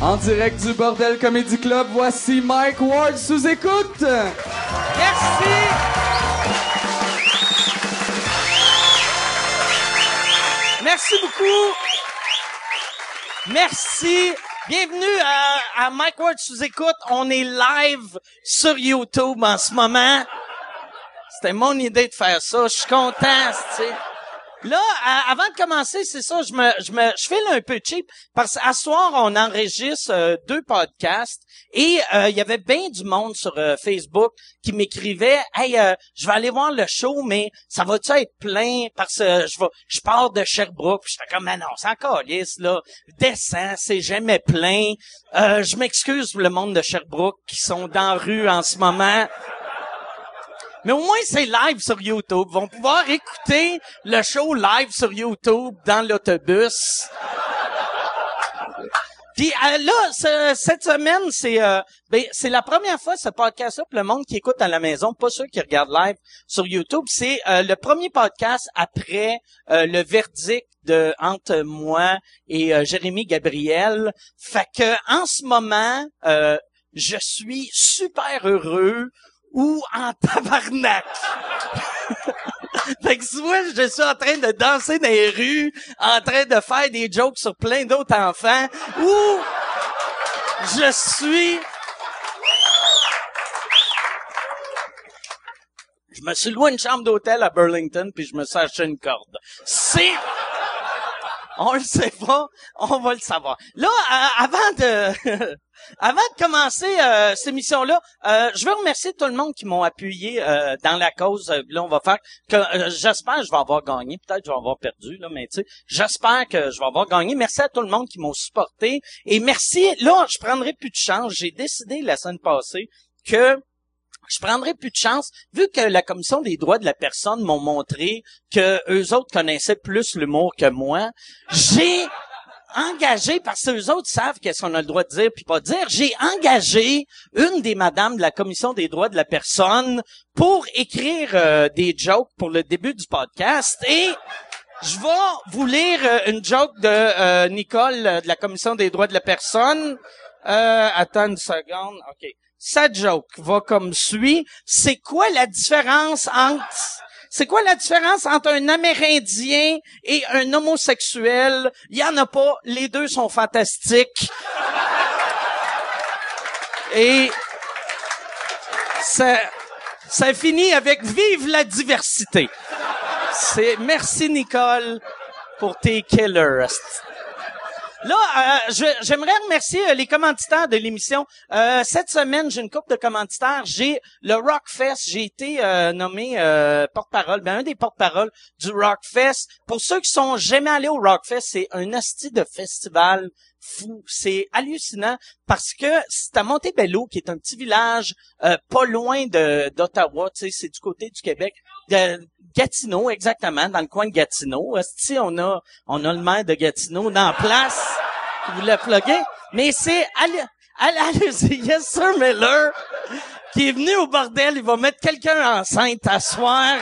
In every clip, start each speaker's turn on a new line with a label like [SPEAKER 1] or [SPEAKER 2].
[SPEAKER 1] En direct du Bordel Comedy Club, voici Mike Ward sous écoute.
[SPEAKER 2] Merci. Merci beaucoup. Merci. Bienvenue à, à Mike Ward sous écoute. On est live sur YouTube en ce moment. C'était mon idée de faire ça. Je suis content, tu sais. Là, à- avant de commencer, c'est ça, je me, je me, je file un peu cheap parce qu'à ce soir, on enregistre euh, deux podcasts et euh, il y avait bien du monde sur euh, Facebook qui m'écrivait, hey, euh, je vais aller voir le show, mais ça va-tu être plein parce que euh, je vais, je pars de Sherbrooke, puis j'étais comme, mais non, c'est encore lisse là, descends, c'est jamais plein. Euh, je m'excuse pour le monde de Sherbrooke qui sont dans la rue en ce moment. Mais au moins, c'est live sur YouTube. Ils vont pouvoir écouter le show live sur YouTube dans l'autobus. Puis euh, là, ce- cette semaine, c'est euh, ben, c'est la première fois ce podcast-là pour le monde qui écoute à la maison, pas ceux qui regardent live sur YouTube. C'est euh, le premier podcast après euh, le verdict de entre moi et euh, Jérémy Gabriel. Fait que en ce moment, euh, je suis super heureux ou en tabarnak. Fait que souvent, je suis en train de danser dans les rues, en train de faire des jokes sur plein d'autres enfants, ou je suis... Je me suis loué une chambre d'hôtel à Burlington, puis je me suis acheté une corde. C'est... On le sait pas, on va le savoir. Là, euh, avant de avant de commencer euh, cette émission-là, euh, je veux remercier tout le monde qui m'ont appuyé euh, dans la cause. Euh, Là, on va faire que euh, j'espère que je vais avoir gagné, peut-être que je vais avoir perdu, là, mais tu sais, j'espère que je vais avoir gagné. Merci à tout le monde qui m'ont supporté. Et merci, là, je prendrai plus de chance. J'ai décidé la semaine passée que je prendrais plus de chance vu que la commission des droits de la personne m'ont montré que eux autres connaissaient plus l'humour que moi. J'ai engagé parce que eux autres savent qu'est-ce qu'on a le droit de dire puis pas dire. J'ai engagé une des madames de la commission des droits de la personne pour écrire euh, des jokes pour le début du podcast et je vais vous lire euh, une joke de euh, Nicole euh, de la commission des droits de la personne. Euh, attends une seconde. OK. Sa joke va comme suit. C'est quoi la différence entre c'est quoi la différence entre un Amérindien et un homosexuel? Il y en a pas. Les deux sont fantastiques. Et ça, ça finit avec Vive la diversité. C'est merci Nicole pour tes killers. Là, euh, je- j'aimerais remercier euh, les commanditaires de l'émission. Euh, cette semaine, j'ai une coupe de commanditaires. J'ai le Rockfest. J'ai été euh, nommé euh, porte-parole, ben un des porte-paroles du Rockfest. Pour ceux qui sont jamais allés au Rockfest, c'est un asti de festival fou. C'est hallucinant parce que c'est à Montebello, qui est un petit village euh, pas loin de d'Ottawa. Tu sais, c'est du côté du Québec. De Gatineau, exactement, dans le coin de Gatineau. Asti, on a on a le maire de Gatineau dans la place. Vous le pluguez. Mais c'est hallu- hall- hallu- c'est Yes Sir Miller qui est venu au bordel. Il va mettre quelqu'un enceinte à soir.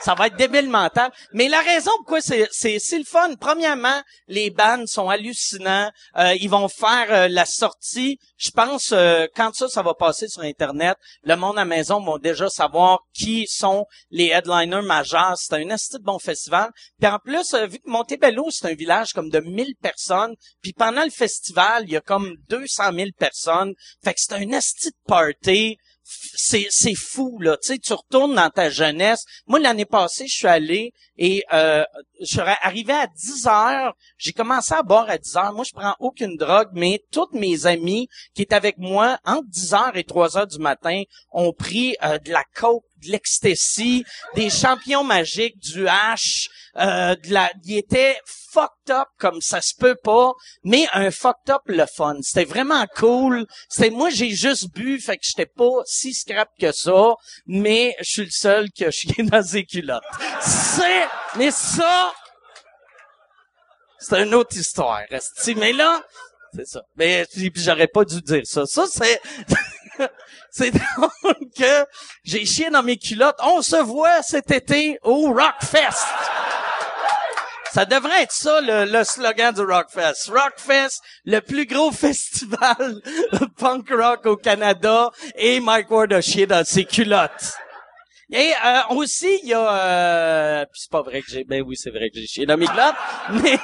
[SPEAKER 2] Ça va être débile mental. Mais la raison pourquoi c'est c'est c'est le fun, premièrement, les bands sont hallucinants. Euh, ils vont faire euh, la sortie. Je pense euh, quand ça ça va passer sur internet, le monde à la maison vont déjà savoir qui sont les headliners majeurs. C'est un esti de bon festival. Puis en plus, euh, vu que Montebello c'est un village comme de 1000 personnes, puis pendant le festival, il y a comme 200 000 personnes. Fait que c'est un esti de party c'est c'est fou là tu sais tu retournes dans ta jeunesse moi l'année passée je suis allé et euh, je suis arrivé à 10 heures j'ai commencé à boire à 10 heures moi je prends aucune drogue mais toutes mes amis qui étaient avec moi entre 10 heures et 3 heures du matin ont pris euh, de la coke de l'ecstasy des champions magiques du hash euh, de la il était fucked up comme ça se peut pas mais un fucked up le fun c'était vraiment cool c'était moi j'ai juste bu fait que j'étais pas si scrap que ça mais je suis le seul qui a chié dans ses culottes c'est mais ça c'est une autre histoire esti. mais là c'est ça mais puis j'aurais pas dû dire ça ça c'est c'est drôle que j'ai chié dans mes culottes on se voit cet été au Rockfest Ça devrait être ça, le, le slogan du Rockfest. Rockfest, le plus gros festival punk rock au Canada, et Mike Ward a chié dans ses culottes. Et euh, aussi, il y a... Euh, puis c'est pas vrai que j'ai... Ben oui, c'est vrai que j'ai chié dans mes culottes, mais...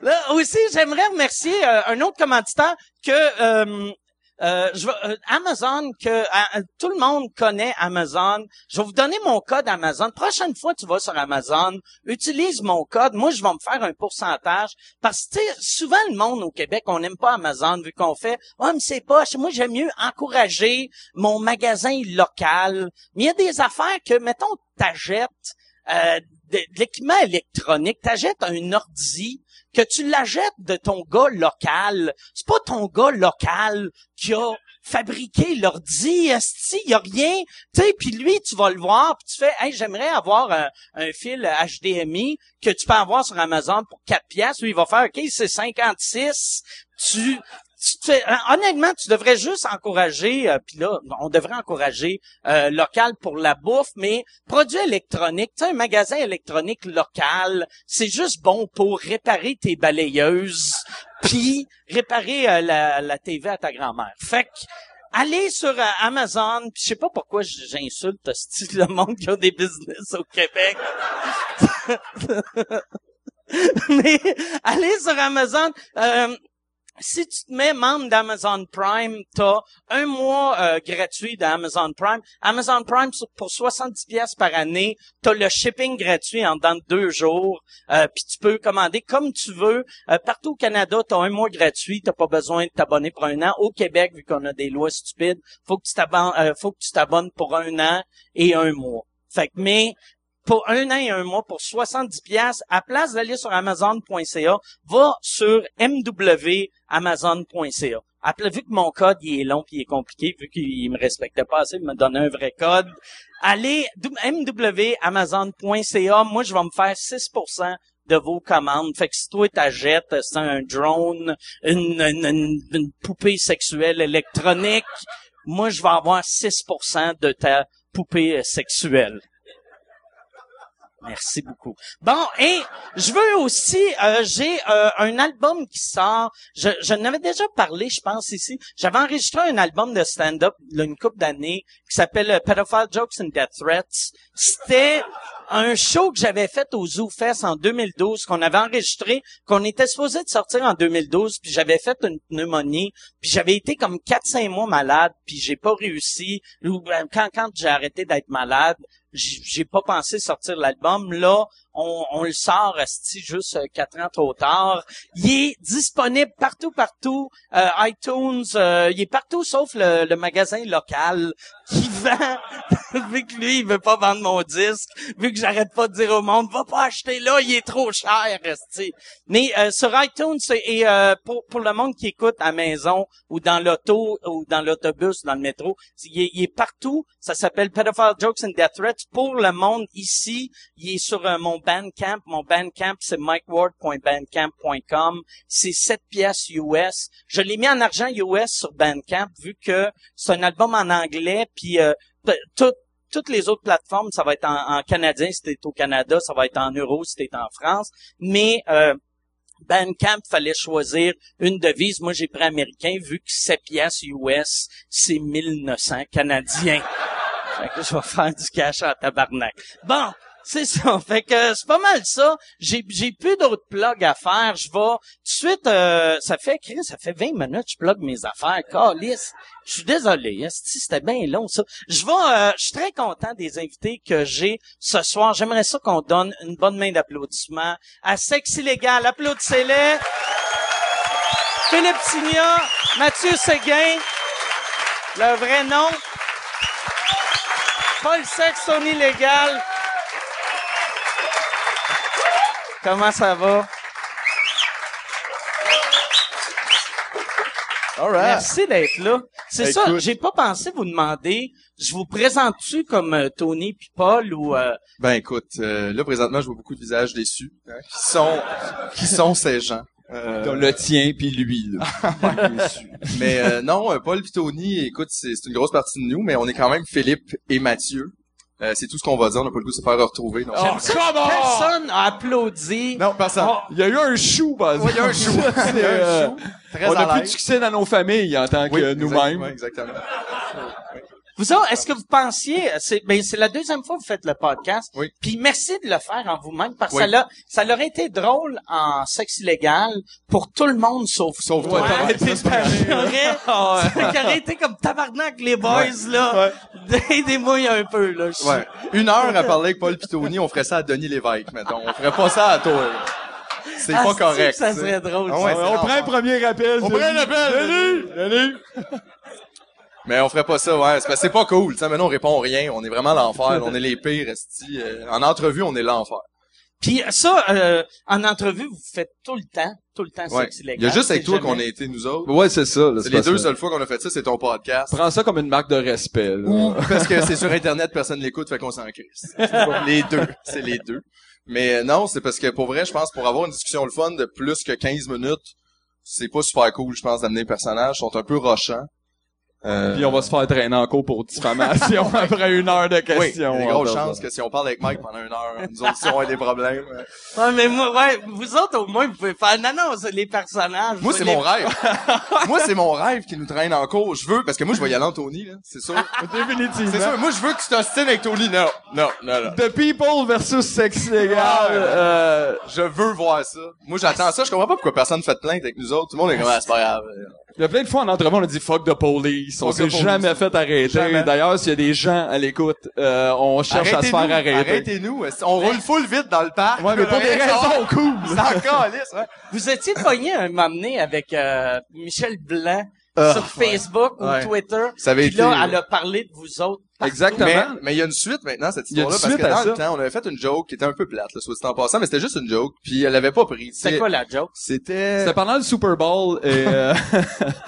[SPEAKER 2] Là aussi, j'aimerais remercier euh, un autre commanditaire que euh, euh, je vais- euh, Amazon que à- à- tout le monde connaît Amazon. Je vais vous donner mon code Amazon. Prochaine fois tu vas sur Amazon, utilise mon code. Moi, je vais me faire un pourcentage parce que tu sais, souvent le monde au Québec, on n'aime pas Amazon vu qu'on fait "Oh, mais c'est poche. Moi, j'aime mieux encourager mon magasin local." Mais il y a des affaires que mettons t'achètes euh, de, de l'équipement électronique, t'achètes un ordi que tu l'achètes de ton gars local. C'est pas ton gars local qui a fabriqué l'ordi, esti, y a rien. Tu sais, puis lui, tu vas le voir, puis tu fais, hey, j'aimerais avoir un, un fil HDMI que tu peux avoir sur Amazon pour 4 piastres. Lui, il va faire, ok, c'est 56. Tu, tu te fais- euh, honnêtement, tu devrais juste encourager, euh, puis là, on devrait encourager euh, local pour la bouffe, mais produits électroniques, tu sais, un magasin électronique local, c'est juste bon pour réparer tes balayeuses, puis réparer euh, la, la TV à ta grand-mère. Fait que, allez sur euh, Amazon, puis je sais pas pourquoi j- j'insulte hostie, le monde qui a des business au Québec. mais allez sur Amazon. euh, si tu te mets membre d'Amazon Prime, t'as un mois euh, gratuit d'Amazon Prime. Amazon Prime, sur- pour 70 pièces par année, t'as le shipping gratuit en dans deux jours. Euh, Puis tu peux commander comme tu veux. Euh, partout au Canada, t'as un mois gratuit. T'as pas besoin de t'abonner pour un an. Au Québec, vu qu'on a des lois stupides, faut que tu t'abonnes, euh, faut que tu t'abonnes pour un an et un mois. Fait que, mais pour un an et un mois, pour 70 pièces, à place d'aller sur Amazon.ca, va sur mwamazon.ca. Après, vu que mon code, il est long puis il est compliqué, vu qu'il me respectait pas assez, il me donnait un vrai code. Allez, mwamazon.ca. Moi, je vais me faire 6% de vos commandes. Fait que si toi, t'achètes, euh, c'est un drone, une, une- une- une poupée sexuelle électronique, moi, je vais avoir 6% de ta poupée euh, sexuelle. Merci beaucoup. Bon, et je veux aussi, euh, j'ai euh, un album qui sort. Je, je n'avais déjà parlé, je pense, ici. J'avais enregistré un album de stand-up il y a une couple d'années qui s'appelle euh, Pedophile Jokes and Death Threats. C'était un show que j'avais fait au Zoo Fest en 2012, qu'on avait enregistré, qu'on était supposé de sortir en 2012, puis j'avais fait une pneumonie, puis j'avais été comme 4-5 mois malade, puis j'ai pas réussi. Ou, ben, Quand, quand j'ai arrêté d'être malade, j'ai j'ai pas pensé sortir l'album. Là, on, on le sort esti, juste euh, quatre ans trop tard. Il est disponible partout, partout. Euh, iTunes, euh, il est partout sauf le, le magasin local qui vend. vu que lui, il veut pas vendre mon disque, vu que j'arrête pas de dire au monde, va pas acheter là, il est trop cher, esti. Mais euh, sur iTunes c'est- et euh, pour, pour le monde qui écoute à la maison ou dans l'auto ou dans l'autobus, dans le métro, il est, il est partout. Ça s'appelle Pedophile Jokes and Death Threats. Pour le monde ici, il est sur euh, mon Bandcamp. Mon Bandcamp, c'est mikeward.bandcamp.com. C'est 7 pièces US. Je l'ai mis en argent US sur Bandcamp vu que c'est un album en anglais. Puis euh, pe- tout- toutes les autres plateformes, ça va être en, en canadien si t'es au Canada, ça va être en euros si t'es en France. Mais... euh, Bandcamp, fallait choisir une devise. Moi, j'ai pris américain, vu que 7 piastres US, c'est 1900 canadiens. Fait que je vais faire du cash en tabarnak. Bon, c'est ça. Fait que c'est pas mal ça. J'ai, j'ai plus d'autres plugs à faire. Je vais tout de suite... euh, ça fait, Chris, ça fait 20 minutes que je plug mes affaires. Calice. Je suis désolé. esti, C'était bien long, ça. Je vais... euh, je suis très content des invités que j'ai ce soir. J'aimerais ça qu'on donne une bonne main d'applaudissements à Sexe Illégal. Applaudissez-les. Philippe Signa, Mathieu Séguin, le vrai nom. Paul Sexe, son illégal. Comment ça va?
[SPEAKER 1] All right.
[SPEAKER 2] Merci d'être là. C'est
[SPEAKER 1] Hey,
[SPEAKER 2] ça,
[SPEAKER 1] écoute.
[SPEAKER 2] j'ai pas pensé vous demander, je vous présente-tu comme euh, Tony puis Paul ou... euh,
[SPEAKER 1] Ben écoute, euh, là présentement, je vois beaucoup de visages déçus. hein, qui sont qui sont ces gens Euh,
[SPEAKER 3] Dont le tien puis lui. là.
[SPEAKER 1] Mais euh, non, euh, Paul et Tony, écoute, c'est c'est une grosse partie de nous, mais on est quand même Philippe et Mathieu. Euh, c'est tout ce qu'on va dire. On n'a pas le goût de se faire retrouver. Donc,
[SPEAKER 3] Oh, come on!
[SPEAKER 2] Personne a applaudi.
[SPEAKER 1] Non, personne.
[SPEAKER 3] Oh, Il y a eu un chou, par exemple.
[SPEAKER 1] Oui, il y a un chou.
[SPEAKER 3] C'est,
[SPEAKER 1] Il y a un
[SPEAKER 3] euh,
[SPEAKER 1] chou. Très
[SPEAKER 3] On
[SPEAKER 1] à
[SPEAKER 3] a plus de
[SPEAKER 1] l'aise.
[SPEAKER 3] succès dans nos familles en tant que
[SPEAKER 1] Oui,
[SPEAKER 3] euh, nous-mêmes.
[SPEAKER 1] exactement, Exactement.
[SPEAKER 2] Vous autres, est-ce que vous pensiez, c'est, ben, c'est la deuxième fois que vous faites le podcast.
[SPEAKER 1] Oui.
[SPEAKER 2] Puis merci de le faire en vous-même parce que
[SPEAKER 1] Oui.
[SPEAKER 2] ça, l'a- ça aurait été drôle en sexe illégal pour tout le monde sauf
[SPEAKER 1] Sauf
[SPEAKER 2] toi.
[SPEAKER 1] toi,
[SPEAKER 2] Hein?
[SPEAKER 1] tabarnak.
[SPEAKER 2] Ça, c'est pas vrai. Ça aurait été comme tabarnak les boys là. Aidez-moi un peu là. Je suis-
[SPEAKER 1] Ouais. Une heure à parler avec Paul Pitoni, on ferait ça à Denis Lévesque, mettons. On ferait pas ça à toi. C'est
[SPEAKER 2] Ah,
[SPEAKER 1] pas
[SPEAKER 2] si,
[SPEAKER 1] correct.
[SPEAKER 2] Ça
[SPEAKER 1] tu sais.
[SPEAKER 2] serait drôle.
[SPEAKER 1] Ah
[SPEAKER 2] ça.
[SPEAKER 1] ouais,
[SPEAKER 3] Ouais, Euh, on prend un premier appel.
[SPEAKER 1] On prend un appel.
[SPEAKER 3] Denis! Denis!
[SPEAKER 1] Mais on ferait pas ça, ouais. C'est parce que c'est pas cool. Tu sais, maintenant, on répond rien. On est vraiment l'enfer. on est les pires, esti. Euh, En entrevue, on est l'enfer.
[SPEAKER 2] Puis ça, euh, en entrevue, vous faites tout le temps, tout le temps
[SPEAKER 1] Ouais.
[SPEAKER 2] sexe illégal.
[SPEAKER 1] Il y a juste avec
[SPEAKER 2] c'est
[SPEAKER 1] toi
[SPEAKER 2] jamais-
[SPEAKER 1] qu'on a été, nous autres.
[SPEAKER 3] Ouais, c'est ça. là,
[SPEAKER 1] C'est les
[SPEAKER 3] pas
[SPEAKER 1] deux
[SPEAKER 3] ça.
[SPEAKER 1] seules fois qu'on a fait ça, c'est ton podcast.
[SPEAKER 3] Prends ça comme une marque de respect. là.
[SPEAKER 1] Ou parce que c'est sur Internet, personne l'écoute, fait qu'on s'en crisse. C'est pas- les deux. C'est les deux. Mais euh, non, c'est parce que pour vrai, je pense, pour avoir une discussion le fun de plus que 15 minutes, c'est pas super cool, je pense, d'amener les personnages. Ils sont un peu rochants. Euh,
[SPEAKER 3] Puis on va se faire traîner en cours pour diffamation après une heure de
[SPEAKER 1] oui,
[SPEAKER 3] questions.
[SPEAKER 1] il y a des grosses
[SPEAKER 3] Ouais,
[SPEAKER 1] chances que si on parle avec Mike pendant une heure, nous autres, si on a des problèmes. euh,
[SPEAKER 2] Ouais, mais moi, ouais, vous autres, au moins, vous pouvez faire, non, non, c'est les personnages.
[SPEAKER 1] Moi, c'est
[SPEAKER 2] les-
[SPEAKER 1] mon rêve. moi, c'est mon rêve qui nous traîne en cours. Je veux, parce que moi, je vais y aller en Tony, là. C'est sûr. C'est
[SPEAKER 3] Définitivement.
[SPEAKER 1] sûr. Moi, je veux que tu t'ostines avec Tony. Non, non, non, non.
[SPEAKER 3] The people versus sexe légal.
[SPEAKER 1] Ah, Ouais, ouais.
[SPEAKER 3] euh,
[SPEAKER 1] Je veux voir ça. Moi, j'attends ça. Je comprends pas pourquoi personne fait de plainte avec nous autres. Tout le monde est comme, ah, c'est pas grave.
[SPEAKER 3] Il y a plein de fois en entrevue, on a dit fuck the police. On
[SPEAKER 1] Fuck the
[SPEAKER 3] s'est
[SPEAKER 1] police.
[SPEAKER 3] jamais fait arrêter.
[SPEAKER 1] Jamais.
[SPEAKER 3] D'ailleurs, s'il y a des gens à l'écoute, euh, on cherche à se
[SPEAKER 1] Arrêtez-nous.
[SPEAKER 3] faire arrêter.
[SPEAKER 1] Arrêtez-nous. On roule full vite dans le parc.
[SPEAKER 3] Ouais, mais pour des raisons cool.
[SPEAKER 1] C'est encore lisse, ouais.
[SPEAKER 2] Vous étiez pogné à un moment donné avec euh, Michel Blanc
[SPEAKER 1] Ah,
[SPEAKER 2] sur Facebook ou
[SPEAKER 1] Ouais.
[SPEAKER 2] Twitter.
[SPEAKER 1] Ça avait
[SPEAKER 2] Puis là,
[SPEAKER 1] été- euh,
[SPEAKER 2] elle a parlé de vous autres.
[SPEAKER 1] Mais,
[SPEAKER 3] Exactement.
[SPEAKER 1] mais il y a une suite maintenant, cette
[SPEAKER 3] Il y a une
[SPEAKER 1] histoire-là,
[SPEAKER 3] suite
[SPEAKER 1] parce que
[SPEAKER 3] à
[SPEAKER 1] dans le
[SPEAKER 3] ça.
[SPEAKER 1] temps, on avait fait une joke qui était un peu plate, là, soit dit en passant, mais c'était juste une joke, puis elle l'avait pas pris.
[SPEAKER 2] C'est quoi la joke?
[SPEAKER 1] C'était...
[SPEAKER 3] C'était pendant le Super Bowl et, euh,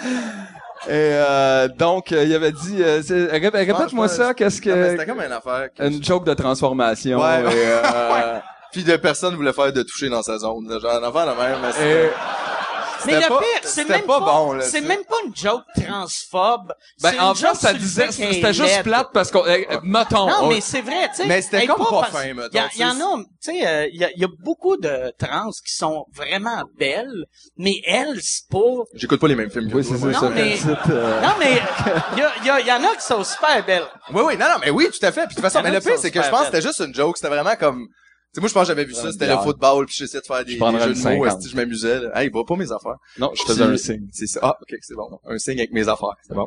[SPEAKER 3] et euh, donc euh, il avait dit euh, c'est- ré- répète-moi
[SPEAKER 1] Ouais, je pense-
[SPEAKER 3] ça qu'est-ce
[SPEAKER 1] Ah, mais
[SPEAKER 3] que
[SPEAKER 1] C'était comme une affaire. que-
[SPEAKER 3] une joke de transformation
[SPEAKER 1] Ouais.
[SPEAKER 3] et, euh,
[SPEAKER 1] Puis de personne voulait faire de toucher dans sa zone. là, Genre, en avant, la même. mais
[SPEAKER 3] et-
[SPEAKER 1] c'était-
[SPEAKER 2] Mais
[SPEAKER 1] c'était
[SPEAKER 2] le
[SPEAKER 1] pas-
[SPEAKER 2] pire, c'est
[SPEAKER 1] c'était
[SPEAKER 2] même
[SPEAKER 1] pas
[SPEAKER 2] pas,
[SPEAKER 1] bon, là,
[SPEAKER 2] c'est
[SPEAKER 1] ça.
[SPEAKER 2] même pas une joke transphobe. C'est
[SPEAKER 3] ben
[SPEAKER 2] une
[SPEAKER 3] en
[SPEAKER 2] joke
[SPEAKER 3] fait ça
[SPEAKER 2] sur le
[SPEAKER 3] disait
[SPEAKER 2] fait qu'elle
[SPEAKER 3] c'était
[SPEAKER 2] est
[SPEAKER 3] juste
[SPEAKER 2] laide.
[SPEAKER 3] plate parce qu'on euh, euh, mettons
[SPEAKER 2] Non,
[SPEAKER 3] on-
[SPEAKER 2] mais c'est vrai, tu sais.
[SPEAKER 1] Mais c'était
[SPEAKER 2] elle est
[SPEAKER 1] comme pas
[SPEAKER 2] parce-
[SPEAKER 1] fin, mettons,
[SPEAKER 2] Il y a- il y, en
[SPEAKER 1] c'est-
[SPEAKER 2] a, tu sais, euh, il y, a- il y a beaucoup de trans qui sont vraiment belles, mais elles, c'est pas...
[SPEAKER 1] J'écoute pas les mêmes films que
[SPEAKER 3] oui
[SPEAKER 1] toi,
[SPEAKER 3] c'est
[SPEAKER 1] moi.
[SPEAKER 3] ça
[SPEAKER 2] Non,
[SPEAKER 3] ça
[SPEAKER 2] mais-
[SPEAKER 3] fait une petite, euh,
[SPEAKER 2] Non, mais il y, a- il y a- il y en a qui sont super belles.
[SPEAKER 1] Oui, oui, non, non, mais oui, tout à fait. Puis de toute façon,
[SPEAKER 2] Il y en
[SPEAKER 1] mais
[SPEAKER 2] a
[SPEAKER 1] le
[SPEAKER 2] qui
[SPEAKER 1] pire,
[SPEAKER 2] sont
[SPEAKER 1] c'est que je
[SPEAKER 2] super
[SPEAKER 1] pense que c'était juste une joke. C'était vraiment comme, tu sais, moi, je pense que j'avais vu ça. C'était le
[SPEAKER 3] bière.
[SPEAKER 1] football, puis j'essayais de faire des,
[SPEAKER 3] prendrais
[SPEAKER 1] des jeux
[SPEAKER 3] une
[SPEAKER 1] de mots.
[SPEAKER 3] 50.
[SPEAKER 1] esti, Je m'amusais, là. Hey, il voit pas mes affaires.
[SPEAKER 3] non je faisais
[SPEAKER 1] Puis-
[SPEAKER 3] un signe
[SPEAKER 1] C'est ça. Ah, ok, c'est bon. Un signe avec mes affaires. C'est bon.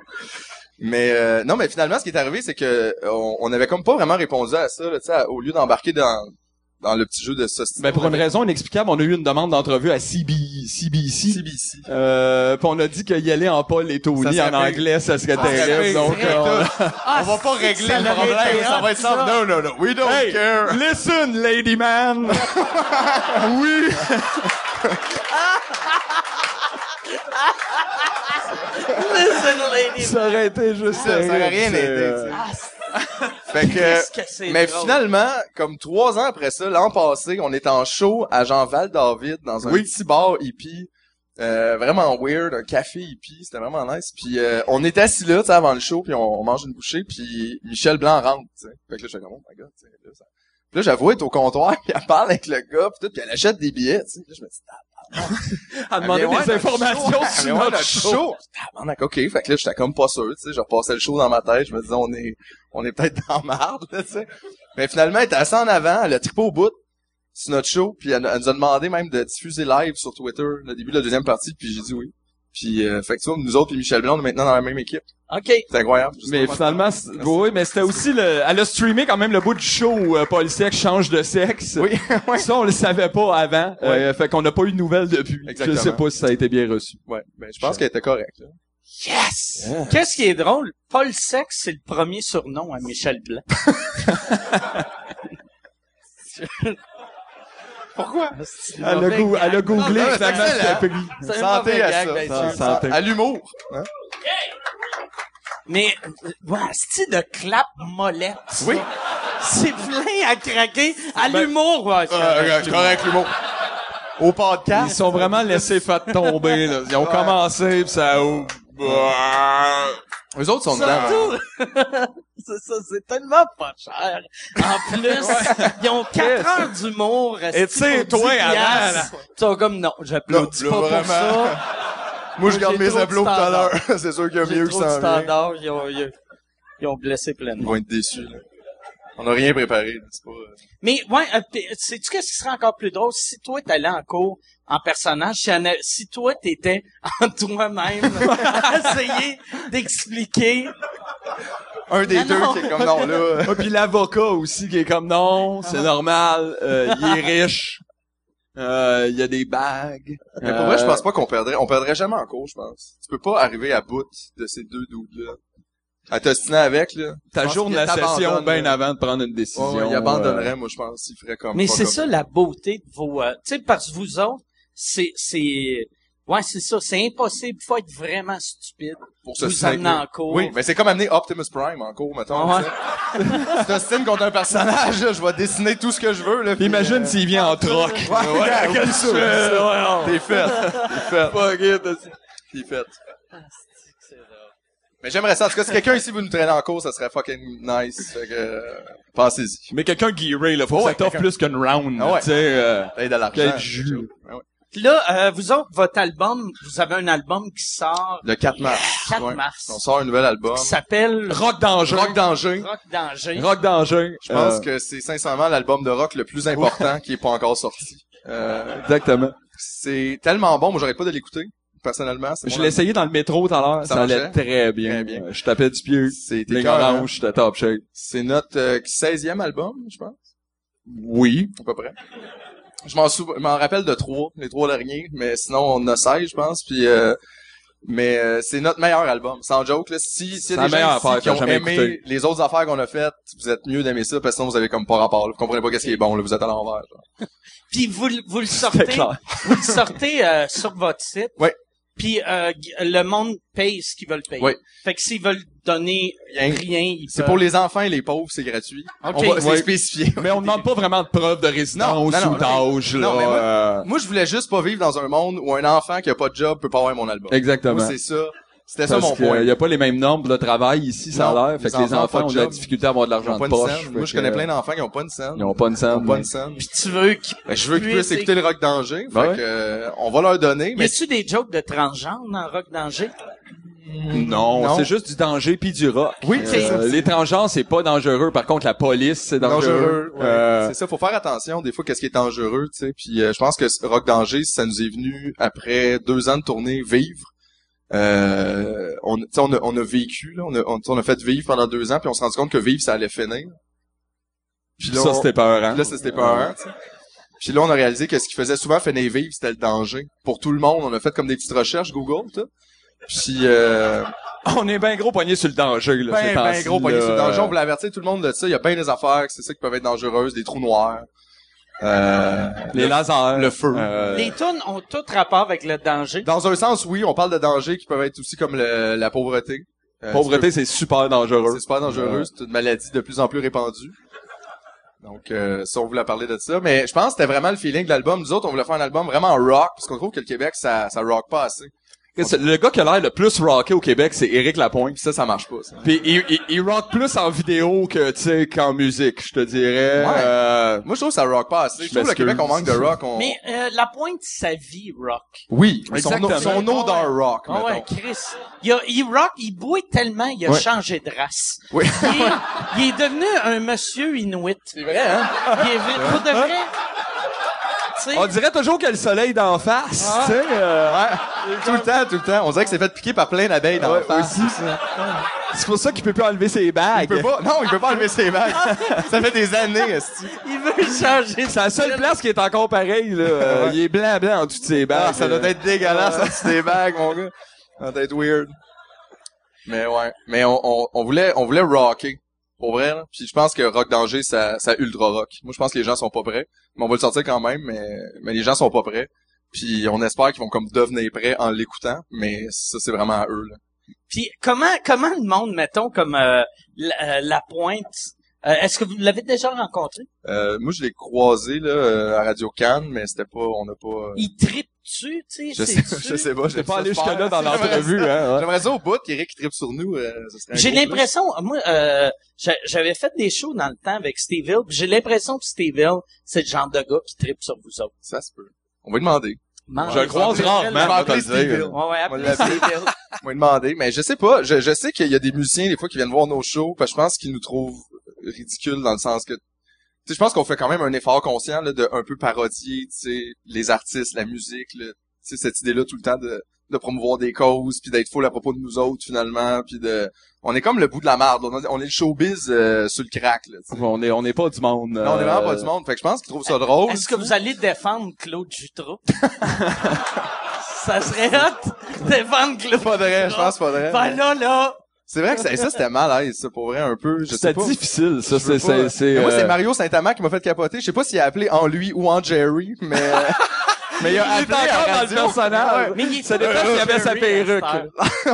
[SPEAKER 1] Mais, euh, non, mais finalement, ce qui est arrivé, c'est que, on, on avait comme pas vraiment répondu à ça, là, tu sais, au lieu d'embarquer dans, dans le petit jeu de société.
[SPEAKER 3] mais Ben, pour une raison inexplicable on a eu une demande d'entrevue à CB, CBC
[SPEAKER 1] CBC.
[SPEAKER 3] euh, puis on a dit qu'il y allait en Paul et
[SPEAKER 1] Ça
[SPEAKER 3] Tony
[SPEAKER 1] serait
[SPEAKER 3] en
[SPEAKER 1] pire.
[SPEAKER 3] anglais ça serait
[SPEAKER 1] Ça serait
[SPEAKER 3] terrible
[SPEAKER 1] pire,
[SPEAKER 3] donc
[SPEAKER 1] c'est
[SPEAKER 3] euh, on-
[SPEAKER 2] Ah,
[SPEAKER 1] on va pas
[SPEAKER 2] si,
[SPEAKER 1] régler
[SPEAKER 2] ça
[SPEAKER 1] le
[SPEAKER 2] l'aurait
[SPEAKER 1] problème,
[SPEAKER 2] été
[SPEAKER 1] ça
[SPEAKER 2] hot,
[SPEAKER 1] va être simple. Non, non, non, we don't
[SPEAKER 3] Hey,
[SPEAKER 1] care.
[SPEAKER 3] listen, lady man. oui.
[SPEAKER 2] Listen, lady.
[SPEAKER 3] Ça aurait été juste.
[SPEAKER 1] Ça, ça aurait rien
[SPEAKER 3] c'est,
[SPEAKER 1] aidé,
[SPEAKER 3] euh,
[SPEAKER 1] tu sais.
[SPEAKER 2] Ah, c'est-
[SPEAKER 1] Fait
[SPEAKER 2] Qu'est-ce
[SPEAKER 1] que,
[SPEAKER 2] que c'est
[SPEAKER 1] mais
[SPEAKER 2] drôle.
[SPEAKER 1] finalement, comme trois ans après ça, l'an passé, on est en show à Jean-Val David dans un
[SPEAKER 3] Oui.
[SPEAKER 1] petit bar hippie. euh, vraiment weird, un café hippie, c'était vraiment nice. Puis euh, on est assis là, tu sais, avant le show, puis on, on mange une bouchée, puis Michel Blanc rentre, tu sais. Fait que là, je fais comme, oh my god, tu sais, là, ça... Puis là, j'avoue, elle est au comptoir, puis elle parle avec le gars, puis tout, puis elle achète des billets, tu sais. Puis là, je me dis,
[SPEAKER 3] À demander
[SPEAKER 1] Ah, mais ouais,
[SPEAKER 3] des
[SPEAKER 1] notre
[SPEAKER 3] informations
[SPEAKER 1] show. Ah,
[SPEAKER 3] sur
[SPEAKER 1] Mais ouais,
[SPEAKER 3] notre
[SPEAKER 1] notre
[SPEAKER 3] show.
[SPEAKER 1] show. Tabarnak, ok. Fait que là, j'étais comme pas sûr, tu sais. Je repassais le show dans ma tête. Je me disais, on est, on est peut-être dans marde, là, tu sais. Mais finalement, elle était assez en avant. Elle a trippé au bout sur notre show. Puis elle, elle nous a demandé même de diffuser live sur Twitter le début de la deuxième partie. Puis j'ai dit oui. Puis, euh, fait que tu vois, nous autres puis Michel Blanc, on est maintenant dans la même équipe.
[SPEAKER 2] OK.
[SPEAKER 1] C'est incroyable. Je sais
[SPEAKER 3] Mais
[SPEAKER 1] pas
[SPEAKER 3] finalement, c'est- oui, mais c'était aussi le, elle a streamé quand même le bout du show où euh, Paul Sec change de sexe.
[SPEAKER 1] comment- Oui, ouais.
[SPEAKER 3] Ça, on le savait pas avant. euh, fait qu'on n'a pas eu de nouvelles depuis.
[SPEAKER 1] Exactement.
[SPEAKER 3] Je sais pas si ça a été bien reçu.
[SPEAKER 1] ouais. Ben, je pense qu'elle était correcte. là.
[SPEAKER 2] Yes! Qu'est-ce qui est drôle? Paul Sex, c'est le premier surnom à Michel Blanc. Pourquoi? Ah, C'est une
[SPEAKER 3] Elle a,
[SPEAKER 2] mauvaise
[SPEAKER 3] gou- elle a
[SPEAKER 2] gag.
[SPEAKER 3] googlé
[SPEAKER 1] non,
[SPEAKER 3] finalement
[SPEAKER 1] c'est
[SPEAKER 3] ce qu'elle a pris.
[SPEAKER 2] C'est une
[SPEAKER 1] Santé
[SPEAKER 2] mauvaise
[SPEAKER 1] à
[SPEAKER 2] gag,
[SPEAKER 1] ça.
[SPEAKER 2] ben,
[SPEAKER 1] Santé.
[SPEAKER 2] c'est-
[SPEAKER 3] Santé.
[SPEAKER 1] À l'humour. hein.
[SPEAKER 2] Mais, euh, ouais, c'est de clap molette. ça.
[SPEAKER 1] Oui.
[SPEAKER 2] C'est plein à craquer. À l'humour, ouais. c'est
[SPEAKER 1] Euh,
[SPEAKER 2] correct.
[SPEAKER 1] correct, l'humour. Au podcast.
[SPEAKER 3] Ils sont vraiment laissés faire tomber, là. Ils ont commencé, pis ça a...
[SPEAKER 1] Eux autres sont dedans.
[SPEAKER 2] Bah.
[SPEAKER 1] hein.
[SPEAKER 2] Surtout, c'est ça, c'est tellement pas cher. En plus, ils ont 4 heures d'humour.
[SPEAKER 4] Et tu sais,
[SPEAKER 2] pour
[SPEAKER 4] toi,
[SPEAKER 2] 10
[SPEAKER 4] avant,
[SPEAKER 2] piastres. Ils sont comme, non, j'applaudis
[SPEAKER 1] Non,
[SPEAKER 2] pas
[SPEAKER 1] là,
[SPEAKER 2] pour
[SPEAKER 1] vraiment.
[SPEAKER 2] ça.
[SPEAKER 1] Moi, je
[SPEAKER 2] J'ai
[SPEAKER 1] garde mes
[SPEAKER 2] trop de
[SPEAKER 1] applaudissements tout à
[SPEAKER 2] standards.
[SPEAKER 1] l'heure. C'est sûr qu'il y a
[SPEAKER 2] J'ai
[SPEAKER 1] mieux qui
[SPEAKER 2] trop de
[SPEAKER 1] s'en vient.
[SPEAKER 2] standards, ils ont, ils ont- ils ont blessé
[SPEAKER 1] Ils
[SPEAKER 2] pleinement.
[SPEAKER 1] vont être déçus, là. On n'a rien préparé, là, c'est pas... euh,
[SPEAKER 2] Mais, ouais, euh, pis, sais-tu qu'est-ce qui serait encore plus drôle si toi t'allais en cours en personnage, si, en a- si toi t'étais en toi-même à essayer d'expliquer
[SPEAKER 1] Un des
[SPEAKER 2] Non,
[SPEAKER 1] deux
[SPEAKER 2] non.
[SPEAKER 1] qui est comme, non, là... euh,
[SPEAKER 3] Ah, puis l'avocat aussi qui est comme non,
[SPEAKER 1] Ah.
[SPEAKER 3] c'est normal, euh, il est riche, euh, il y a des bagues.
[SPEAKER 1] Mais pour
[SPEAKER 3] Euh,
[SPEAKER 1] vrai, je pense pas qu'on perdrait. On perdrait jamais en cours, je pense. Tu peux pas arriver à bout de ces deux doubles-là. À t'ostiner avec, là.
[SPEAKER 3] Euh, ta
[SPEAKER 1] pense
[SPEAKER 3] journée de la
[SPEAKER 1] qu'il
[SPEAKER 3] session
[SPEAKER 1] t'abandonne,
[SPEAKER 3] bien
[SPEAKER 1] là.
[SPEAKER 3] avant de prendre une décision.
[SPEAKER 1] Ouais, ouais, il
[SPEAKER 3] euh,
[SPEAKER 1] abandonnerait, moi, je pense. Il ferait comme...
[SPEAKER 2] Mais
[SPEAKER 1] pas
[SPEAKER 2] c'est
[SPEAKER 1] comme-
[SPEAKER 2] ça la beauté de vos. euh, tu sais, parce que vous autres, c'est c'est ouais, c'est ça. C'est impossible. Faut être vraiment stupide.
[SPEAKER 1] Pour
[SPEAKER 2] vous
[SPEAKER 1] s'ostiner
[SPEAKER 2] amener
[SPEAKER 1] avec-
[SPEAKER 2] en cours.
[SPEAKER 1] Oui, mais c'est comme amener Optimus Prime en cours, mettons.
[SPEAKER 2] Ouais.
[SPEAKER 1] tu sais. Tu t'ostines contre un personnage, là, je vais dessiner tout ce que je veux, là. puis,
[SPEAKER 3] euh, Imagine s'il vient en troc.
[SPEAKER 1] euh, Ouais, ouais, comme ça. T'es fait. T'es fait.
[SPEAKER 3] Fuck it, aussi.
[SPEAKER 1] T'es fait. Mais j'aimerais ça. En tout cas, si quelqu'un ici veut nous traîner en cours, ça serait fucking nice. Fait que, euh, pensez-y.
[SPEAKER 3] Mais quelqu'un guiré, là, faut
[SPEAKER 1] Ouais,
[SPEAKER 3] que ça t'offre
[SPEAKER 1] quelqu'un.
[SPEAKER 3] plus qu'une round,
[SPEAKER 1] Ah ouais.
[SPEAKER 3] tu sais. euh,
[SPEAKER 1] T'as de l'argent.
[SPEAKER 3] Quel jus.
[SPEAKER 1] Ah ouais.
[SPEAKER 2] Puis Là, euh, vous autres, votre album, vous avez un album qui sort
[SPEAKER 1] Le 4 mars.
[SPEAKER 2] 4
[SPEAKER 1] Ouais.
[SPEAKER 2] mars.
[SPEAKER 1] On sort un nouvel album.
[SPEAKER 2] qui s'appelle
[SPEAKER 3] rock danger.
[SPEAKER 1] Rock Danger.
[SPEAKER 2] Rock Danger.
[SPEAKER 3] Rock danger.
[SPEAKER 1] Je pense
[SPEAKER 3] Euh,
[SPEAKER 1] que c'est sincèrement l'album de rock le plus important qui est pas encore sorti. Euh,
[SPEAKER 3] Exactement.
[SPEAKER 1] c'est tellement bon, moi j'arrête pas de l'écouter. Personnellement, c'est
[SPEAKER 3] Je
[SPEAKER 1] mon
[SPEAKER 3] l'ai essayé dans le métro tout à l'heure.
[SPEAKER 1] Ça
[SPEAKER 3] Ça,
[SPEAKER 1] marchait?
[SPEAKER 3] allait très bien.
[SPEAKER 1] Très bien.
[SPEAKER 3] Euh, Je tapais du pied.
[SPEAKER 1] C'est
[SPEAKER 3] Les
[SPEAKER 1] écœurant.
[SPEAKER 3] oranges, j'étais top shape.
[SPEAKER 1] C'est notre euh, 16e album, je pense,
[SPEAKER 3] Oui.
[SPEAKER 1] à peu près. Je m'en sou- je m'en rappelle de trois, les trois derniers, mais sinon on en a 16, je pense. Puis, euh, mais euh, c'est notre meilleur album, sans joke. Là. Si, si y
[SPEAKER 3] la
[SPEAKER 1] a des
[SPEAKER 3] meilleure
[SPEAKER 1] gens ici
[SPEAKER 3] affaire
[SPEAKER 1] qui
[SPEAKER 3] que j'ai
[SPEAKER 1] ont
[SPEAKER 3] jamais
[SPEAKER 1] aimé
[SPEAKER 3] écoutée.
[SPEAKER 1] les autres affaires qu'on a faites, vous êtes mieux d'aimer ça, parce que sinon vous avez comme pas rapport. là. Vous comprenez pas qu'est-ce qui est bon, là. vous êtes à l'envers. genre.
[SPEAKER 2] Puis vous le- vous le
[SPEAKER 3] C'était
[SPEAKER 2] sortez,
[SPEAKER 3] clair.
[SPEAKER 2] vous le sortez euh, sur votre site.
[SPEAKER 1] Ouais.
[SPEAKER 2] Puis euh, gu- le monde paye ce qu'ils veulent payer.
[SPEAKER 1] Oui.
[SPEAKER 2] Fait que s'ils veulent donner rien,
[SPEAKER 1] Rien.
[SPEAKER 2] ils
[SPEAKER 1] Hein? C'est
[SPEAKER 2] peuvent.
[SPEAKER 1] pour les enfants et les pauvres, c'est gratuit.
[SPEAKER 2] Ok.
[SPEAKER 1] On va c'est
[SPEAKER 3] Euh. Ouais.
[SPEAKER 1] spécifié.
[SPEAKER 3] Mais on demande pas vraiment de preuves de résidence
[SPEAKER 1] Non, non, non,
[SPEAKER 3] ou d'âge, là.
[SPEAKER 1] non, mais moi-
[SPEAKER 3] euh,
[SPEAKER 1] Moi, je voulais juste pas vivre dans un monde où un enfant qui a pas de job peut pas avoir mon album. Moi,
[SPEAKER 3] Exactement.
[SPEAKER 1] c'est ça. C'était ça
[SPEAKER 3] Parce
[SPEAKER 1] mon
[SPEAKER 3] que, euh,
[SPEAKER 1] point.
[SPEAKER 3] y a pas les mêmes normes de travail ici, ça
[SPEAKER 1] Non,
[SPEAKER 3] a l'air. Fait
[SPEAKER 1] les
[SPEAKER 3] que les
[SPEAKER 1] enfants ont pas
[SPEAKER 3] enfants
[SPEAKER 1] de
[SPEAKER 3] ont de la
[SPEAKER 1] job.
[SPEAKER 3] difficulté à avoir de
[SPEAKER 1] Ils ont
[SPEAKER 3] l'argent
[SPEAKER 1] pas
[SPEAKER 3] de
[SPEAKER 1] une
[SPEAKER 3] poche.
[SPEAKER 1] scène. Moi, je
[SPEAKER 3] fait que,
[SPEAKER 1] connais plein d'enfants qui ont pas une scène.
[SPEAKER 3] Ils ont pas une
[SPEAKER 1] Ils
[SPEAKER 3] scène.
[SPEAKER 1] ont pas une scène.
[SPEAKER 2] Puis tu veux qu'ils
[SPEAKER 1] Ben, je veux qu'ils
[SPEAKER 2] Puis
[SPEAKER 1] puissent
[SPEAKER 2] c'est-
[SPEAKER 1] écouter le rock danger.
[SPEAKER 3] Ben
[SPEAKER 1] fait
[SPEAKER 3] ouais.
[SPEAKER 1] que, euh, on va leur donner,
[SPEAKER 2] Y
[SPEAKER 1] mais
[SPEAKER 2] a-tu des jokes de transgenre dans Rock Danger?
[SPEAKER 3] Non,
[SPEAKER 1] Non.
[SPEAKER 3] c'est juste du danger puis du rock.
[SPEAKER 1] Oui, c'est ça.
[SPEAKER 3] Euh, les transgenres, c'est pas dangereux. Par contre, la police, c'est dangereux.
[SPEAKER 1] dangereux. ouais.
[SPEAKER 3] Euh,
[SPEAKER 1] C'est ça, faut faire attention des fois qu'est-ce qui est dangereux, tu sais. Puis euh, je pense que ce Rock Danger, ça nous est venu après deux ans de tournée vivre. Euh, on, tu sais, on, a, on a vécu, là, on, a, on, tu sais, on a fait vivre pendant deux ans, puis on s'est rendu compte que vivre, ça allait finir. Puis là,
[SPEAKER 3] ça,
[SPEAKER 1] on-
[SPEAKER 3] c'était hein. peurant.
[SPEAKER 1] Puis là, ça, c'était pas Puis là, on a réalisé que ce qui faisait souvent finir vivre, c'était le danger. Pour tout le monde, on a fait comme des petites recherches Google, tout. Puis, euh,
[SPEAKER 3] On est bien gros poigné sur le danger, là.
[SPEAKER 1] ben,
[SPEAKER 3] ces
[SPEAKER 1] ben,
[SPEAKER 3] temps-ci,
[SPEAKER 1] gros, poigné
[SPEAKER 3] là.
[SPEAKER 1] sur le danger. On voulait avertir tout le monde de ça. Il y a bien des affaires, que c'est ça qui peuvent être dangereuses, des trous noirs. Euh,
[SPEAKER 3] Les lasers.
[SPEAKER 1] le feu.
[SPEAKER 3] Euh,
[SPEAKER 2] Les tunes ont tout rapport avec le danger.
[SPEAKER 1] dans un sens, oui, on parle de dangers qui peuvent être aussi comme le- la pauvreté. Euh,
[SPEAKER 3] Pauvreté, c'est super
[SPEAKER 1] tu peux-
[SPEAKER 3] dangereux.
[SPEAKER 1] c'est super dangereux. C'est une maladie de plus en plus répandue. Donc, euh, ça, on voulait parler de ça. Mais je pense que c'était vraiment le feeling de l'album. Nous autres, on voulait faire un album vraiment rock, parce qu'on trouve que le Québec, ça, ça rock pas assez.
[SPEAKER 3] Qu'est-ce- Le gars qui a l'air le plus rocké au Québec, c'est Éric Lapointe.
[SPEAKER 1] Puis ça, ça marche pas, ça.
[SPEAKER 3] Puis il, il, il rock plus en vidéo que, tu sais, qu'en musique, je te dirais.
[SPEAKER 1] Ouais.
[SPEAKER 3] Euh,
[SPEAKER 1] Moi, je trouve que ça rock pas assez. Je,
[SPEAKER 3] Je
[SPEAKER 1] trouve que le
[SPEAKER 3] m'excuse.
[SPEAKER 1] Québec, on manque de rock. On...
[SPEAKER 2] Mais euh, la pointe, sa vie rock.
[SPEAKER 1] Oui, son,
[SPEAKER 3] Exactement.
[SPEAKER 1] son odeur rock,
[SPEAKER 2] Ah ouais,
[SPEAKER 1] mettons.
[SPEAKER 2] Chris. Il, a- il rock, il bouille tellement, il a
[SPEAKER 1] Ouais.
[SPEAKER 2] changé de race.
[SPEAKER 1] Oui.
[SPEAKER 2] Il est, il est devenu un monsieur inuit. Il
[SPEAKER 1] C'est vrai, hein?
[SPEAKER 2] est, pour de vrai. Tu sais,
[SPEAKER 3] on dirait toujours qu'il y a le soleil d'en face,
[SPEAKER 1] Ah.
[SPEAKER 3] tu sais. euh,
[SPEAKER 1] Ouais. Tout le temps, tout le temps. On dirait que c'est fait piquer par plein d'abeilles dans
[SPEAKER 3] Ouais,
[SPEAKER 1] le face.
[SPEAKER 3] aussi. C'est pour ça qu'il peut plus enlever ses bagues.
[SPEAKER 1] Il peut pas, non, il peut pas enlever ses vagues. ça fait des années, esti.
[SPEAKER 2] il veut changer de
[SPEAKER 3] C'est la seule place qui est encore pareille, là. Euh,
[SPEAKER 1] Ouais.
[SPEAKER 3] Il est blanc, blanc en dessous de ses bagues.
[SPEAKER 1] Ah, ça
[SPEAKER 3] Euh,
[SPEAKER 1] doit être dégueulasse, ça, c'est des vagues, mon gars. Ça doit être weird. Mais ouais. Mais on, on, on voulait, on voulait rocker. Pour vrai, là. Puis je pense que Rock Danger, ça, ça ultra rock. Moi, je pense que les gens sont pas prêts. Mais on va le sortir quand même, mais, mais les gens sont pas prêts. Puis on espère qu'ils vont comme devenir prêts en l'écoutant. Mais ça, c'est vraiment à eux, là.
[SPEAKER 2] Puis comment comment le monde mettons comme euh, la, euh, la pointe Euh, Est-ce que vous l'avez déjà rencontré?
[SPEAKER 1] Euh, moi, je l'ai croisé là, euh, à Radio Cannes, mais c'était pas, on n'a pas. euh,
[SPEAKER 2] Il tripe-tu, tu sais?
[SPEAKER 1] je sais,
[SPEAKER 2] c'est-tu?
[SPEAKER 1] je sais pas.
[SPEAKER 3] T'es
[SPEAKER 1] j'aime
[SPEAKER 3] pas
[SPEAKER 1] ça
[SPEAKER 3] allé
[SPEAKER 1] faire.
[SPEAKER 3] jusque-là dans l'entrevue, hein? ouais.
[SPEAKER 1] J'aimerais ça au bout qu'Éric tripe sur nous. euh, ce serait un
[SPEAKER 2] J'ai
[SPEAKER 1] gros plus.
[SPEAKER 2] l'impression, moi, euh, j'a- j'avais fait des shows dans le temps avec Steve Hill, puis j'ai l'impression que Steve Hill, c'est le genre de gars qui tripe sur vous autres.
[SPEAKER 1] Ça se peut. On va lui demander.
[SPEAKER 2] Mange-
[SPEAKER 3] Je le croise
[SPEAKER 2] Mange-
[SPEAKER 3] rarement,
[SPEAKER 1] Je vais
[SPEAKER 3] moi,
[SPEAKER 1] appeler
[SPEAKER 3] te le
[SPEAKER 1] Steve
[SPEAKER 3] dire.
[SPEAKER 1] Hill.
[SPEAKER 2] Ouais, ouais, appelez
[SPEAKER 1] On l'a-
[SPEAKER 2] Steve Hill.
[SPEAKER 1] On va lui demander, mais je sais pas. Je, je sais qu'il y a des musiciens des fois qui viennent voir nos shows, parce que je pense qu'ils nous trouvent ridicules dans le sens que, tu sais, je pense qu'on fait quand même un effort conscient là, de un peu parodier, tu sais, les artistes, la musique, là. tu sais, cette idée-là tout le temps de, de promouvoir des causes, puis d'être full à propos de nous autres finalement, puis de, on est comme le bout de la marde. là. On, est- on est le showbiz euh, sur le crack. Là, tu sais.
[SPEAKER 3] On est, on est pas du monde.
[SPEAKER 1] Non, on est vraiment pas
[SPEAKER 3] euh,
[SPEAKER 1] du monde. Fait que je pense qu'ils trouvent ça drôle.
[SPEAKER 2] Est-ce que vous allez défendre Claude Jutro? ça serait hot, défendre Claude
[SPEAKER 1] Pas vrai, je
[SPEAKER 2] Jutro.
[SPEAKER 1] pense pas vrai.
[SPEAKER 2] Ben là, là,
[SPEAKER 1] C'est vrai que ça, ça c'était mal, hein, ça, pour vrai, un peu. Je sais
[SPEAKER 3] C'était
[SPEAKER 1] pas.
[SPEAKER 3] difficile, ça.
[SPEAKER 1] Je
[SPEAKER 3] C'est,
[SPEAKER 1] veux
[SPEAKER 3] c'est,
[SPEAKER 1] pas. Mais
[SPEAKER 3] c'est,
[SPEAKER 1] Moi, c'est
[SPEAKER 3] euh,
[SPEAKER 1] Mario Saint-Amand qui m'a fait capoter. Je sais pas s'il a appelé en lui ou en Jerry, mais... mais il a
[SPEAKER 3] Il est
[SPEAKER 1] appelé à
[SPEAKER 3] encore dans le
[SPEAKER 1] radio.
[SPEAKER 3] personnage.
[SPEAKER 2] mais il est
[SPEAKER 3] Ça dépend s'il avait sa
[SPEAKER 2] Jerry à cette
[SPEAKER 3] perruque.
[SPEAKER 2] heure.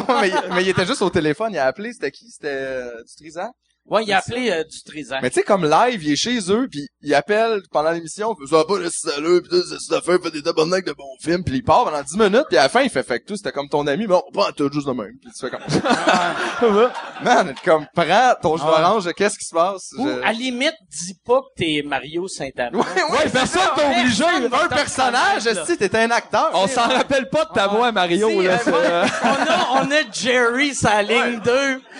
[SPEAKER 1] Ouais, mais, il- mais il était juste au téléphone. Il a appelé, c'était qui? C'était euh, du Trisac?
[SPEAKER 2] Ouais, il a appelé euh, du Trisac.
[SPEAKER 1] Mais tu sais, comme live, il est chez eux, puis il appelle pendant l'émission, puis ça va pas, le salaud, puis tout, c'est ça fait, fait des tabarnak de bons films, puis il part pendant 10 minutes, puis à la fin, il fait fait que tout, c'était comme ton ami, bon, pas tout juste de même, puis tu fais comme... Man, comme, prends ton jus
[SPEAKER 2] Ah ouais.
[SPEAKER 1] d'orange, qu'est-ce qui se passe?
[SPEAKER 2] Ou,
[SPEAKER 1] Je-
[SPEAKER 2] à limite, dis pas que t'es Mario Saint-Amand.
[SPEAKER 3] Ouais, personne t'a obligé.
[SPEAKER 1] Un personnage,
[SPEAKER 2] là.
[SPEAKER 1] si t'étais un acteur.
[SPEAKER 3] On s'en rappelle pas de
[SPEAKER 1] Ah.
[SPEAKER 3] ta voix, Mario,
[SPEAKER 2] Si,
[SPEAKER 3] là.
[SPEAKER 2] euh,
[SPEAKER 3] c'est,
[SPEAKER 2] ouais,
[SPEAKER 3] euh,
[SPEAKER 2] on, a, on a Jerry sa ligne 2.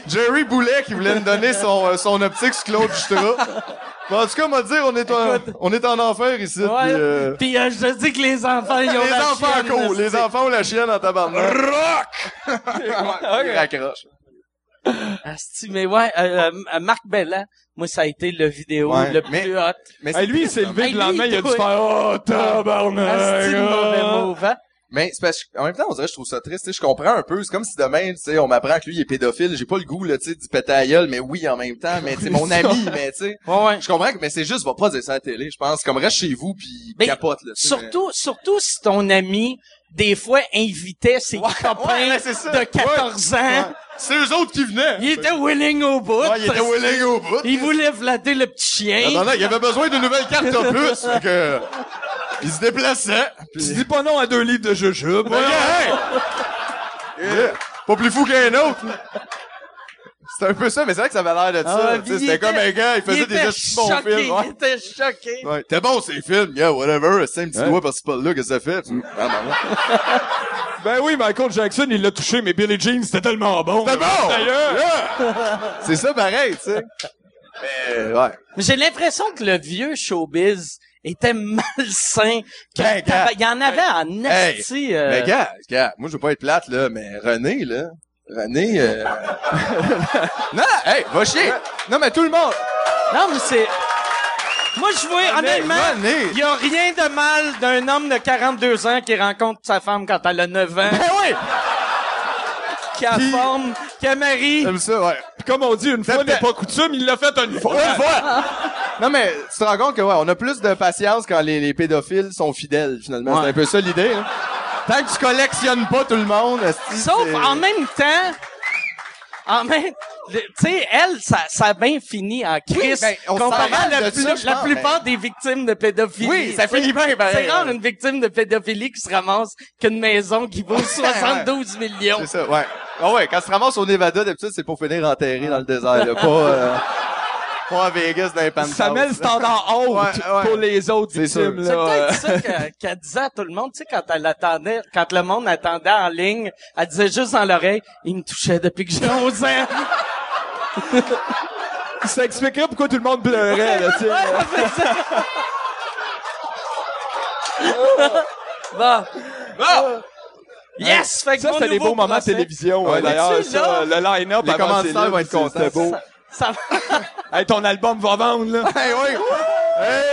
[SPEAKER 1] Jerry Boulet qui voulait me donner son, euh, son optique sur Claude Justra. Mais en tout cas, on va dire, on est, en,
[SPEAKER 2] Écoute.
[SPEAKER 1] on est en enfer ici.
[SPEAKER 2] Ouais.
[SPEAKER 1] puis, euh,
[SPEAKER 2] Puis euh, je dis que les enfants, ils ont
[SPEAKER 1] les
[SPEAKER 2] la
[SPEAKER 1] enfants
[SPEAKER 2] chienne,
[SPEAKER 1] courent,
[SPEAKER 2] c'est-
[SPEAKER 1] les enfants ont la chienne en tabarnak. Rock! Il raccroche.
[SPEAKER 2] Asti, mais ouais, euh, euh, Marc Bellan, moi, ça a été le vidéo
[SPEAKER 1] Ouais,
[SPEAKER 2] le
[SPEAKER 1] mais-
[SPEAKER 2] plus hot.
[SPEAKER 1] Mais, hein.
[SPEAKER 3] hey, lui, il s'est levé
[SPEAKER 2] Hey,
[SPEAKER 3] le lendemain,
[SPEAKER 2] lui,
[SPEAKER 3] il a dû
[SPEAKER 2] toi.
[SPEAKER 3] faire, oh,
[SPEAKER 2] Asti,
[SPEAKER 3] tabarnak.
[SPEAKER 2] le mauvais
[SPEAKER 3] ah.
[SPEAKER 2] move, hein?
[SPEAKER 1] mais c'est parce que, en même temps, on dirait que je trouve ça triste. tu sais, Je comprends un peu. C'est comme si demain, tu sais, on m'apprend que lui, il est pédophile. J'ai pas le goût, là, tu sais, du péter à gueule, mais oui, en même temps. Mais c'est mon ami, mais tu sais.
[SPEAKER 2] Ouais, ouais.
[SPEAKER 1] Je comprends que, mais c'est juste, va pas dire ça à la télé, je pense. Comme reste chez vous, puis
[SPEAKER 2] Mais
[SPEAKER 1] capote, là. tu sais, mais-
[SPEAKER 2] Surtout, surtout si ton ami, des fois, invitait ses
[SPEAKER 1] Ouais,
[SPEAKER 2] copains
[SPEAKER 1] ouais, ouais, c'est ça.
[SPEAKER 2] de 14
[SPEAKER 1] hein?
[SPEAKER 2] ans.
[SPEAKER 1] C'est eux autres qui venaient.
[SPEAKER 2] Il était willing au bout.
[SPEAKER 1] Ouais, il était
[SPEAKER 2] parce-
[SPEAKER 1] willing au bout.
[SPEAKER 2] Il voulait flatter le petit chien.
[SPEAKER 1] Attends, là, il avait besoin d'une nouvelle carte en plus. fait que... Il se déplaçait. Puis...
[SPEAKER 3] Tu dis pas non à deux livres de jujube. hein?
[SPEAKER 1] Ouais, hey! Oh, Yeah. Pas plus fou qu'un autre. C'était un peu ça, mais c'est vrai que ça avait l'air de
[SPEAKER 2] Ah
[SPEAKER 1] ça.
[SPEAKER 2] ouais,
[SPEAKER 1] tu sais,
[SPEAKER 2] puis il
[SPEAKER 1] C'était
[SPEAKER 2] était-
[SPEAKER 1] comme un gars, il
[SPEAKER 2] Il
[SPEAKER 1] faisait
[SPEAKER 2] était
[SPEAKER 1] des gestes bons
[SPEAKER 2] choqué,
[SPEAKER 1] films. Ouais.
[SPEAKER 2] Il était choqué.
[SPEAKER 1] Ouais. T'es bon ces films, yeah, whatever. C'est un petit
[SPEAKER 3] Ouais.
[SPEAKER 1] doigt par-ci par-là que ça fait. Puis- Ah, non, non.
[SPEAKER 3] Ben oui, Michael Jackson, il l'a touché, mais Billy Jean, c'était tellement bon.
[SPEAKER 1] C'était bon!
[SPEAKER 3] D'ailleurs.
[SPEAKER 1] Yeah! C'est ça pareil, tu sais. Mais ouais.
[SPEAKER 2] Mais J'ai l'impression que le vieux showbiz était malsain. que
[SPEAKER 1] Ben, gars. Ben,
[SPEAKER 2] Il y en avait en
[SPEAKER 1] Hey.
[SPEAKER 2] asti. euh,
[SPEAKER 1] Mais gars, gars, moi je veux pas être plate là, mais René là, René euh... Non, hey, va chier. Non mais tout le monde.
[SPEAKER 2] Non, mais c'est... Moi, je
[SPEAKER 1] Ah,
[SPEAKER 2] vois, honnêtement,
[SPEAKER 1] René.
[SPEAKER 2] il y a rien de mal d'un homme de 42 ans qui rencontre sa femme quand elle a 9 ans,
[SPEAKER 1] Ben oui.
[SPEAKER 2] qui a
[SPEAKER 1] Puis-
[SPEAKER 2] forme, qui a marie.
[SPEAKER 1] J'aime ça, ouais.
[SPEAKER 3] Puis Comme on dit, une fois n'est
[SPEAKER 1] peut-être-
[SPEAKER 3] pas coutume, il l'a fait une fois.
[SPEAKER 1] Une fois. Non mais tu te rends compte que ouais, on a plus de patience quand les, les pédophiles sont fidèles finalement. C'est
[SPEAKER 2] Ouais.
[SPEAKER 1] un peu ça l'idée. hein. Tant que tu collectionnes pas tout le monde. esti,
[SPEAKER 2] Sauf
[SPEAKER 1] c'est-
[SPEAKER 2] en même temps, en même, le- tu sais, elle, ça, ça a bien fini en crise
[SPEAKER 1] ben, on s'en
[SPEAKER 2] comparé à
[SPEAKER 1] rend
[SPEAKER 2] la,
[SPEAKER 1] de ça,
[SPEAKER 2] plu-
[SPEAKER 1] je
[SPEAKER 2] la
[SPEAKER 1] pense,
[SPEAKER 2] plupart des victimes de pédophilie.
[SPEAKER 1] Oui, ça finit bien ben, euh, pareil.
[SPEAKER 2] C'est rare une victime de pédophilie qui se ramasse qu'une maison qui vaut 72 millions.
[SPEAKER 1] C'est ça, ouais. Ah ouais, quand tu te ramasses au Nevada, d'habitude, c'est pour finir enterré dans le désert, là, pas, euh, pas à Vegas dans les penthouse.
[SPEAKER 3] Ça met le standard haut
[SPEAKER 1] Ouais, ouais.
[SPEAKER 3] pour les autres
[SPEAKER 1] C'est sûr.
[SPEAKER 3] victimes.
[SPEAKER 2] C'est
[SPEAKER 3] là.
[SPEAKER 2] peut-être ça que- qu'elle disait à tout le monde, tu sais, quand elle attendait, quand le monde attendait en ligne, elle disait juste dans l'oreille, il me touchait depuis que j'ai 11 ans.
[SPEAKER 3] Ça expliquerait pourquoi tout le monde pleurait. Là, tu sais.
[SPEAKER 2] Bon. Yes! Fait que
[SPEAKER 3] Ça,
[SPEAKER 2] mon
[SPEAKER 3] c'était des
[SPEAKER 2] nouveau
[SPEAKER 3] beaux moments de
[SPEAKER 2] procès-
[SPEAKER 3] télévision.
[SPEAKER 1] Ouais,
[SPEAKER 3] hein, D'ailleurs,
[SPEAKER 2] là-dessus,
[SPEAKER 3] ça, le line-up,
[SPEAKER 1] Les
[SPEAKER 3] avant,
[SPEAKER 1] commanditaires
[SPEAKER 3] c'est là,
[SPEAKER 1] vont être
[SPEAKER 3] c'est- c'était
[SPEAKER 1] contents.
[SPEAKER 3] beau.
[SPEAKER 2] Ça va.
[SPEAKER 3] Hey, ton album va vendre, là.
[SPEAKER 1] Hey, oui. Hey!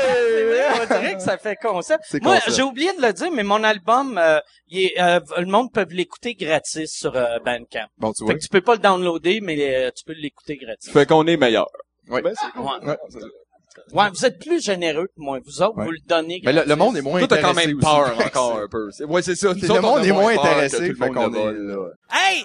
[SPEAKER 2] On dirait que ça fait concept.
[SPEAKER 1] C'est
[SPEAKER 2] Moi,
[SPEAKER 1] concept.
[SPEAKER 2] j'ai oublié de le dire, mais mon album, euh, il est, euh, le monde peut l'écouter gratis sur euh, Bandcamp.
[SPEAKER 1] Bon, tu
[SPEAKER 2] Fait que tu peux pas le downloader, mais euh, tu peux l'écouter gratis.
[SPEAKER 3] Fait qu'on est meilleur.
[SPEAKER 1] Ouais.
[SPEAKER 3] Ben, c'est-
[SPEAKER 2] Ouais.
[SPEAKER 1] Ouais, c'est ça.
[SPEAKER 2] Ouais, vous êtes plus généreux que moi. Vous autres,
[SPEAKER 1] Ouais. Ben,
[SPEAKER 2] vous le donnez
[SPEAKER 1] Mais
[SPEAKER 2] gratis.
[SPEAKER 1] le, le monde est moins
[SPEAKER 3] Toi, t'as
[SPEAKER 1] intéressé.
[SPEAKER 3] quand même
[SPEAKER 1] aussi.
[SPEAKER 3] peur
[SPEAKER 1] Ouais,
[SPEAKER 3] encore un peu. C'est- Ouais, c'est ça.
[SPEAKER 1] c'est-
[SPEAKER 3] Nous
[SPEAKER 1] Le
[SPEAKER 3] autres, on
[SPEAKER 1] monde
[SPEAKER 3] a
[SPEAKER 1] est moins
[SPEAKER 3] peur que
[SPEAKER 1] intéressé,
[SPEAKER 3] tout le
[SPEAKER 1] fait
[SPEAKER 3] monde
[SPEAKER 1] qu'on
[SPEAKER 3] le
[SPEAKER 1] est
[SPEAKER 3] vole.
[SPEAKER 1] là.
[SPEAKER 2] Hey!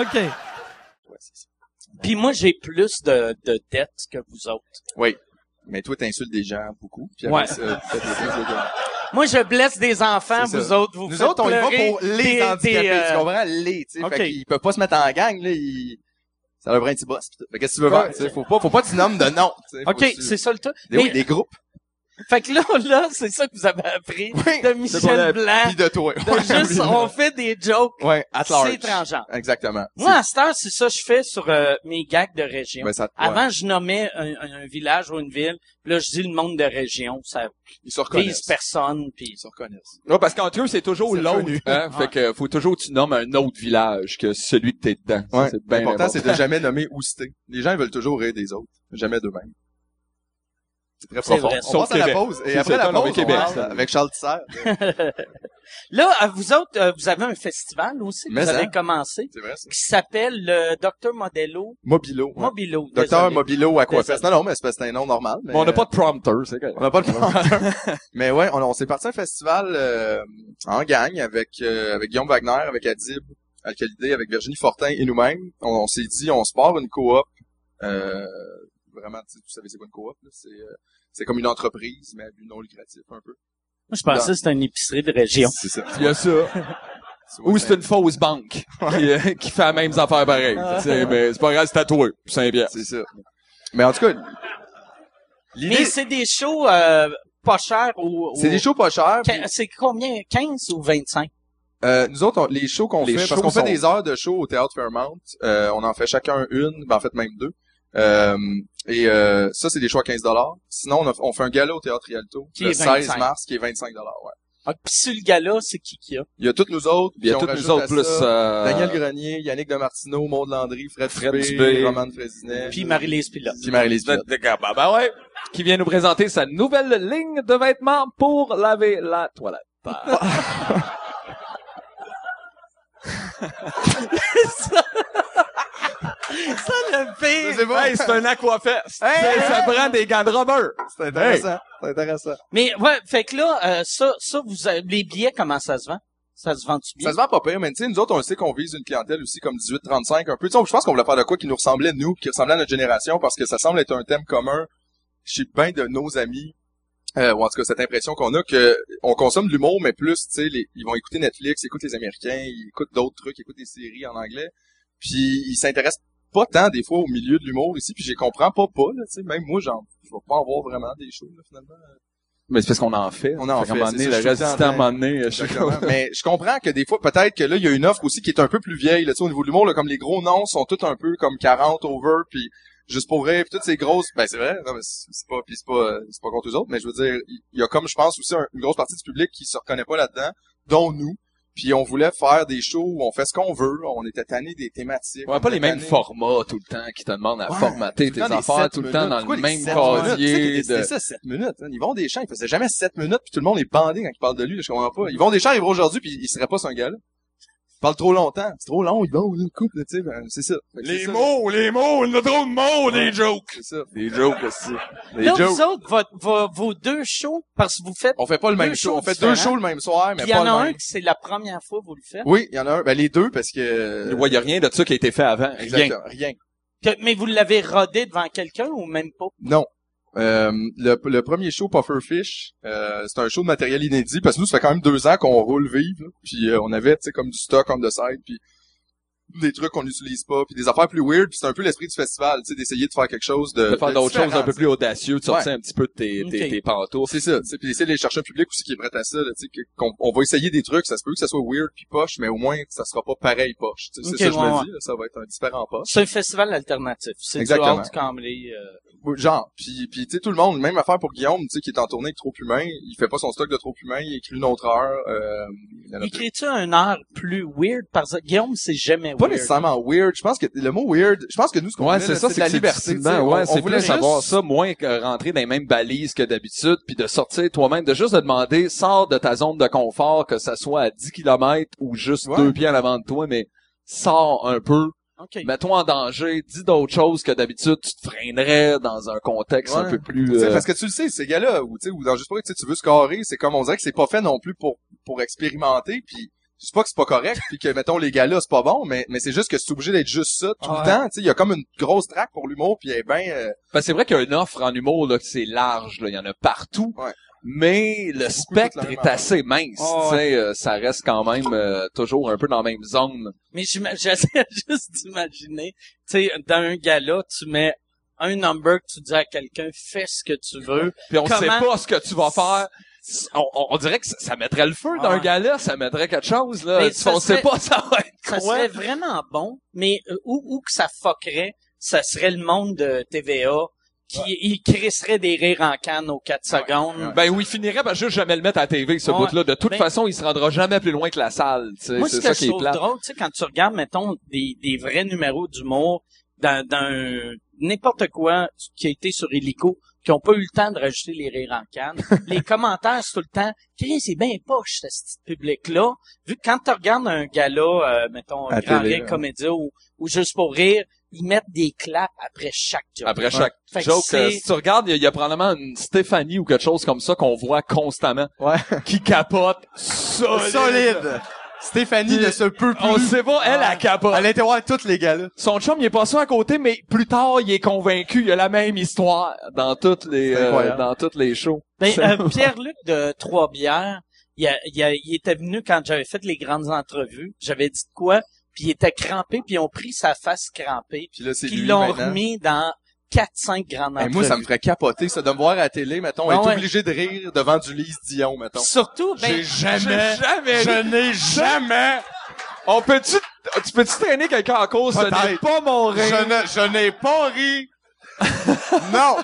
[SPEAKER 2] OK.
[SPEAKER 5] Puis moi, j'ai plus de, de dettes que vous autres.
[SPEAKER 1] Oui. Mais toi, t'insultes des gens beaucoup. Puis
[SPEAKER 5] Ouais.
[SPEAKER 1] après ça, tu fais des prises de gueule.
[SPEAKER 5] Moi, je blesse des enfants,
[SPEAKER 1] C'est
[SPEAKER 5] vous
[SPEAKER 1] ça.
[SPEAKER 5] autres, vous
[SPEAKER 1] Nous
[SPEAKER 5] faites
[SPEAKER 1] autres, on y va
[SPEAKER 5] pleurer
[SPEAKER 1] pour les
[SPEAKER 5] des- des,
[SPEAKER 1] handicapés.
[SPEAKER 5] euh,
[SPEAKER 1] Tu comprends? Les, tu sais.
[SPEAKER 5] OK.
[SPEAKER 1] Fait qu'ils peuvent pas se mettre en gang, là. Ils... Ça leur prend un petit boss. pis tout. Fait qu'est-ce que tu veux faire? tu sais? Faut pas, faut pas que tu nommes de nom. tu sais. Faut
[SPEAKER 5] OK,
[SPEAKER 1] que tu-
[SPEAKER 5] c'est ça le truc.
[SPEAKER 1] Des,
[SPEAKER 5] Mais-
[SPEAKER 1] oui, des groupes.
[SPEAKER 5] Fait que là, là, c'est ça que vous avez appris
[SPEAKER 1] Oui,
[SPEAKER 5] de
[SPEAKER 1] c'est qu'on a-
[SPEAKER 5] Michel Blanc.
[SPEAKER 1] Pis de toi.
[SPEAKER 5] De juste, on fait des jokes.
[SPEAKER 1] Ouais, at large.
[SPEAKER 5] C'est transgenre.
[SPEAKER 1] Exactement.
[SPEAKER 5] Moi, à cette heure, c'est ça que je fais sur euh, mes gags de région.
[SPEAKER 1] Ben, ça- ouais.
[SPEAKER 5] Avant, je nommais un, un- un village ou une ville. Puis là, je dis le monde de région. Ça
[SPEAKER 1] Ils se
[SPEAKER 5] vise
[SPEAKER 1] reconnaissent.
[SPEAKER 5] personne. Puis...
[SPEAKER 1] Ils se reconnaissent.
[SPEAKER 3] Ouais, parce qu'entre eux, c'est toujours
[SPEAKER 1] C'est
[SPEAKER 3] l'autre.
[SPEAKER 1] connu.
[SPEAKER 3] Hein? Fait que faut toujours que tu nommes un autre village que celui que t'es dedans. Ça,
[SPEAKER 1] Ouais.
[SPEAKER 3] C'est bien
[SPEAKER 1] L'important,
[SPEAKER 3] important.
[SPEAKER 1] c'est de jamais nommer Ousté. Les gens, ils veulent toujours rire des autres. Jamais d'eux-mêmes. C'est très
[SPEAKER 5] C'est
[SPEAKER 1] profond.
[SPEAKER 5] vrai,
[SPEAKER 1] on
[SPEAKER 3] sauf
[SPEAKER 1] passe à la
[SPEAKER 3] Québec.
[SPEAKER 1] pause. Et
[SPEAKER 3] C'est
[SPEAKER 1] après
[SPEAKER 3] ça,
[SPEAKER 1] la
[SPEAKER 3] non, mais
[SPEAKER 1] pause, on
[SPEAKER 3] Québec,
[SPEAKER 1] parle
[SPEAKER 3] ça.
[SPEAKER 1] avec Charles Tissère.
[SPEAKER 5] Là, euh, vous autres, euh, vous avez un festival aussi. que
[SPEAKER 1] Mais hein?
[SPEAKER 5] vous avez
[SPEAKER 1] ça.
[SPEAKER 5] commencé.
[SPEAKER 1] C'est vrai, ça.
[SPEAKER 5] Qui s'appelle le Dr Modelo.
[SPEAKER 1] Mobilo. ouais.
[SPEAKER 5] Mobilo.
[SPEAKER 1] Docteur
[SPEAKER 5] désolé.
[SPEAKER 1] Mobilo Aquafest.
[SPEAKER 5] Désolé.
[SPEAKER 1] Non, non, mais c'est parce que c'est un nom normal. Mais, euh,
[SPEAKER 3] Mais on n'a pas de prompteur, c'est correct.
[SPEAKER 1] on n'a pas de Mais ouais, on, on s'est parti à un festival euh, en gang avec euh, avec Guillaume Wagner, avec Adib, Alcalidé, avec Virginie Fortin et nous-mêmes. On, on s'est dit, on se part une coop. Euh, vraiment, tu sais, vous savez c'est quoi une coop là? C'est euh, c'est comme une entreprise, mais à but non lucratif un peu.
[SPEAKER 5] Moi, je pensais que c'était une épicerie de région.
[SPEAKER 1] C'est ça.
[SPEAKER 3] Il y a ça.
[SPEAKER 1] Tu vois,
[SPEAKER 3] Ou c'est une fausse banque qui, euh, qui fait la même affaire pareil. mais c'est pas grave, c'est tatoué. C'est bien.
[SPEAKER 1] C'est ça. Mais en tout cas,
[SPEAKER 5] Mais
[SPEAKER 1] l'idée,
[SPEAKER 5] c'est des shows euh, pas chers. Ou, ou-
[SPEAKER 1] c'est des shows pas chers. puis-
[SPEAKER 5] Qu- C'est combien? 15 ou 25?
[SPEAKER 1] Euh, nous autres, on- les shows qu'on
[SPEAKER 3] Les
[SPEAKER 1] fait, parce
[SPEAKER 3] shows
[SPEAKER 1] qu'on fait
[SPEAKER 3] sont-
[SPEAKER 1] des heures de shows au Théâtre Fairmount, euh, on en fait chacun une, ben en fait même deux. Euh, et euh, ça, c'est des shows à 15 Sinon, on, a- on fait un gala au Théâtre Rialto
[SPEAKER 5] Qui
[SPEAKER 1] le
[SPEAKER 5] est 25.
[SPEAKER 1] 16 mars, qui est 25 ouais.
[SPEAKER 5] Ah, Puis sur le gars-là, c'est qui qui a?
[SPEAKER 1] Il y a toutes nous autres.
[SPEAKER 3] Il y a
[SPEAKER 1] puis
[SPEAKER 3] tous
[SPEAKER 1] on rajoute
[SPEAKER 3] nous autres
[SPEAKER 1] à
[SPEAKER 3] plus...
[SPEAKER 1] ça
[SPEAKER 3] euh,
[SPEAKER 1] Daniel Grenier, Yannick Demartino, Maud Landry, Fred,
[SPEAKER 3] Fred
[SPEAKER 1] Dubé,
[SPEAKER 3] Dubé,
[SPEAKER 1] Roman Frésinet.
[SPEAKER 5] Puis Marie-Lise Pilote.
[SPEAKER 1] Puis Marie-Lise
[SPEAKER 3] Ben,
[SPEAKER 1] Pilote.
[SPEAKER 3] d'accord, ben, ben ouais. Qui vient nous présenter sa nouvelle ligne de vêtements pour laver la toilette.
[SPEAKER 2] Ça, le
[SPEAKER 1] Je
[SPEAKER 2] pire.
[SPEAKER 1] sais pas,
[SPEAKER 3] Hey, c'est un aquafest.
[SPEAKER 1] Hey!
[SPEAKER 3] ça prend des gants de rubber.
[SPEAKER 1] C'est intéressant. C'est intéressant.
[SPEAKER 5] Mais ouais, fait que là, euh, ça, ça, vous avez- les billets, comment ça se vend? Ça se vend-tu bien?
[SPEAKER 1] Ça se vend pas pire, mais tu sais, nous autres, on le sait qu'on vise une clientèle aussi comme 18-35 un peu. Tu sais, on- je pense qu'on voulait faire de quoi qui nous ressemblait, nous, qui ressemblait à notre génération, parce que ça semble être un thème commun chez bien de nos amis. Euh, ou en tout cas, cette impression qu'on a que on consomme de l'humour, mais plus, tu sais, les- ils vont écouter Netflix, ils écoutent les Américains, ils écoutent d'autres trucs, ils écoutent des séries en anglais, puis ils s'intéressent pas tant des fois au milieu de l'humour ici, puis j'y comprends pas pas, là, tu sais, même moi, j'en, je vais pas en voir vraiment des choses, là, finalement.
[SPEAKER 3] Mais c'est parce qu'on en fait.
[SPEAKER 1] On
[SPEAKER 3] qu'à
[SPEAKER 1] en
[SPEAKER 3] un
[SPEAKER 1] fait,
[SPEAKER 3] moment
[SPEAKER 1] c'est
[SPEAKER 3] donné,
[SPEAKER 1] ça, je
[SPEAKER 3] le
[SPEAKER 1] suis
[SPEAKER 3] reste
[SPEAKER 1] tout le
[SPEAKER 3] du
[SPEAKER 1] temps
[SPEAKER 3] temps, à un moment donné, je suis
[SPEAKER 1] Exactement. Mais je comprends que des fois, peut-être que là, il y a une offre aussi qui est un peu plus vieille, là, tu sais, au niveau de l'humour, là, comme les gros noms sont tous un peu comme 40 over, puis juste pour rire, puis toutes ces grosses, ben c'est vrai, non, mais c'est c'est pas, puis c'est pas, euh, c'est pas contre eux autres, mais je veux dire, il il y a comme, je pense, aussi un- une grosse partie du public qui se reconnaît pas là-dedans, dont nous, puis on voulait faire des shows où on fait ce qu'on veut, on était tanné des thématiques.
[SPEAKER 3] Ouais, pas
[SPEAKER 1] on
[SPEAKER 3] les
[SPEAKER 1] était
[SPEAKER 3] mêmes
[SPEAKER 1] tannés-
[SPEAKER 3] formats tout le temps qui te demandent à
[SPEAKER 1] Ouais.
[SPEAKER 3] formater tes
[SPEAKER 1] Tout le temps des
[SPEAKER 3] affaires
[SPEAKER 1] sept
[SPEAKER 3] tout le temps
[SPEAKER 1] minutes.
[SPEAKER 3] dans
[SPEAKER 1] Pourquoi
[SPEAKER 3] le
[SPEAKER 1] les
[SPEAKER 3] même
[SPEAKER 1] sept minutes? Tu sais,
[SPEAKER 3] casier.
[SPEAKER 1] C'est c'est
[SPEAKER 3] de-
[SPEAKER 1] ça, 7 minutes. Hein. Ils vont des champs, ils faisaient jamais 7 minutes, puis tout le monde est bandé quand ils parlent de lui. là, Je comprends pas. Ils vont des champs, ils vont aujourd'hui, puis ils seraient pas sur un gars-là. Ils parlent trop longtemps. C'est trop long, ils vont, une coupe, tu sais. ben, c'est ça. Fait que c'est ça,
[SPEAKER 3] les mots, il y a trop de mots, des jokes.
[SPEAKER 1] C'est ça.
[SPEAKER 3] Des jokes aussi.
[SPEAKER 1] Les
[SPEAKER 5] là,
[SPEAKER 1] jokes.
[SPEAKER 5] vous autres, votre- vo- vos deux shows, parce que vous faites,
[SPEAKER 1] On fait pas le
[SPEAKER 5] Deux
[SPEAKER 1] même show. On
[SPEAKER 5] shows
[SPEAKER 1] fait deux
[SPEAKER 5] différents.
[SPEAKER 1] shows le même soir, mais
[SPEAKER 5] puis il y
[SPEAKER 1] pas
[SPEAKER 5] en a
[SPEAKER 1] le
[SPEAKER 5] un
[SPEAKER 1] même.
[SPEAKER 5] que c'est la première fois que vous le faites.
[SPEAKER 1] Oui, il y en a un. Ben, les deux, parce que...
[SPEAKER 3] Ouais, Euh, y a rien de ça qui a été fait avant. Rien.
[SPEAKER 1] Exactement. Rien.
[SPEAKER 5] Que- mais vous l'avez rodé devant quelqu'un ou même pas?
[SPEAKER 1] Non. Euh, le, le premier show Pufferfish, euh, c'est un show de matériel inédit parce que nous ça fait quand même deux ans qu'on roule vive, là. puis euh, on avait tu sais comme du stock on the side, puis des trucs qu'on n'utilise pas, puis des affaires plus weird, puis c'est un peu l'esprit du festival, tu sais d'essayer de faire quelque chose de,
[SPEAKER 3] De faire
[SPEAKER 1] de
[SPEAKER 3] d'autres choses
[SPEAKER 1] différent,
[SPEAKER 3] un peu plus audacieux, tu
[SPEAKER 1] Ouais.
[SPEAKER 3] sortis un petit peu de tes, tes,
[SPEAKER 5] Ok.
[SPEAKER 3] tes pantoufles.
[SPEAKER 1] c'est ça. tu sais, Puis essayer de chercher un public aussi qui est prêt à ça. Là, tu sais, que- qu'on, on va essayer des trucs. Ça se peut que ça soit weird puis poche, mais au moins ça sera pas pareil poche. tu sais,
[SPEAKER 5] Ok,
[SPEAKER 1] c'est ça que je
[SPEAKER 5] ouais,
[SPEAKER 1] me
[SPEAKER 5] ouais.
[SPEAKER 1] dis. là, ça va être un différent poche.
[SPEAKER 5] C'est un festival alternatif. C'est du
[SPEAKER 1] Exactement.
[SPEAKER 5] hard comedy. euh.
[SPEAKER 1] Oui, Genre. Puis puis tu sais tout le monde. Même affaire pour Guillaume, tu sais qui est en tournée avec Trop Humain. Il fait pas son stock de Trop Humain. Il écrit une autre heure. Euh, il y en a
[SPEAKER 5] Écris-tu un heure plus weird? Parce que Guillaume, c'est jamais
[SPEAKER 1] pas
[SPEAKER 2] weird.
[SPEAKER 1] nécessairement weird. Je pense que le mot weird, je pense que nous, ce qu'on
[SPEAKER 3] Ouais,
[SPEAKER 1] voulait,
[SPEAKER 3] c'est
[SPEAKER 1] là,
[SPEAKER 3] ça,
[SPEAKER 1] de
[SPEAKER 3] c'est
[SPEAKER 1] la
[SPEAKER 3] que c'est
[SPEAKER 1] liberté.
[SPEAKER 3] difficilement,
[SPEAKER 1] tu sais.
[SPEAKER 3] ben ouais,
[SPEAKER 1] On-
[SPEAKER 3] c'est
[SPEAKER 1] on voulait
[SPEAKER 3] plus avoir
[SPEAKER 1] juste-
[SPEAKER 3] ça, moins que rentrer dans les mêmes balises que d'habitude, puis de sortir toi-même, de juste te demander, sors de ta zone de confort, que ça soit à 10 km ou juste
[SPEAKER 1] Ouais.
[SPEAKER 3] deux pieds en avant de toi, mais sors un peu,
[SPEAKER 2] OK.
[SPEAKER 3] mets-toi en danger, dis d'autres choses que d'habitude tu te freinerais dans un contexte
[SPEAKER 1] Ouais.
[SPEAKER 3] un peu plus...
[SPEAKER 1] Tu sais,
[SPEAKER 3] euh,
[SPEAKER 1] Parce que tu le sais, ces gars-là, ou, tu sais, ou dans juste pas, tu sais, tu veux scorer, c'est comme on dirait que c'est pas fait non plus pour, pour expérimenter, puis je dis pas que c'est pas correct, puis que, mettons, les gars-là, c'est pas bon, mais, mais c'est juste que c'est obligé d'être juste ça tout
[SPEAKER 6] Ouais.
[SPEAKER 1] le temps, tu sais, il y a comme une grosse traque pour l'humour, puis eh ben, euh,
[SPEAKER 3] Parce que c'est vrai qu'il y a une offre en humour là, que c'est large, là, il y en a partout.
[SPEAKER 1] Ouais.
[SPEAKER 3] Mais le
[SPEAKER 1] toute
[SPEAKER 3] spectre
[SPEAKER 1] la même
[SPEAKER 3] est
[SPEAKER 1] affaire.
[SPEAKER 3] assez mince,
[SPEAKER 6] Ah,
[SPEAKER 3] tu sais, euh, ça reste quand même euh, toujours un peu dans la même zone.
[SPEAKER 2] Mais j'ima- j'essaie juste d'imaginer, tu sais, dans un gala, tu mets un number que tu dis à quelqu'un, fais ce que tu veux.
[SPEAKER 3] Puis on
[SPEAKER 2] Comment-
[SPEAKER 3] sait pas ce que tu vas faire. On, on- on dirait que ça, ça mettrait le feu dans
[SPEAKER 6] Ah.
[SPEAKER 3] un gala, ça mettrait quelque chose là.
[SPEAKER 2] Mais
[SPEAKER 3] Tu-
[SPEAKER 2] ça
[SPEAKER 3] on
[SPEAKER 2] serait-
[SPEAKER 3] sait pas ça va être
[SPEAKER 2] Ça
[SPEAKER 3] quoi.
[SPEAKER 2] serait vraiment bon, mais euh, où, où que ça fuckerait, ça serait le monde de TVA qui il crisserait des rires en canne aux 4 secondes.
[SPEAKER 3] Ben oui, il finirait par juste jamais le mettre à la TV ce
[SPEAKER 2] Ouais.
[SPEAKER 3] bout-là. De toute
[SPEAKER 2] Mais-
[SPEAKER 3] façon, il se rendra jamais plus loin que la salle. tu sais.
[SPEAKER 2] Moi, ce
[SPEAKER 3] C'est
[SPEAKER 2] que
[SPEAKER 3] ça
[SPEAKER 2] je
[SPEAKER 3] qui est
[SPEAKER 2] trouve
[SPEAKER 3] plat.
[SPEAKER 2] drôle, tu sais, quand tu regardes, mettons, des, des vrais numéros d'humour dans, dans un- n'importe quoi qui a été sur Helico, qui ont pas eu le temps de rajouter les rires en canne, les commentaires, c'est tout le temps, « Chris, c'est bien poche, ce petit public-là. » Vu que quand tu regardes un gala, euh, mettons,
[SPEAKER 1] À
[SPEAKER 2] Grand
[SPEAKER 1] télé,
[SPEAKER 2] Rien
[SPEAKER 3] hein.
[SPEAKER 1] ouais.
[SPEAKER 2] Comédia ou, ou Juste pour rire, ils mettent des claps après chaque job.
[SPEAKER 3] Après chaque
[SPEAKER 2] Fait que
[SPEAKER 3] joke,
[SPEAKER 2] c'est-
[SPEAKER 3] euh, si tu regardes, il y, a- il y a probablement une Stéphanie ou quelque chose comme ça qu'on voit constamment,
[SPEAKER 1] Ouais.
[SPEAKER 3] qui capote solide.
[SPEAKER 1] solide! Stéphanie ne se peut plus.
[SPEAKER 3] On sait pas, elle, elle capote.
[SPEAKER 1] Elle était voir tous les gars-là.
[SPEAKER 3] Son chum, il est passé à côté, mais plus tard, il est convaincu. Il a la même histoire dans toutes les
[SPEAKER 1] C'est
[SPEAKER 3] euh,
[SPEAKER 1] incroyable.
[SPEAKER 3] dans toutes les shows.
[SPEAKER 2] Ben,
[SPEAKER 3] C'est-
[SPEAKER 2] euh, Pierre-Luc de Trois-Bières, il, a- il, a- il était venu quand j'avais fait les grandes entrevues. J'avais dit de quoi? Puis il était crampé, puis ils ont pris sa face crampée,
[SPEAKER 1] Puis là, c'est
[SPEAKER 2] puis
[SPEAKER 1] lui
[SPEAKER 2] ils l'ont
[SPEAKER 1] maintenant.
[SPEAKER 2] remis dans 4-5 grandes
[SPEAKER 1] Eh,
[SPEAKER 2] entrevues.
[SPEAKER 1] moi, ça me ferait capoter, ça, de me voir à la télé, mettons,
[SPEAKER 2] Ah
[SPEAKER 1] être
[SPEAKER 2] ouais.
[SPEAKER 1] obligé de rire devant du Lise Dion, mettons.
[SPEAKER 2] Surtout, ben,
[SPEAKER 6] jamais,
[SPEAKER 3] jamais.
[SPEAKER 6] je n'ai jamais,
[SPEAKER 3] On peut-tu tu peux-tu traîner quelqu'un en cause Ce
[SPEAKER 1] Peut-être.
[SPEAKER 3] n'est pas mon rêve.
[SPEAKER 1] ne- n'ai pas ri! non!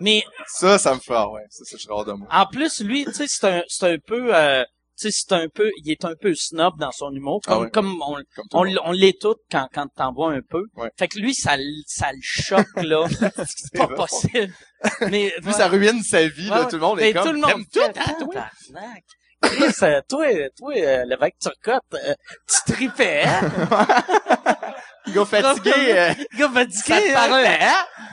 [SPEAKER 2] mais
[SPEAKER 1] Ça, ça me fait, ah ouais, ça, ça, je suis hors de moi.
[SPEAKER 2] en plus, lui, tu sais, c'est un, c'est un peu, euh, tu sais, c'est un peu, il est un peu snob dans son humour,
[SPEAKER 1] Ah
[SPEAKER 2] comme,
[SPEAKER 1] ouais.
[SPEAKER 2] comme on,
[SPEAKER 1] Comme tout
[SPEAKER 2] on,
[SPEAKER 1] le monde.
[SPEAKER 2] l- on l'est toutes quand, quand t'en vois un peu.
[SPEAKER 1] Ouais.
[SPEAKER 2] Fait que lui, ça, l- ça le choque, là. c'est pas
[SPEAKER 1] vrai.
[SPEAKER 2] possible. Mais,
[SPEAKER 1] Lui, ça ruine sa vie,
[SPEAKER 2] Ouais,
[SPEAKER 1] là,
[SPEAKER 2] ouais.
[SPEAKER 1] tout le monde
[SPEAKER 2] Mais
[SPEAKER 1] est comme,
[SPEAKER 2] Ben, tout le monde
[SPEAKER 1] T'aimes tout,
[SPEAKER 2] fait,
[SPEAKER 1] hein,
[SPEAKER 2] attends,
[SPEAKER 1] toi?
[SPEAKER 2] tabarnak. Chris, euh, toi, euh, toi, euh, l'évêque Turcotte, euh, tu tripais, hein?
[SPEAKER 1] Le gars fatigué, euh,
[SPEAKER 2] Le gars m'a dit
[SPEAKER 1] ça te
[SPEAKER 2] que-
[SPEAKER 1] parlait, hein?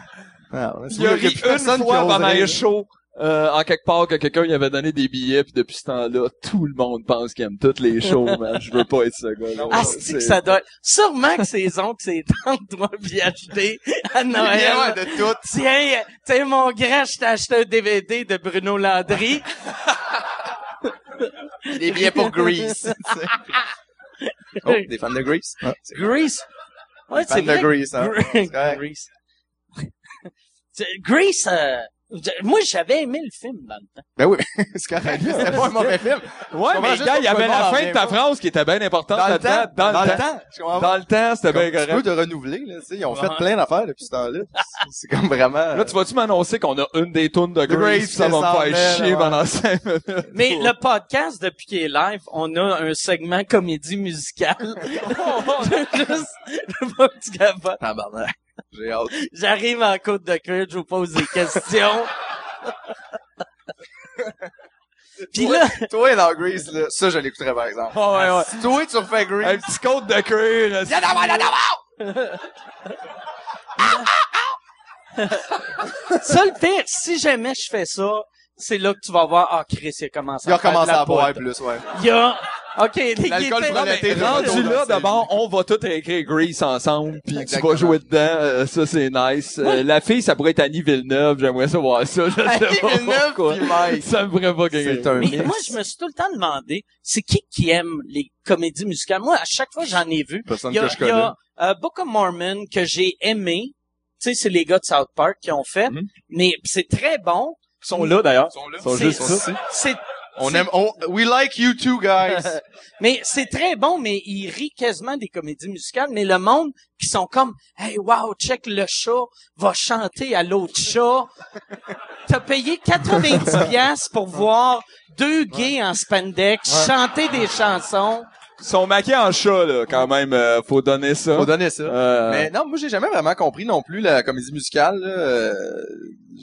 [SPEAKER 1] Ah, ouais, c'est
[SPEAKER 3] Il a
[SPEAKER 1] vrai, y
[SPEAKER 3] ri
[SPEAKER 1] plus
[SPEAKER 3] une
[SPEAKER 1] personne qui
[SPEAKER 3] fois
[SPEAKER 1] ose
[SPEAKER 3] pendant
[SPEAKER 1] rire.
[SPEAKER 3] les shows. euh, en quelque part que quelqu'un lui avait donné des billets puis depuis ce temps-là tout le monde pense qu'il aime toutes les shows man. je veux pas être ce gars
[SPEAKER 1] Oh,
[SPEAKER 2] Ah, c'est que ça doit... Sûrement que ses oncles, ses tantes doivent lui acheter à Noël.
[SPEAKER 1] Ouais, de tout.
[SPEAKER 2] Tiens, euh, tiens, mon grand, je t'ai acheté un DVD de Bruno Landry.
[SPEAKER 1] Des billets pour Grease. tu sais. oh, des fans de Grease? Ah, c'est des
[SPEAKER 2] Grease. Ouais,
[SPEAKER 1] fans
[SPEAKER 2] c'est
[SPEAKER 1] de
[SPEAKER 2] vrai.
[SPEAKER 1] Grease, hein.
[SPEAKER 2] Gre-
[SPEAKER 1] correct.
[SPEAKER 2] Grease. C'est- Grease, euh, je- moi, j'avais aimé le film dans le temps.
[SPEAKER 1] Ben oui, c'est correct. C'était pas un mauvais film.
[SPEAKER 3] ouais
[SPEAKER 1] comprends
[SPEAKER 3] mais
[SPEAKER 1] juste
[SPEAKER 3] gars il y
[SPEAKER 1] pourquoi
[SPEAKER 3] avait
[SPEAKER 1] le monde
[SPEAKER 3] la
[SPEAKER 1] en
[SPEAKER 3] fin
[SPEAKER 1] revient
[SPEAKER 3] de ta
[SPEAKER 1] pas.
[SPEAKER 3] phrase qui était bien importante là-dedans. dans le temps
[SPEAKER 1] Je comprends pas.
[SPEAKER 3] dans le temps c'était bien
[SPEAKER 1] Comme, tu peux
[SPEAKER 3] correct
[SPEAKER 1] te renouveler, là, tu sais. Ils ont fait
[SPEAKER 2] Ouais.
[SPEAKER 1] plein d'affaires depuis ce temps-là. C'est comme vraiment... euh,
[SPEAKER 3] là tu vas-tu m'annoncer qu'on a une des tunes de
[SPEAKER 1] Grace,
[SPEAKER 3] Grace puis ça va
[SPEAKER 1] ça
[SPEAKER 3] me
[SPEAKER 1] s'en
[SPEAKER 3] faire
[SPEAKER 1] mêle,
[SPEAKER 3] chier
[SPEAKER 1] ouais.
[SPEAKER 3] pendant cinq minutes
[SPEAKER 2] Mais
[SPEAKER 1] Oh.
[SPEAKER 2] le podcast, depuis qu'il est live, on a un segment comédie musicale. Juste, mon petit gamin,
[SPEAKER 1] Tabarnak. J'ai hâte.
[SPEAKER 2] J'arrive en côte de cuir, je vous pose des questions. Puis là,
[SPEAKER 1] Toi, dans Grease, là, ça, je l'écouterais, par exemple.
[SPEAKER 3] Ah ouais, ouais.
[SPEAKER 1] Si Toi, tu refais
[SPEAKER 3] Un
[SPEAKER 1] Grease.
[SPEAKER 3] petit côte de cuir. euh,
[SPEAKER 2] ça le pire, si jamais je fais ça, c'est là que tu vas voir, ah, Chris, il a commencé
[SPEAKER 1] Il a
[SPEAKER 2] faire de la
[SPEAKER 1] recommencé à boire
[SPEAKER 2] poudre.
[SPEAKER 1] plus, ouais.
[SPEAKER 2] Il y a, ok, les
[SPEAKER 1] L'alcool
[SPEAKER 2] guillemets-
[SPEAKER 1] brûle la tête.
[SPEAKER 3] Rendu là,
[SPEAKER 1] C'est-
[SPEAKER 3] d'abord, on va tout réécrire Grease ensemble, puis tu
[SPEAKER 1] Exactement.
[SPEAKER 3] vas jouer dedans, euh, ça c'est nice. Euh, la fille, ça pourrait être Annie Villeneuve, j'aimerais savoir ça, je sais
[SPEAKER 1] Annie
[SPEAKER 3] pas
[SPEAKER 1] Villeneuve
[SPEAKER 3] pourquoi.
[SPEAKER 1] puis Mike.
[SPEAKER 3] Ça me ferait pas quelque
[SPEAKER 1] C'est un
[SPEAKER 2] Mais
[SPEAKER 1] mix.
[SPEAKER 2] moi, je me suis tout le temps demandé, c'est qui qui aime les comédies musicales? Moi, à chaque fois, j'en ai vu.
[SPEAKER 1] Personne
[SPEAKER 2] Il y a,
[SPEAKER 1] que je
[SPEAKER 2] il y
[SPEAKER 1] connais.
[SPEAKER 2] a, euh, Book of Mormon que j'ai aimé. Tu sais, c'est les gars de South Park qui ont fait.
[SPEAKER 3] Mhm.
[SPEAKER 2] Mais c'est très bon.
[SPEAKER 3] Ils sont là, d'ailleurs.
[SPEAKER 1] sont là.
[SPEAKER 3] Ils sont
[SPEAKER 2] C'est-
[SPEAKER 3] juste
[SPEAKER 2] c'est-
[SPEAKER 3] ça.
[SPEAKER 2] C'est,
[SPEAKER 1] On
[SPEAKER 2] c'est-
[SPEAKER 1] aime, on, we like you too, guys.
[SPEAKER 2] mais c'est très bon, mais ils rient quasiment des comédies musicales. Mais le monde qui sont comme, hey, wow, check le chat va chanter à l'autre chat. T'as payé 90 piastres pour voir deux gays en spandex chanter des chansons.
[SPEAKER 3] Ils sont maqués en chat, là, quand même. euh, faut donner ça.
[SPEAKER 1] Faut donner ça.
[SPEAKER 3] Euh,
[SPEAKER 1] Mais non, moi j'ai jamais vraiment compris non plus la comédie musicale. là. Euh,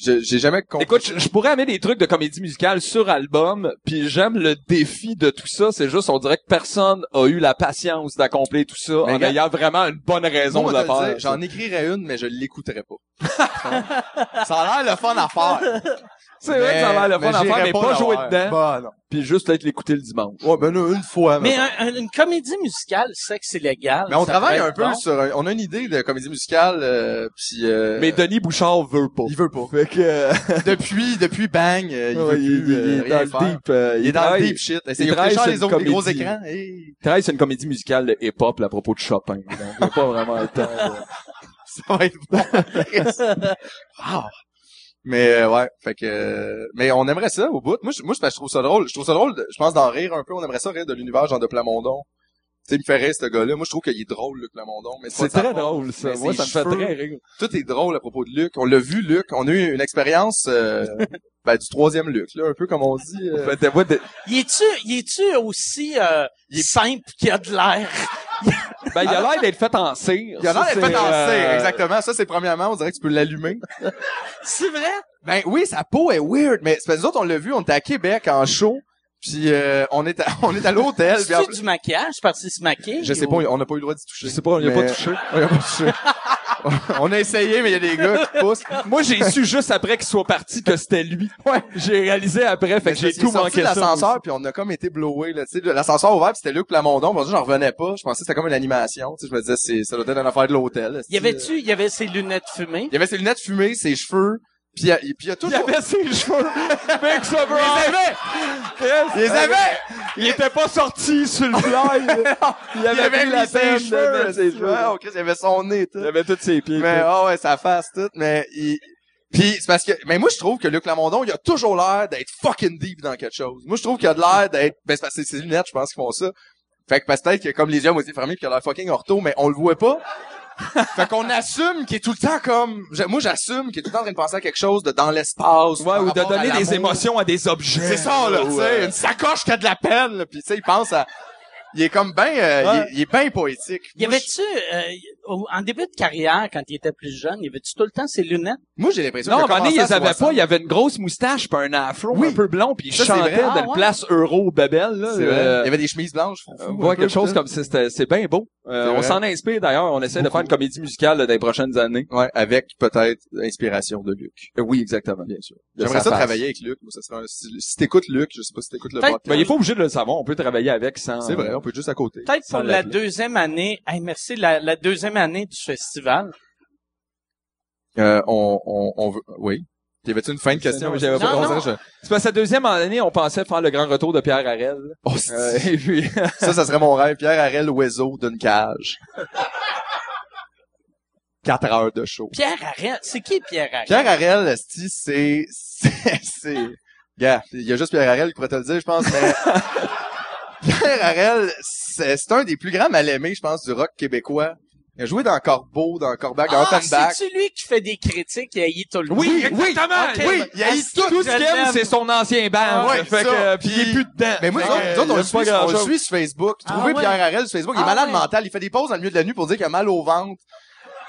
[SPEAKER 1] je- j'ai jamais compris.
[SPEAKER 3] Écoute, je, je pourrais amener des trucs de comédie musicale sur album, puis j'aime le défi de tout ça. C'est juste, on dirait que personne a eu la patience d'accomplir tout ça
[SPEAKER 1] Mais
[SPEAKER 3] en
[SPEAKER 1] gars,
[SPEAKER 3] ayant vraiment une bonne raison
[SPEAKER 1] Moi,
[SPEAKER 3] de le
[SPEAKER 1] te le
[SPEAKER 3] faire.
[SPEAKER 1] dis, j'en écrirais une, mais je l'écouterais pas. ça a l'air le fun à faire.
[SPEAKER 3] C'est vrai que ça va le fun
[SPEAKER 1] mais
[SPEAKER 3] à faire,
[SPEAKER 1] j'irais
[SPEAKER 3] mais pas
[SPEAKER 1] la
[SPEAKER 3] jouer
[SPEAKER 1] voir.
[SPEAKER 3] dedans,
[SPEAKER 1] Bah, non.
[SPEAKER 3] puis juste peut-être l'écouter le dimanche.
[SPEAKER 1] Ouais, ben là, une fois.
[SPEAKER 5] Mais
[SPEAKER 1] mettons.
[SPEAKER 5] un- un- une comédie musicale, sexe illégal.
[SPEAKER 1] Mais on
[SPEAKER 5] ça
[SPEAKER 1] travaille
[SPEAKER 5] pourrait
[SPEAKER 1] un
[SPEAKER 5] être
[SPEAKER 1] peu
[SPEAKER 5] bon.
[SPEAKER 1] sur... un- on a une idée de comédie musicale, euh, puis... euh,
[SPEAKER 3] Mais Denis Bouchard veut pas.
[SPEAKER 1] il veut pas.
[SPEAKER 3] Fait que... euh,
[SPEAKER 1] depuis, depuis Bang, euh, il veut
[SPEAKER 3] ouais,
[SPEAKER 1] plus, euh,
[SPEAKER 3] il est
[SPEAKER 1] rien
[SPEAKER 3] dans
[SPEAKER 1] faire.
[SPEAKER 3] le deep. euh,
[SPEAKER 1] Il est dans le
[SPEAKER 3] travaille-
[SPEAKER 1] deep shit. Essayez
[SPEAKER 3] il travaille
[SPEAKER 1] d'écouter
[SPEAKER 3] sur
[SPEAKER 1] les,
[SPEAKER 3] une
[SPEAKER 1] autres- les gros
[SPEAKER 3] comédie.
[SPEAKER 1] écrans. Hey.
[SPEAKER 3] il travaille sur une comédie musicale de hip-hop là, à propos de Chopin. Donc, il a pas vraiment le temps. de-
[SPEAKER 1] ça va être bon. wow. Mais euh, ouais, fait que euh, mais on aimerait ça au bout. Moi je, moi je, parce que je trouve ça drôle, je trouve ça drôle, de- je pense d'en rire un peu, on aimerait ça rire de l'univers genre de Plamondon. Tu sais, il me fait rire ce gars-là. Moi je trouve qu'il est drôle le Plamondon, mais pas
[SPEAKER 3] C'est
[SPEAKER 1] de sa
[SPEAKER 3] très
[SPEAKER 1] faute.
[SPEAKER 3] drôle, ça.
[SPEAKER 1] Mais
[SPEAKER 3] Moi,
[SPEAKER 1] ses
[SPEAKER 3] ça me fait
[SPEAKER 1] cheveux-
[SPEAKER 3] très rire.
[SPEAKER 1] Tout est drôle à propos de Luc. On l'a vu Luc, on a eu une expérience euh, ben, du troisième Luc là, un peu comme on dit. euh.
[SPEAKER 3] Fait que, ouais, Ben, de-
[SPEAKER 5] Y es-tu, y es-tu aussi euh,
[SPEAKER 1] Il est-
[SPEAKER 5] simple qu'il y a de l'air?
[SPEAKER 3] Ben, il a l'air d'être fait en cire.
[SPEAKER 1] Il y en a
[SPEAKER 3] Ça,
[SPEAKER 1] d'être fait
[SPEAKER 3] c'est,
[SPEAKER 1] danser,
[SPEAKER 3] euh,
[SPEAKER 1] exactement. Ça, c'est premièrement, on dirait que tu peux l'allumer.
[SPEAKER 5] C'est vrai?
[SPEAKER 1] Ben oui, sa peau est weird, mais c'est parce que nous autres, on l'a vu, on était à Québec en show, puis euh, on est à, on est à l'hôtel. puis en
[SPEAKER 5] C'est-tu du maquillage parce qu'il se maquille?
[SPEAKER 1] Je sais
[SPEAKER 5] ou-
[SPEAKER 1] pas, on n'a pas eu le droit d'y toucher.
[SPEAKER 3] Je sais pas, on n'y a
[SPEAKER 1] Mais-
[SPEAKER 3] pas touché.
[SPEAKER 1] On y a pas touché. on a essayé, mais il y a des gars qui poussent.
[SPEAKER 3] Moi, j'ai su juste après qu'il soit parti que c'était lui. Ouais. J'ai réalisé après, fait
[SPEAKER 1] Mais
[SPEAKER 3] que j'ai
[SPEAKER 1] c'est parce
[SPEAKER 3] tout
[SPEAKER 1] qu'il est sorti
[SPEAKER 3] manqué
[SPEAKER 1] de
[SPEAKER 3] ça.
[SPEAKER 1] l'ascenseur, puis on a comme été blowé, là, tu sais. L'ascenseur ouvert, puis c'était Luc Plamondon, puis on dit, j'en revenais pas. Je pensais que c'était comme une animation, tu sais. Je me disais, c'est, ça doit être une affaire de l'hôtel. là, tu sais.
[SPEAKER 5] Y avait-tu, y avait ses lunettes fumées?
[SPEAKER 1] Il y avait ses lunettes fumées, ses cheveux, puis il y a- puis il y a tout.
[SPEAKER 3] Il avait ses cheveux. Big surprise. Yes.
[SPEAKER 1] Il les avait!
[SPEAKER 3] Il était pas sorti sur le fly. Il
[SPEAKER 1] Il avait
[SPEAKER 3] pris la
[SPEAKER 1] mis ses
[SPEAKER 3] peine de
[SPEAKER 1] cheveux!
[SPEAKER 3] mettre ses
[SPEAKER 1] là, tu
[SPEAKER 3] cheveux.
[SPEAKER 1] vois. Oh, Christ, Il avait son nez, tu sais.
[SPEAKER 3] Il avait tous ses pieds.
[SPEAKER 1] Mais ah ouais, ça fasse tout, mais il puis c'est parce que mais moi je trouve que Luc Lamondon, il a toujours l'air d'être fucking deep dans quelque chose. Moi je trouve qu'il a de l'air d'être ben c'est parce que c'est ses lunettes, je pense qu'ils font ça. Fait que parce que peut-être que comme les yeux à moitié fermés, puis qu'il a l'air fucking ortho, mais on le voit pas. fait qu'on assume qu'il est tout le temps comme j'a- moi j'assume qu'il est tout le temps en train de penser à quelque chose de dans l'espace
[SPEAKER 3] Ouais,
[SPEAKER 1] par
[SPEAKER 3] ou de
[SPEAKER 1] rapport à
[SPEAKER 3] donner des
[SPEAKER 1] l'amour.
[SPEAKER 3] émotions à des objets.
[SPEAKER 1] C'est ça là, tu
[SPEAKER 3] Ou,
[SPEAKER 1] sais,
[SPEAKER 3] euh,
[SPEAKER 1] une sacoche qui a de la peine, là, puis tu sais il pense à il est comme ben euh, il est- il, est bien poétique.
[SPEAKER 5] Y
[SPEAKER 1] Moi,
[SPEAKER 5] avait-tu, euh, au- en début de carrière, quand il était plus jeune, y avait-tu tout le temps ses lunettes?
[SPEAKER 1] je- moi j'ai l'impression
[SPEAKER 3] Non,
[SPEAKER 1] qu'il
[SPEAKER 3] à
[SPEAKER 1] a
[SPEAKER 3] un moment donné,
[SPEAKER 1] commencé
[SPEAKER 3] ils
[SPEAKER 1] à
[SPEAKER 3] avaient pas,
[SPEAKER 1] 60.
[SPEAKER 3] il y avait une grosse moustache pis un afro
[SPEAKER 1] Oui.
[SPEAKER 3] un peu blond pis il
[SPEAKER 1] Ça, c'est
[SPEAKER 3] chantait
[SPEAKER 1] vrai.
[SPEAKER 3] dans
[SPEAKER 5] Ah,
[SPEAKER 3] une
[SPEAKER 5] ouais.
[SPEAKER 3] place euro babel là.
[SPEAKER 1] C'est vrai.
[SPEAKER 3] Euh,
[SPEAKER 1] Il y avait des chemises blanches.
[SPEAKER 3] Euh, ouais, quelque chose comme ça, c'était- c'est bien beau. Euh,
[SPEAKER 1] hein. C'est
[SPEAKER 3] on
[SPEAKER 1] vrai.
[SPEAKER 3] s'en inspire d'ailleurs, on essaie de faire une comédie musicale là, dans les prochaines années.
[SPEAKER 1] Ouais, avec peut-être l'inspiration de Luc.
[SPEAKER 3] Euh, oui, exactement.
[SPEAKER 1] Bien sûr.
[SPEAKER 3] De
[SPEAKER 1] J'aimerais
[SPEAKER 3] sa
[SPEAKER 1] ça
[SPEAKER 3] face.
[SPEAKER 1] travailler avec Luc. Moi, ça serait un- Si, si t'écoutes Luc, je sais pas si t'écoutes le
[SPEAKER 5] Peut-être-
[SPEAKER 1] podcast.
[SPEAKER 3] Ben, il est pas obligé de le savoir, on peut travailler avec sans... euh,
[SPEAKER 1] C'est vrai, on peut être juste à côté.
[SPEAKER 5] Peut-être
[SPEAKER 3] Sans
[SPEAKER 5] pour la
[SPEAKER 3] l'appeler.
[SPEAKER 5] deuxième année, hey, merci, la, la deuxième année du festival.
[SPEAKER 1] Euh, on, on, on veut, oui. Y avait-tu une fin de
[SPEAKER 3] C'est-
[SPEAKER 1] question?
[SPEAKER 3] non, j'avais
[SPEAKER 5] pas- Non, non.
[SPEAKER 1] Je-
[SPEAKER 3] C'est parce que la deuxième année, on pensait faire le grand retour de Pierre Harel.
[SPEAKER 1] Oh, c'est-
[SPEAKER 3] Euh, et puis...
[SPEAKER 1] ça, ça serait mon rêve. Pierre Harel, oiseau d'une cage. Quatre heures de show.
[SPEAKER 5] Pierre Arrête. C'est qui Pierre Arrête?
[SPEAKER 1] Pierre Harel, esti, c'est, c'est, c'est, gars, il y a juste Pierre Harel qui pourrait te le dire, je pense, mais Pierre Harel, c'est, c'est un des plus grands mal-aimés, je pense, du rock québécois. Il a joué dans Corbeau, dans Corbac, dans
[SPEAKER 5] Ah,
[SPEAKER 1] Offenbach.
[SPEAKER 5] c'est-tu lui qui fait des critiques et haït tout le monde?
[SPEAKER 3] Oui, oui,
[SPEAKER 5] Ok.
[SPEAKER 3] oui.
[SPEAKER 1] Il a eu
[SPEAKER 5] Asti,
[SPEAKER 1] tout. Ah
[SPEAKER 3] Tout
[SPEAKER 5] je
[SPEAKER 3] ce qu'il aime,
[SPEAKER 5] l'aime.
[SPEAKER 3] c'est son ancien band.
[SPEAKER 1] Ouais,
[SPEAKER 3] fait
[SPEAKER 1] ça.
[SPEAKER 3] que, euh, puis il est
[SPEAKER 1] Puis-
[SPEAKER 3] plus dedans.
[SPEAKER 1] Mais moi,
[SPEAKER 3] Fait
[SPEAKER 1] nous autres,
[SPEAKER 3] que,
[SPEAKER 1] nous autres, on
[SPEAKER 3] il aime
[SPEAKER 1] le
[SPEAKER 3] pas
[SPEAKER 1] suit, on le
[SPEAKER 3] grand-chose.
[SPEAKER 1] suit sur Facebook.
[SPEAKER 5] Ah
[SPEAKER 1] Trouvez
[SPEAKER 5] ouais.
[SPEAKER 1] Pierre Harel sur Facebook. Il est
[SPEAKER 5] Ah
[SPEAKER 1] malade
[SPEAKER 5] ouais.
[SPEAKER 1] mental. Il fait des pauses dans le milieu de la nuit pour dire qu'il a mal au ventre.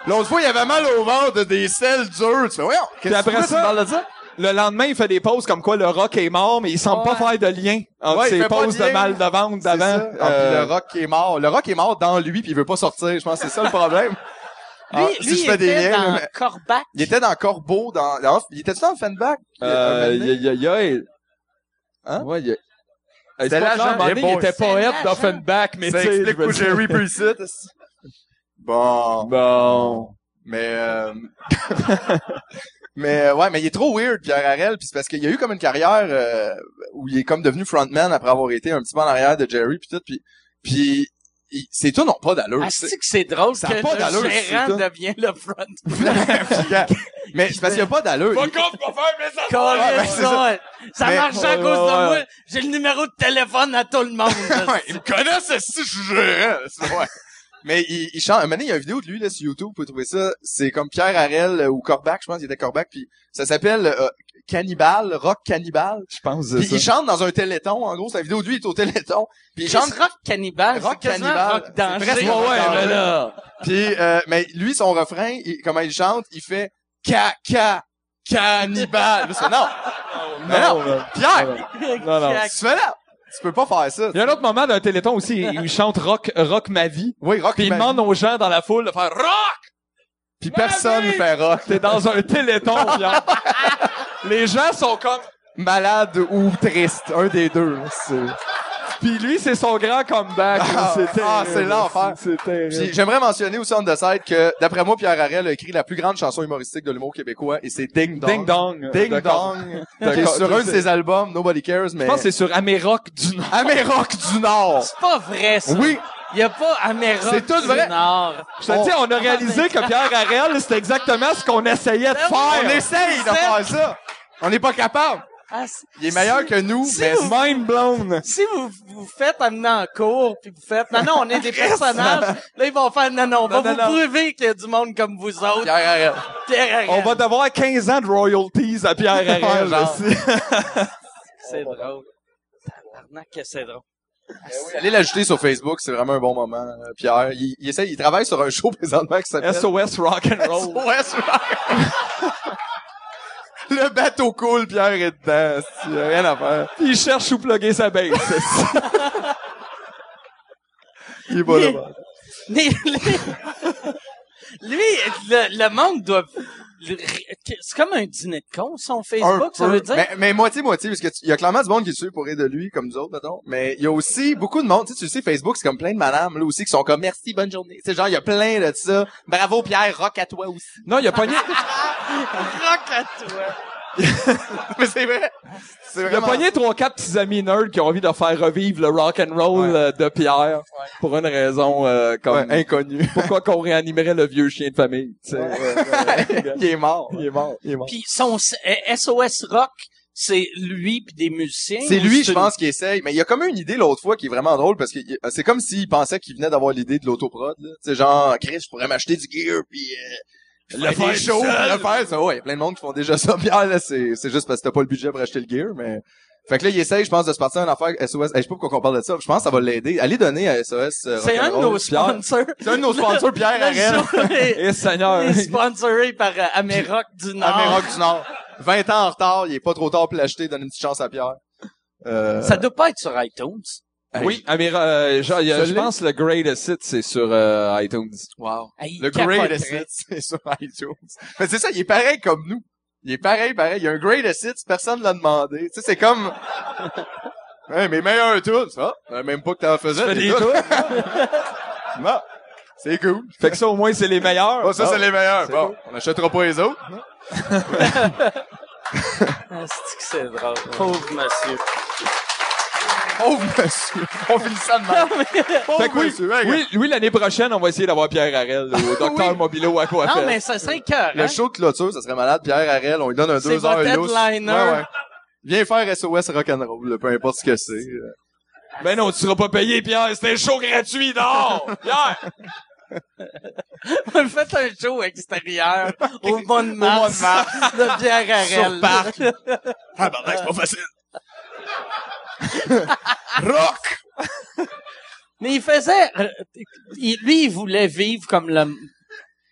[SPEAKER 1] L'autre fois, il avait mal au ventre, des selles dures. Tu fais, voyons,
[SPEAKER 3] Puis
[SPEAKER 1] qu'est-ce que tu
[SPEAKER 3] après
[SPEAKER 1] fais, tu me
[SPEAKER 3] ça,
[SPEAKER 1] parles de ça?
[SPEAKER 3] le lendemain, il fait des pauses comme quoi le rock est mort, mais il semble
[SPEAKER 5] Ouais.
[SPEAKER 3] pas faire de lien entre
[SPEAKER 1] Ouais, il
[SPEAKER 3] ses
[SPEAKER 1] fait pas
[SPEAKER 3] pauses
[SPEAKER 1] de
[SPEAKER 3] de,
[SPEAKER 1] lien.
[SPEAKER 3] mal de ventre
[SPEAKER 1] C'est
[SPEAKER 3] d'avant.
[SPEAKER 1] ça. Ah,
[SPEAKER 3] Euh,
[SPEAKER 1] puis le rock qui est mort. Le rock est mort dans lui puis il veut pas sortir. Je pense que c'est ça le problème.
[SPEAKER 5] Lui,
[SPEAKER 1] Ah,
[SPEAKER 5] lui
[SPEAKER 1] si je
[SPEAKER 5] il
[SPEAKER 1] fais des
[SPEAKER 5] était
[SPEAKER 1] liens,
[SPEAKER 5] dans
[SPEAKER 1] là, mais-
[SPEAKER 5] Corbac.
[SPEAKER 1] Il était dans Corbeau, dans, dans- il était dans le fanback?
[SPEAKER 3] Euh, y a, y a, y a...
[SPEAKER 1] Hein?
[SPEAKER 3] Ouais, y a... Hey,
[SPEAKER 1] C'était
[SPEAKER 3] c'est pas
[SPEAKER 1] l'agent.
[SPEAKER 3] clair, à un moment
[SPEAKER 1] Hey,
[SPEAKER 3] donné, il
[SPEAKER 1] boy.
[SPEAKER 3] était
[SPEAKER 5] C'est
[SPEAKER 3] poète
[SPEAKER 5] l'agent.
[SPEAKER 3] d'Offenbach, mais tu
[SPEAKER 1] ça
[SPEAKER 3] sais, je
[SPEAKER 1] explique
[SPEAKER 3] veux
[SPEAKER 1] où
[SPEAKER 3] dire-
[SPEAKER 1] Jerry Pursuit. Bon.
[SPEAKER 3] Bon.
[SPEAKER 1] Mais, euh... mais, euh, ouais, mais il est trop weird, Pierre Harel, puis c'est parce qu'il y a eu comme une carrière, euh, où il est comme devenu frontman après avoir été un petit peu en arrière de Jerry puis tout puis, puis, il- ses tunes n'ont pas d'allure.
[SPEAKER 5] Ah,
[SPEAKER 1] tu sais.
[SPEAKER 5] c'est que c'est drôle
[SPEAKER 1] Ça
[SPEAKER 5] que
[SPEAKER 1] a pas d'allure,
[SPEAKER 5] le gérant
[SPEAKER 1] ce truc-là.
[SPEAKER 5] devient le front.
[SPEAKER 1] euh, mais c'est parce qu'il n'y a pas d'allure. Il-
[SPEAKER 5] Colin,
[SPEAKER 1] ben, c'est
[SPEAKER 5] ça, ça
[SPEAKER 1] Mais-
[SPEAKER 5] marche à
[SPEAKER 3] Ouais,
[SPEAKER 5] cause
[SPEAKER 3] ouais,
[SPEAKER 5] de moi.
[SPEAKER 3] ouais.
[SPEAKER 5] J'ai le numéro de téléphone à tout le monde.
[SPEAKER 1] Ouais, ils me connaissent si je jurais. Ouais. Mais il, il chante. Un moment donné, il y a une vidéo de lui là, sur YouTube, vous pouvez trouver ça. C'est comme Pierre Harel euh, ou Corbac, je pense, il était Corbac. Puis ça s'appelle euh, Cannibal, Rock Cannibal.
[SPEAKER 3] Je pense que
[SPEAKER 1] Puis
[SPEAKER 3] c'est
[SPEAKER 1] il
[SPEAKER 3] ça.
[SPEAKER 1] chante dans un téléthon. En gros, sa vidéo de lui il est au téléthon. Puis il chante
[SPEAKER 2] rock cannibale.
[SPEAKER 1] Rock
[SPEAKER 2] c'est quasiment
[SPEAKER 1] cannibale.
[SPEAKER 2] Rock danger.
[SPEAKER 1] C'est presque rock danger.
[SPEAKER 2] là.
[SPEAKER 1] Puis, euh, mais lui, son refrain, il- comment il chante, il fait caca cannibale. Là, c'est- non, mais non,
[SPEAKER 3] Ah
[SPEAKER 1] Pierre,
[SPEAKER 3] Non, non.
[SPEAKER 1] tu fais là, tu peux pas faire ça.
[SPEAKER 3] Il y a un autre moment d'un téléthon aussi, il il chante rock, rock ma vie.
[SPEAKER 1] Oui, rock.
[SPEAKER 3] Puis il
[SPEAKER 1] ma-
[SPEAKER 3] demande aux gens dans la foule de faire rock!
[SPEAKER 1] Puis personne ne fait rock.
[SPEAKER 3] T'es dans un téléthon, Pierre. Les gens sont comme,
[SPEAKER 1] Malade ou triste, un des deux. là, c'est-
[SPEAKER 3] Puis lui, c'est son grand comeback.
[SPEAKER 1] Ah,
[SPEAKER 3] c'est terrible.
[SPEAKER 1] ah, c'est l'enfer.
[SPEAKER 3] C'est terrible.
[SPEAKER 1] Puis j'aimerais mentionner aussi on the side que d'après moi, Pierre Harel a écrit la plus grande chanson humoristique de l'humour québécois et c'est Ding Dong.
[SPEAKER 3] Ding dong.
[SPEAKER 1] Ding
[SPEAKER 3] D'accord.
[SPEAKER 1] Dong.
[SPEAKER 3] D'accord.
[SPEAKER 1] Qui est sur un de
[SPEAKER 3] C'est-
[SPEAKER 1] ses albums, Nobody Cares, mais.
[SPEAKER 3] Je pense que c'est sur Améroc du Nord.
[SPEAKER 1] Amérock du Nord.
[SPEAKER 2] C'est pas vrai, ça.
[SPEAKER 1] Oui,
[SPEAKER 2] Il y a pas Améroc
[SPEAKER 1] C'est tout
[SPEAKER 2] du
[SPEAKER 1] vrai.
[SPEAKER 2] Nord.
[SPEAKER 3] Je
[SPEAKER 1] Oh.
[SPEAKER 3] te dis, on a réalisé que Pierre Harel, c'était exactement ce qu'on essayait de
[SPEAKER 1] on
[SPEAKER 3] faire.
[SPEAKER 1] essaye de faire ça. On n'est pas capable.
[SPEAKER 2] Ah, si-
[SPEAKER 1] Il est meilleur que nous,
[SPEAKER 2] si
[SPEAKER 1] mais
[SPEAKER 2] vous-
[SPEAKER 3] Mind blown.
[SPEAKER 2] Si vous vous faites amener en cours, puis vous faites, non, non, on est des personnages, là, ils vont faire, non, non, on va
[SPEAKER 3] Non, non,
[SPEAKER 2] vous
[SPEAKER 3] non.
[SPEAKER 2] prouver qu'il y a du monde comme vous autres.
[SPEAKER 1] Pierre Harel.
[SPEAKER 2] Pierre Arel.
[SPEAKER 3] On va devoir 15 ans de royalties à Pierre Harel.
[SPEAKER 1] genre.
[SPEAKER 3] aussi.
[SPEAKER 2] C'est drôle. Tabarnak, que c'est drôle.
[SPEAKER 1] Allez l'ajouter sur Facebook, c'est vraiment un bon moment, euh, Pierre. Il, il essaie, il travaille sur un show présentement qui s'appelle
[SPEAKER 3] SOS rock and roll.
[SPEAKER 1] SOS Rock. Le bateau coule, Pierre est dedans. Il n'y a rien à faire.
[SPEAKER 3] Puis il cherche où plugger sa base.
[SPEAKER 1] Il est pas
[SPEAKER 2] Mais-
[SPEAKER 1] là-bas.
[SPEAKER 2] Mais lui, lui, le, le monde doit... le- C'est comme un dîner de con, son
[SPEAKER 1] Un
[SPEAKER 2] Facebook, ça
[SPEAKER 1] peu.
[SPEAKER 2] veut dire.
[SPEAKER 1] Mais, mais moitié-moitié, parce que tu- il y a clairement du monde qui le suit pour rire de lui, comme nous autres, mettons. Mais il y a aussi beaucoup de monde, tu sais, tu sais, Facebook, c'est comme plein de madames, là, aussi, qui sont comme, merci, bonne journée. C'est genre, il y a plein de ça. Bravo, Pierre, rock à toi aussi.
[SPEAKER 3] non, il a pogné,
[SPEAKER 2] Rock à toi.
[SPEAKER 1] mais c'est vrai. C'est
[SPEAKER 3] il a
[SPEAKER 1] vraiment...
[SPEAKER 3] pogné trois, quatre petits amis nerds qui ont envie de faire revivre le rock and roll
[SPEAKER 1] Ouais.
[SPEAKER 3] euh, de Pierre. Pour une raison, euh, comme,
[SPEAKER 1] Ouais, inconnu.
[SPEAKER 3] pourquoi qu'on réanimerait le vieux chien de famille, tu sais. Euh,
[SPEAKER 1] il est mort.
[SPEAKER 3] il est mort, il est mort.
[SPEAKER 2] Puis son S- eh, SOS Rock, c'est lui puis des musiciens.
[SPEAKER 1] C'est
[SPEAKER 2] ou
[SPEAKER 1] lui, je
[SPEAKER 2] une-
[SPEAKER 1] pense, qui essaye. Mais il y a comme eu une idée l'autre fois qui est vraiment drôle parce que il- c'est comme s'il pensait qu'il venait d'avoir l'idée de l'autoprod. là. Tu sais, genre, Chris, je pourrais m'acheter du gear puis euh, le faire chaud, le faire. Ça, ouais, il y a plein de monde qui font déjà ça. Pierre, là, c'est c'est juste parce que t'as pas le budget pour acheter le gear, mais. Fait que là, il essaye, je pense, de se partir en affaire SOS. Hey, je sais pas pourquoi on parle de ça. Je pense que ça va l'aider. Allez donner à SOS. euh,
[SPEAKER 2] C'est un de
[SPEAKER 1] Rock'n'Roll,
[SPEAKER 2] nos
[SPEAKER 1] Pierre.
[SPEAKER 2] sponsors.
[SPEAKER 1] C'est un de nos sponsors, Pierre
[SPEAKER 2] Le
[SPEAKER 1] Arel.
[SPEAKER 2] show est-
[SPEAKER 3] Eh, Seigneur.
[SPEAKER 2] est sponsoré par euh, Améroc du Nord.
[SPEAKER 1] Améroc du Nord. 20 ans en retard, il est pas trop tard pour l'acheter. Donne une petite chance à Pierre. Euh,
[SPEAKER 2] Ça doit pas être sur iTunes.
[SPEAKER 1] hey,
[SPEAKER 3] Oui, Amir, euh, genre, il y a-
[SPEAKER 1] Je
[SPEAKER 3] je
[SPEAKER 1] l'ai.
[SPEAKER 3] pense le greatest hit, c'est sur euh, iTunes.
[SPEAKER 1] Wow.
[SPEAKER 2] Hey, il
[SPEAKER 1] Le
[SPEAKER 2] capoterait.
[SPEAKER 1] great asset, c'est sur iTunes. Mais c'est ça, il est pareil comme nous. Il est pareil, pareil. Il y a un great asset, personne l'a demandé. Tu sais, c'est comme... Hey, mes meilleurs tunes, ça. Ah, Même pas que t'en faisais.
[SPEAKER 3] fais
[SPEAKER 1] des
[SPEAKER 3] des
[SPEAKER 1] tunes.
[SPEAKER 3] tunes.
[SPEAKER 1] Bon, c'est cool.
[SPEAKER 3] Fait que ça, au moins, c'est les meilleurs. Ah.
[SPEAKER 1] Bon, Oh, ça, c'est les meilleurs.
[SPEAKER 3] c'est
[SPEAKER 1] Bon,
[SPEAKER 3] cool.
[SPEAKER 1] on n'achètera pas les autres.
[SPEAKER 2] Ah, c'est que c'est drôle. Pauvre monsieur.
[SPEAKER 1] Pauvre monsieur. On finit ça de mal.
[SPEAKER 3] Fait que
[SPEAKER 1] Pauvre
[SPEAKER 3] oui,
[SPEAKER 1] monsieur. Hey,
[SPEAKER 3] oui, oui, l'année prochaine, on va essayer d'avoir Pierre Harel au Docteur Mobilo à quoi
[SPEAKER 2] Non, mais ça serait cœur.
[SPEAKER 3] Hein?
[SPEAKER 1] Le show de clôture, ça serait malade. Pierre Harel, on lui donne un
[SPEAKER 2] C'est
[SPEAKER 1] deux heures
[SPEAKER 2] votre
[SPEAKER 1] lousse.
[SPEAKER 2] headliner.
[SPEAKER 1] Ouais, ouais. Viens faire SOS rock'n'roll, là, peu importe ce que c'est. Euh,
[SPEAKER 3] Ben non, tu seras pas payé, Pierre. C'était un show gratuit, non! Pierre!
[SPEAKER 2] Faites un show extérieur au mois de mars, de Pierre Arel.
[SPEAKER 1] Sur parc. Ah, ben, c'est pas facile. Rock!
[SPEAKER 2] Mais il faisait, euh, il- lui, il voulait vivre comme le.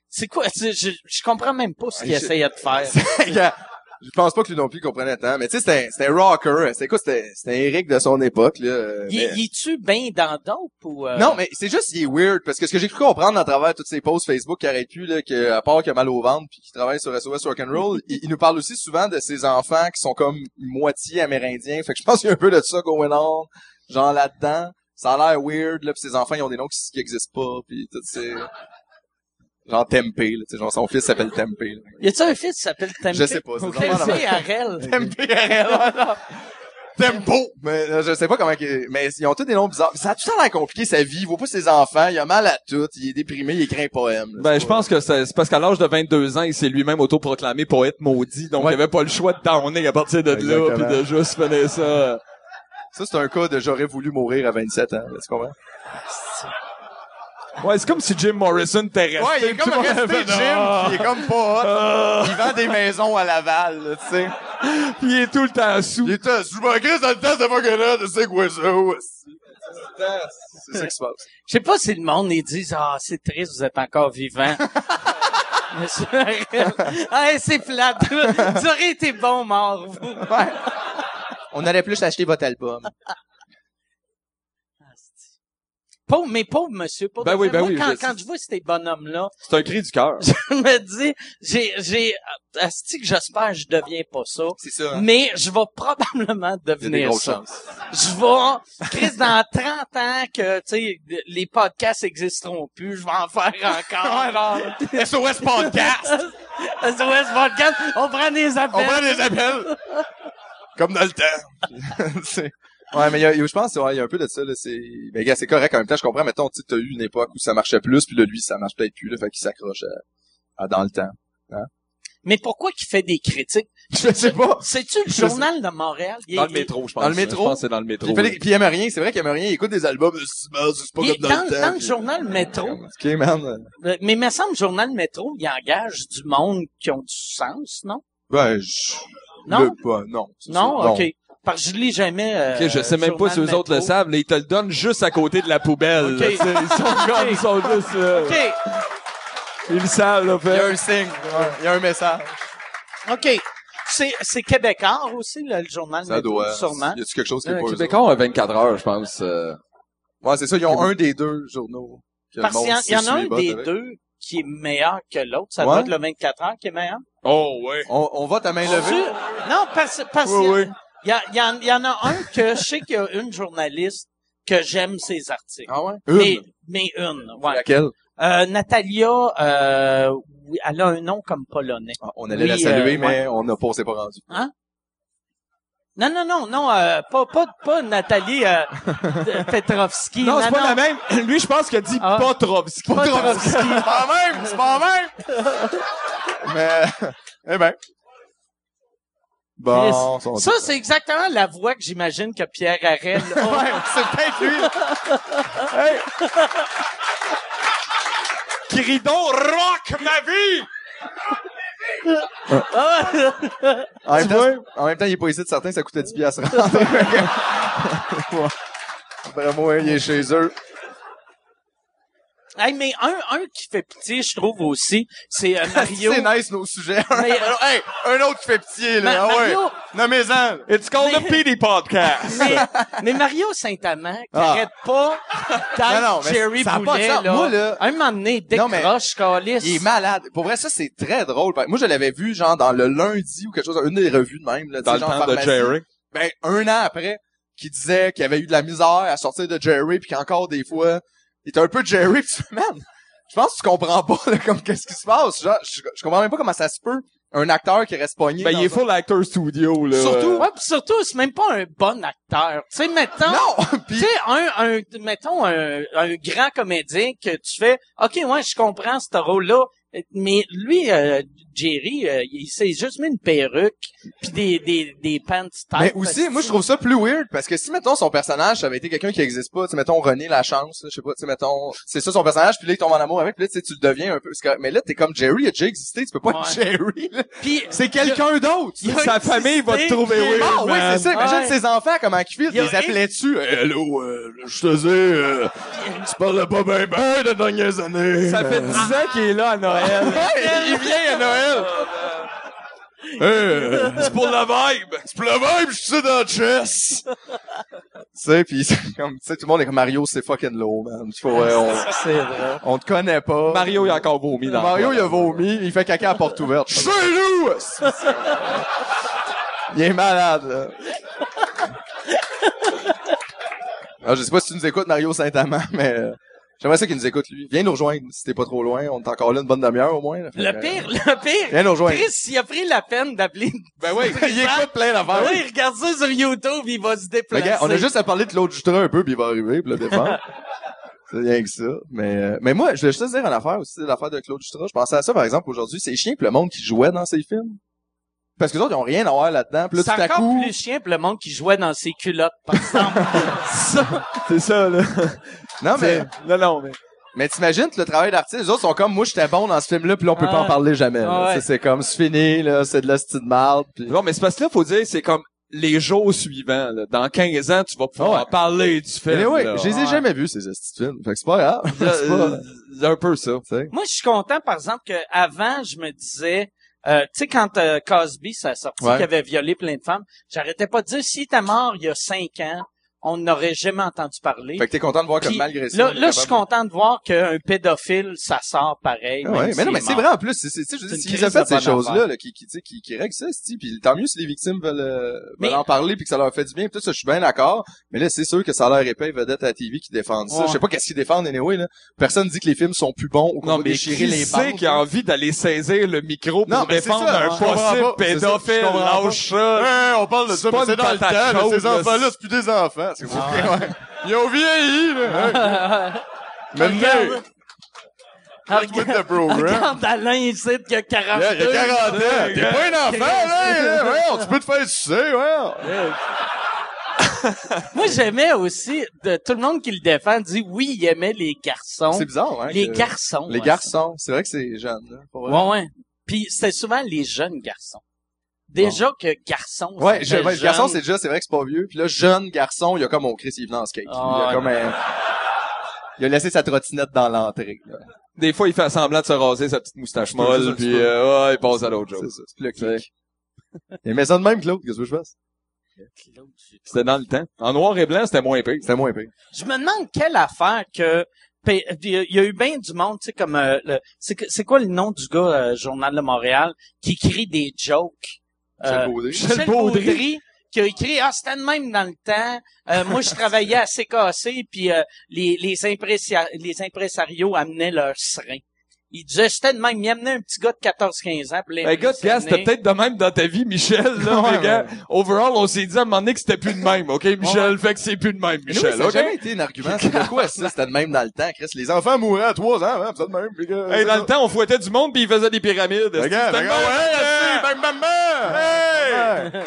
[SPEAKER 2] C'est quoi c'est- Je, je comprends même pas ce qu'il
[SPEAKER 1] Ah, Je-
[SPEAKER 2] essayait de faire.
[SPEAKER 1] Regarde, Je pense pas que lui non plus comprenait tant, mais tu sais, c'était un- c'était un rocker, c'était quoi, c'était c'était un Eric de son époque, là. euh,
[SPEAKER 2] Il,
[SPEAKER 1] mais-
[SPEAKER 2] il tue bien dans d'autres ou euh,
[SPEAKER 1] Non, mais c'est juste, il est weird, parce que ce que j'ai cru comprendre à travers toutes ces posts Facebook qui arrêtent plus, là, que, à part qu'il a mal au ventre puis qu'il travaille sur SOS Rock'n'Roll, il, il nous parle aussi souvent de ses enfants qui sont comme moitié amérindiens, fait que je pense qu'il y a un peu de ça going on, genre là-dedans. Ça a l'air weird, là, pis ses enfants, ils ont des noms qui, qui existent pas, puis tout, c'est... Genre Tempé, là, tu sais, genre son fils s'appelle Tempé, là.
[SPEAKER 2] Y a-tu un fils qui s'appelle Tempe?
[SPEAKER 1] Je sais pas, c'est
[SPEAKER 2] Ou
[SPEAKER 1] vraiment
[SPEAKER 2] Tempe Arel.
[SPEAKER 1] Tempo. Tempo. Mais euh, je sais pas comment qu'il- mais ils ont tous des noms bizarres. Ça a tout le temps l'air compliqué sa vie, il voit pas ses enfants, il a mal à tout, il est déprimé, il écrit un poème. là.
[SPEAKER 3] Ben,
[SPEAKER 1] C'est
[SPEAKER 3] je
[SPEAKER 1] pas-
[SPEAKER 3] pense que c'est c'est parce qu'à l'âge de 22 ans, il s'est lui-même autoproclamé poète maudit, donc
[SPEAKER 1] Ouais.
[SPEAKER 3] il avait pas le choix de downer à partir de là,
[SPEAKER 1] Exactement.
[SPEAKER 3] puis de juste finir ça. euh,
[SPEAKER 1] ça c'est un cas de j'aurais voulu mourir à 27 ans, là, tu comprends
[SPEAKER 3] Ouais, c'est comme si Jim Morrison t'est resté. Ah.
[SPEAKER 1] Ouais, ben, il est
[SPEAKER 3] puis
[SPEAKER 1] comme
[SPEAKER 3] tout le monde
[SPEAKER 1] resté
[SPEAKER 3] avait
[SPEAKER 1] Jim,
[SPEAKER 3] fait, Ah!
[SPEAKER 1] puis il est comme pas hot. Il vend des maisons à Laval, là, tu sais.
[SPEAKER 3] Il est tout le temps
[SPEAKER 1] Il
[SPEAKER 3] sous.
[SPEAKER 1] était, je me crisse dans le temps, c'est pas que là, tu sais quoi ça, hostie. C'est ça qui se passe.
[SPEAKER 2] Je sais pas si le monde, ils disent, ah, c'est triste, vous êtes encore vivant. Mais c'est- ah, c'est plate. vous auriez été bon mort, vous.
[SPEAKER 1] On aurait plus acheté votre album.
[SPEAKER 2] Pauvre, mais pauvre monsieur, pauvre
[SPEAKER 3] Ben oui, ben
[SPEAKER 2] moi,
[SPEAKER 3] oui,
[SPEAKER 2] quand,
[SPEAKER 3] je-
[SPEAKER 2] quand je vois ces bonhommes-là,
[SPEAKER 3] C'est un cri du cœur.
[SPEAKER 2] je me dis, j'ai, j'ai, asti que j'espère que je deviens pas ça.
[SPEAKER 1] C'est ça. hein.
[SPEAKER 2] Mais je vais probablement
[SPEAKER 1] Il y a des
[SPEAKER 2] devenir
[SPEAKER 1] grosses
[SPEAKER 2] ça.
[SPEAKER 1] chances.
[SPEAKER 2] Je vais, Chris, dans 30 ans que, tu sais, les podcasts existeront plus, je vais en faire encore.
[SPEAKER 1] SOS Podcast!
[SPEAKER 2] SOS Podcast, on prend des
[SPEAKER 1] On
[SPEAKER 2] appels.
[SPEAKER 1] prend des appels! Comme dans le temps. C'est- ouais, mais il y a- il y a- je pense qu'il y a un peu de ça, là. C'est, ben, gars, c'est correct. En même temps, je comprends. Mettons, tu sais, t'as eu une époque où ça marchait plus, puis là, lui, ça marche peut-être plus, là. Fait qu'il s'accroche à, à dans le temps.
[SPEAKER 2] Mais pourquoi qu'il fait des critiques?
[SPEAKER 1] Je sais pas.
[SPEAKER 2] C'est-tu le journal de Montréal? Il-
[SPEAKER 3] Dans le
[SPEAKER 2] il-
[SPEAKER 3] métro, je pense.
[SPEAKER 1] Dans le
[SPEAKER 3] Je
[SPEAKER 1] métro?
[SPEAKER 3] pense que c'est dans le métro.
[SPEAKER 1] Il fait
[SPEAKER 3] là.
[SPEAKER 1] des- Puis il aime rien. C'est vrai qu'il aime rien. Il écoute des albums. de C'est pas c'est pas
[SPEAKER 2] il-
[SPEAKER 1] comme
[SPEAKER 2] dans,
[SPEAKER 1] dans, le temps.
[SPEAKER 2] dans le
[SPEAKER 1] puis-
[SPEAKER 2] journal Métro,
[SPEAKER 1] Ok, man.
[SPEAKER 2] euh, mais il me semble le journal Métro, il engage du monde qui ont du sens, non?
[SPEAKER 1] Ben, je...
[SPEAKER 2] Non?
[SPEAKER 1] le- ben, non. c'est
[SPEAKER 2] Non?
[SPEAKER 1] ça.
[SPEAKER 2] OK. Parce que je lis jamais... euh,
[SPEAKER 3] Ok, je sais même pas
[SPEAKER 2] journal
[SPEAKER 3] si eux autres le
[SPEAKER 2] Métro.
[SPEAKER 3] savent, mais ils te le donnent juste à côté de la poubelle.
[SPEAKER 2] Ok.
[SPEAKER 3] là, tu sais. Ils sont comme, ils sont juste, là.
[SPEAKER 2] OK.
[SPEAKER 3] Ils le savent, là,
[SPEAKER 1] Il y
[SPEAKER 3] fait.
[SPEAKER 1] a un signe. ouais. Il y a un message.
[SPEAKER 2] OK. C'est, c'est québécois aussi, là, le journal
[SPEAKER 1] Ça
[SPEAKER 2] Métro,
[SPEAKER 1] doit.
[SPEAKER 2] sûrement.
[SPEAKER 1] Y a-tu quelque chose qui est
[SPEAKER 2] Euh,
[SPEAKER 3] Le
[SPEAKER 1] pas eux
[SPEAKER 3] Québécois ont 24 heures, je pense. euh.
[SPEAKER 1] autres? Ouais, c'est ça. Ils ont un des deux journaux. que le
[SPEAKER 2] Parce
[SPEAKER 1] monde
[SPEAKER 2] qu'il y en- il y en
[SPEAKER 1] s'essuie
[SPEAKER 2] a
[SPEAKER 1] les
[SPEAKER 2] un
[SPEAKER 1] bottes
[SPEAKER 2] des
[SPEAKER 1] avec.
[SPEAKER 2] deux qui est meilleur que l'autre. Ça
[SPEAKER 1] Ouais.
[SPEAKER 2] doit être le 24 heures qui est meilleur.
[SPEAKER 3] Oh, ouais.
[SPEAKER 1] On, on va ta main levée.
[SPEAKER 2] Tu- Non, parce, parce
[SPEAKER 3] Oui,
[SPEAKER 2] qu'il y a-
[SPEAKER 3] oui.
[SPEAKER 2] il y, a- il y en- il y en a un que je sais qu'il y a une journaliste que j'aime ses articles.
[SPEAKER 1] Ah ouais?
[SPEAKER 2] Mais, mais une, ouais.
[SPEAKER 1] Laquelle?
[SPEAKER 2] Euh, Natalia, euh, oui, elle a un nom comme polonais.
[SPEAKER 1] Ah, on allait
[SPEAKER 2] Oui,
[SPEAKER 1] la saluer,
[SPEAKER 2] euh,
[SPEAKER 1] mais on n'a pas, on s'est pas rendu.
[SPEAKER 2] Non, non, non, non, euh, pas, pas, pas Nathalie euh, de- Petrovski.
[SPEAKER 3] Non, c'est pas
[SPEAKER 2] non.
[SPEAKER 3] la même. Lui, je pense qu'il a dit
[SPEAKER 2] Ah.
[SPEAKER 3] Potrovski. Potrovski.
[SPEAKER 1] C'est pas la même! C'est pas la même! mais, eh ben. Bon,
[SPEAKER 2] Chris. Ça, c'est exactement la voix que j'imagine que Pierre Harel a.
[SPEAKER 1] Ouais, c'est peut-être lui. hey.
[SPEAKER 3] Guéridon rock ma vie!
[SPEAKER 1] En même, temps, en même temps, il est pas ici de certain, ça coûtait 10 piastres à se rendre. Vraiment, il est chez eux.
[SPEAKER 2] Hey, mais un, un qui fait pitié, je trouve aussi, c'est euh, Mario.
[SPEAKER 1] C'est nice, nos sujets.
[SPEAKER 2] Mais-
[SPEAKER 1] Alors, hey, un autre qui fait pitié, là.
[SPEAKER 2] Ma-
[SPEAKER 1] ah ouais.
[SPEAKER 2] Mario-
[SPEAKER 1] Nommez-en.
[SPEAKER 3] It's called
[SPEAKER 2] Mais-
[SPEAKER 3] the PD Podcast.
[SPEAKER 2] mais, mais Mario Saint-Amand, qui
[SPEAKER 1] Ah.
[SPEAKER 2] arrête pas d'être
[SPEAKER 1] Non, non, mais
[SPEAKER 2] Jerry
[SPEAKER 1] ça a pas de
[SPEAKER 2] Boulet,
[SPEAKER 1] sens.
[SPEAKER 2] là.
[SPEAKER 1] Moi, là-
[SPEAKER 2] Un moment donné, il
[SPEAKER 1] Non, mais-
[SPEAKER 2] décroche, calice.
[SPEAKER 1] Il est malade. Pour vrai, ça, c'est très drôle. Moi, je l'avais vu, genre, dans le lundi ou quelque chose, une des revues de même, là. tu
[SPEAKER 3] Dans le
[SPEAKER 1] sais, genre,
[SPEAKER 3] temps de
[SPEAKER 1] pharmacie.
[SPEAKER 3] Jerry.
[SPEAKER 1] Ben, un an après, qui disait qu'il avait eu de la misère à sortir de Jerry puis qu'encore des fois, il était un peu Jerry pis tu fais, man, je pense que tu comprends pas, là, comme qu'est-ce qui se passe. Genre, je, je comprends même pas comment ça se peut. Un acteur qui reste pogné.
[SPEAKER 3] Ben,
[SPEAKER 1] dans
[SPEAKER 3] il est
[SPEAKER 1] un-
[SPEAKER 3] full actor studio, là.
[SPEAKER 1] Surtout-
[SPEAKER 2] Ouais, pis surtout, c'est même pas un bon acteur. Tu sais, mettons...
[SPEAKER 1] Non!
[SPEAKER 2] Tu
[SPEAKER 1] Puis
[SPEAKER 2] sais, un, un, mettons, un, un grand comédien que tu fais, OK, ouais, je comprends ce rôle-là, mais lui, euh, Jerry, euh, il s'est juste mis une perruque puis des, des, des pants tight.
[SPEAKER 1] Mais ben, aussi, moi, je trouve ça plus weird parce que si, mettons, son personnage, ça avait été quelqu'un qui existe pas, tu sais, mettons, René Lachance, là, je sais pas, tu sais, mettons, c'est ça son personnage, puis là, il tombe en amour avec, puis là, tu sais, tu le deviens un peu. c'est correct. Mais là, t'es comme Jerry, il a déjà existé, tu peux pas être Jerry, là.
[SPEAKER 2] Puis,
[SPEAKER 1] C'est quelqu'un d'autre!
[SPEAKER 2] il a
[SPEAKER 3] Sa
[SPEAKER 2] existé,
[SPEAKER 3] famille va te trouver
[SPEAKER 2] il est
[SPEAKER 3] weird.
[SPEAKER 1] Ah oui,
[SPEAKER 3] man.
[SPEAKER 1] c'est ça. Imagine
[SPEAKER 2] Ouais.
[SPEAKER 1] ses enfants, comment ils vivent.
[SPEAKER 2] Il y a
[SPEAKER 1] Les appelais-tu? Hey, Hello, euh, je te dis, euh, tu parlais pas bien bien des dernières années.
[SPEAKER 3] Ça fait 10 ans qu'il est là à Noël.
[SPEAKER 1] Hey, il vient à Noël.
[SPEAKER 3] Oh,
[SPEAKER 1] euh,
[SPEAKER 3] c'est pour la vibe.
[SPEAKER 1] C'est pour le même, je suis ici dans le chess. tu sais, pis c'est comme, tu sais, tout le monde est comme Mario, c'est fucking low, man. Faut, euh, on,
[SPEAKER 2] C'est vrai.
[SPEAKER 1] on te connaît pas.
[SPEAKER 3] Mario, il a encore vomi dans
[SPEAKER 1] Mario,
[SPEAKER 3] le
[SPEAKER 1] il a vomi, il fait caca à porte ouverte. Chez nous! Il est malade, là. Alors, Ah, je sais pas si tu nous écoutes, Mario Saint-Amand, mais euh, j'aimerais ça qu'il nous écoute, lui. Viens nous rejoindre si t'es pas trop loin. On est encore là une bonne demi-heure, au moins. là. Fait
[SPEAKER 2] Le
[SPEAKER 1] que,
[SPEAKER 2] pire,
[SPEAKER 1] euh,
[SPEAKER 2] le pire,
[SPEAKER 1] Viens nous rejoindre.
[SPEAKER 2] Chris, il a pris la peine d'appeler.
[SPEAKER 1] Ben oui, il écoute plein d'affaires.
[SPEAKER 2] Oui, il regarde ça sur YouTube, il va se
[SPEAKER 1] Fait
[SPEAKER 2] déplacer.
[SPEAKER 1] que, on a juste à parler de l'autre Jutra un peu, puis il va arriver, puis le défendre. C'est rien que ça. Mais, euh, mais moi, je voulais juste te dire une affaire aussi, l'affaire de Claude Jutra. Je pensais à ça, par exemple, aujourd'hui. C'est chiant pour le monde qui jouait dans ces films. Parce que les autres, ils ont rien à voir là-dedans. Puis là,
[SPEAKER 2] C'est
[SPEAKER 1] tout à
[SPEAKER 2] encore
[SPEAKER 1] coup...
[SPEAKER 2] plus chiant pour le monde qui jouait dans ses culottes, par exemple. ça,
[SPEAKER 3] C'est ça, là.
[SPEAKER 1] Non, mais...
[SPEAKER 3] Non, non, mais.
[SPEAKER 1] Mais t'imagines le travail d'artiste, les autres sont comme moi j'étais bon dans ce film là puis là, on peut
[SPEAKER 2] Ah
[SPEAKER 1] pas en
[SPEAKER 2] ouais.
[SPEAKER 1] parler jamais. là.
[SPEAKER 2] Ah ouais.
[SPEAKER 1] Tu sais, C'est comme c'est fini là, c'est de la petite marde puis
[SPEAKER 3] Non, mais c'est parce que là, faut dire, c'est comme les jours suivants, là. Dans 15 ans, tu vas pouvoir
[SPEAKER 1] Ah Ouais.
[SPEAKER 3] parler du film.
[SPEAKER 1] Mais oui,
[SPEAKER 3] là.
[SPEAKER 1] je les ai jamais vus ces astuces films. Fait que c'est pas grave. c'est
[SPEAKER 2] euh,
[SPEAKER 1] pas-
[SPEAKER 3] C'est euh, un peu ça.
[SPEAKER 1] tu sais.
[SPEAKER 2] Moi, je suis content, par exemple, que avant, je me disais, euh, tu sais, quand euh, Cosby s'est sorti,
[SPEAKER 1] Ouais.
[SPEAKER 2] qu'il avait violé plein de femmes, j'arrêtais pas de dire, s'il était mort il y a cinq ans, on n'aurait jamais entendu parler.
[SPEAKER 1] Fait que t'es content de voir que
[SPEAKER 2] Puis
[SPEAKER 1] malgré ça.
[SPEAKER 2] là,
[SPEAKER 1] on est
[SPEAKER 2] là, je suis
[SPEAKER 1] capable
[SPEAKER 2] content de voir qu'un pédophile, ça sort pareil.
[SPEAKER 1] de- Ah
[SPEAKER 2] même
[SPEAKER 1] ouais, mais non,
[SPEAKER 2] s'il
[SPEAKER 1] mais
[SPEAKER 2] est
[SPEAKER 1] c'est
[SPEAKER 2] mort.
[SPEAKER 1] vrai en plus, c'est, c'est, tu sais, je veux
[SPEAKER 2] C'est
[SPEAKER 1] dire,
[SPEAKER 2] une
[SPEAKER 1] s'ils
[SPEAKER 2] crise
[SPEAKER 1] fait
[SPEAKER 2] de
[SPEAKER 1] ces
[SPEAKER 2] bonne
[SPEAKER 1] choses-là,
[SPEAKER 2] affaire.
[SPEAKER 1] là, qui, qui, tu sais, qui, qui règlent ça, c'ti, pis tant mieux si les victimes veulent, euh, veulent
[SPEAKER 2] Mais-
[SPEAKER 1] en parler pis que ça leur fait du bien, pis tout ça, je suis bien d'accord, mais là, c'est sûr que ça a l'air épais, vedette à la TV qui défendent ça,
[SPEAKER 2] Ouais.
[SPEAKER 1] je sais pas qu'est-ce qu'ils défendent, anyway, là. Personne dit que les films sont plus bons ou qu'on
[SPEAKER 3] Non,
[SPEAKER 1] va
[SPEAKER 3] mais
[SPEAKER 1] déchirer
[SPEAKER 3] qui
[SPEAKER 1] les
[SPEAKER 3] sait
[SPEAKER 1] bandes.
[SPEAKER 3] qui a envie d'aller saisir le micro pour
[SPEAKER 1] Non, mais c'est
[SPEAKER 3] défendre
[SPEAKER 1] ça,
[SPEAKER 3] un
[SPEAKER 1] je comprends
[SPEAKER 3] possible
[SPEAKER 1] pas. C'est ça, je
[SPEAKER 3] pédophile?
[SPEAKER 1] comprends pas.
[SPEAKER 3] Lâche ça.
[SPEAKER 1] Hein, on parle de
[SPEAKER 3] C'est
[SPEAKER 1] ça, mais
[SPEAKER 3] pas
[SPEAKER 1] c'est
[SPEAKER 3] une
[SPEAKER 1] dans le temps,
[SPEAKER 3] patate
[SPEAKER 1] là,
[SPEAKER 3] chaude,
[SPEAKER 1] ces
[SPEAKER 3] là,
[SPEAKER 1] enfants-là,
[SPEAKER 3] c'est-
[SPEAKER 1] c'est plus des enfants. C'est ouais. Ils ont vieilli, là. hein. Maintenant, with the program.
[SPEAKER 2] Ah, Regarde Alain ici qui a 42.
[SPEAKER 1] Là, il y a 40 ans. T'es pas un enfant, là, là. voyons, tu peux te faire sucer, ouais.
[SPEAKER 2] Moi, j'aimais aussi, de, tout le monde qui le défend dit oui, il aimait les garçons.
[SPEAKER 1] C'est bizarre, hein.
[SPEAKER 2] Les
[SPEAKER 1] que-
[SPEAKER 2] garçons.
[SPEAKER 1] Les
[SPEAKER 2] Oh, ouais,
[SPEAKER 1] garçons. C'est vrai que c'est jeune, là. pour
[SPEAKER 2] ça.
[SPEAKER 1] vrai.
[SPEAKER 2] Ouais, ouais. Puis c'était souvent les jeunes garçons. Déjà que garçon.
[SPEAKER 1] Ouais, je,
[SPEAKER 2] c'était
[SPEAKER 1] ouais,
[SPEAKER 2] jeune.
[SPEAKER 1] garçon, c'est déjà, c'est vrai que c'est pas vieux. Puis là, jeune garçon, il y a comme, on Chris, il est venu en skate. il y a
[SPEAKER 2] Ah,
[SPEAKER 1] comme un... Il a laissé sa trottinette dans l'entrée, là.
[SPEAKER 3] Des fois, il fait semblant de se raser sa petite moustache
[SPEAKER 1] Un petit peu, juste un
[SPEAKER 3] molle,
[SPEAKER 1] petit
[SPEAKER 3] puis
[SPEAKER 1] peu.
[SPEAKER 3] euh, ouais, il passe à l'autre
[SPEAKER 1] C'est
[SPEAKER 3] chose.
[SPEAKER 1] ça, c'est le clic. Il aimait ça de même, Claude. Qu'est-ce que je fasse?
[SPEAKER 3] C'était dans le temps. En noir et blanc, c'était moins pire.
[SPEAKER 1] C'était moins pire.
[SPEAKER 2] Je me demande quelle affaire que P- il y a eu bien du monde, tu sais, comme euh, le- c'est que- c'est quoi le nom du gars euh, Journal de Montréal qui écrit des jokes.
[SPEAKER 1] Michel
[SPEAKER 2] Euh,
[SPEAKER 1] Baudry.
[SPEAKER 2] Michel
[SPEAKER 3] Michel Baudry.
[SPEAKER 2] Baudry, qui a écrit Ah, c'était de même dans le temps. Euh, moi, je travaillais à CKC, puis euh, les, les, impressia- les impresarios amenaient leurs serins. Il disait c'était de même. Il amenait un petit gars de 14-15 ans. puis
[SPEAKER 3] Ben, gars, gars, c'était peut-être de même dans ta vie, Michel, là,
[SPEAKER 1] Ouais,
[SPEAKER 3] mais gars, overall, on s'est dit à un moment donné que c'était plus de même, ok, Michel? Fait que c'est plus de même,
[SPEAKER 1] Mais oui,
[SPEAKER 3] Michel,
[SPEAKER 1] ça a
[SPEAKER 3] ok?
[SPEAKER 1] jamais été un argument. C'est de quoi ça? C'était de même dans le temps, Chris. Les enfants mouraient à 3 ans, hein, pis ça de même. les gars.
[SPEAKER 3] Euh, Hey, dans le temps, on fouettait du monde pis ils faisaient des pyramides.
[SPEAKER 1] Regarde,
[SPEAKER 3] C'était
[SPEAKER 1] regarde,
[SPEAKER 3] de même,
[SPEAKER 1] ben, ouais,
[SPEAKER 3] hein?
[SPEAKER 1] c'est- bang, bang, bang! Ouais.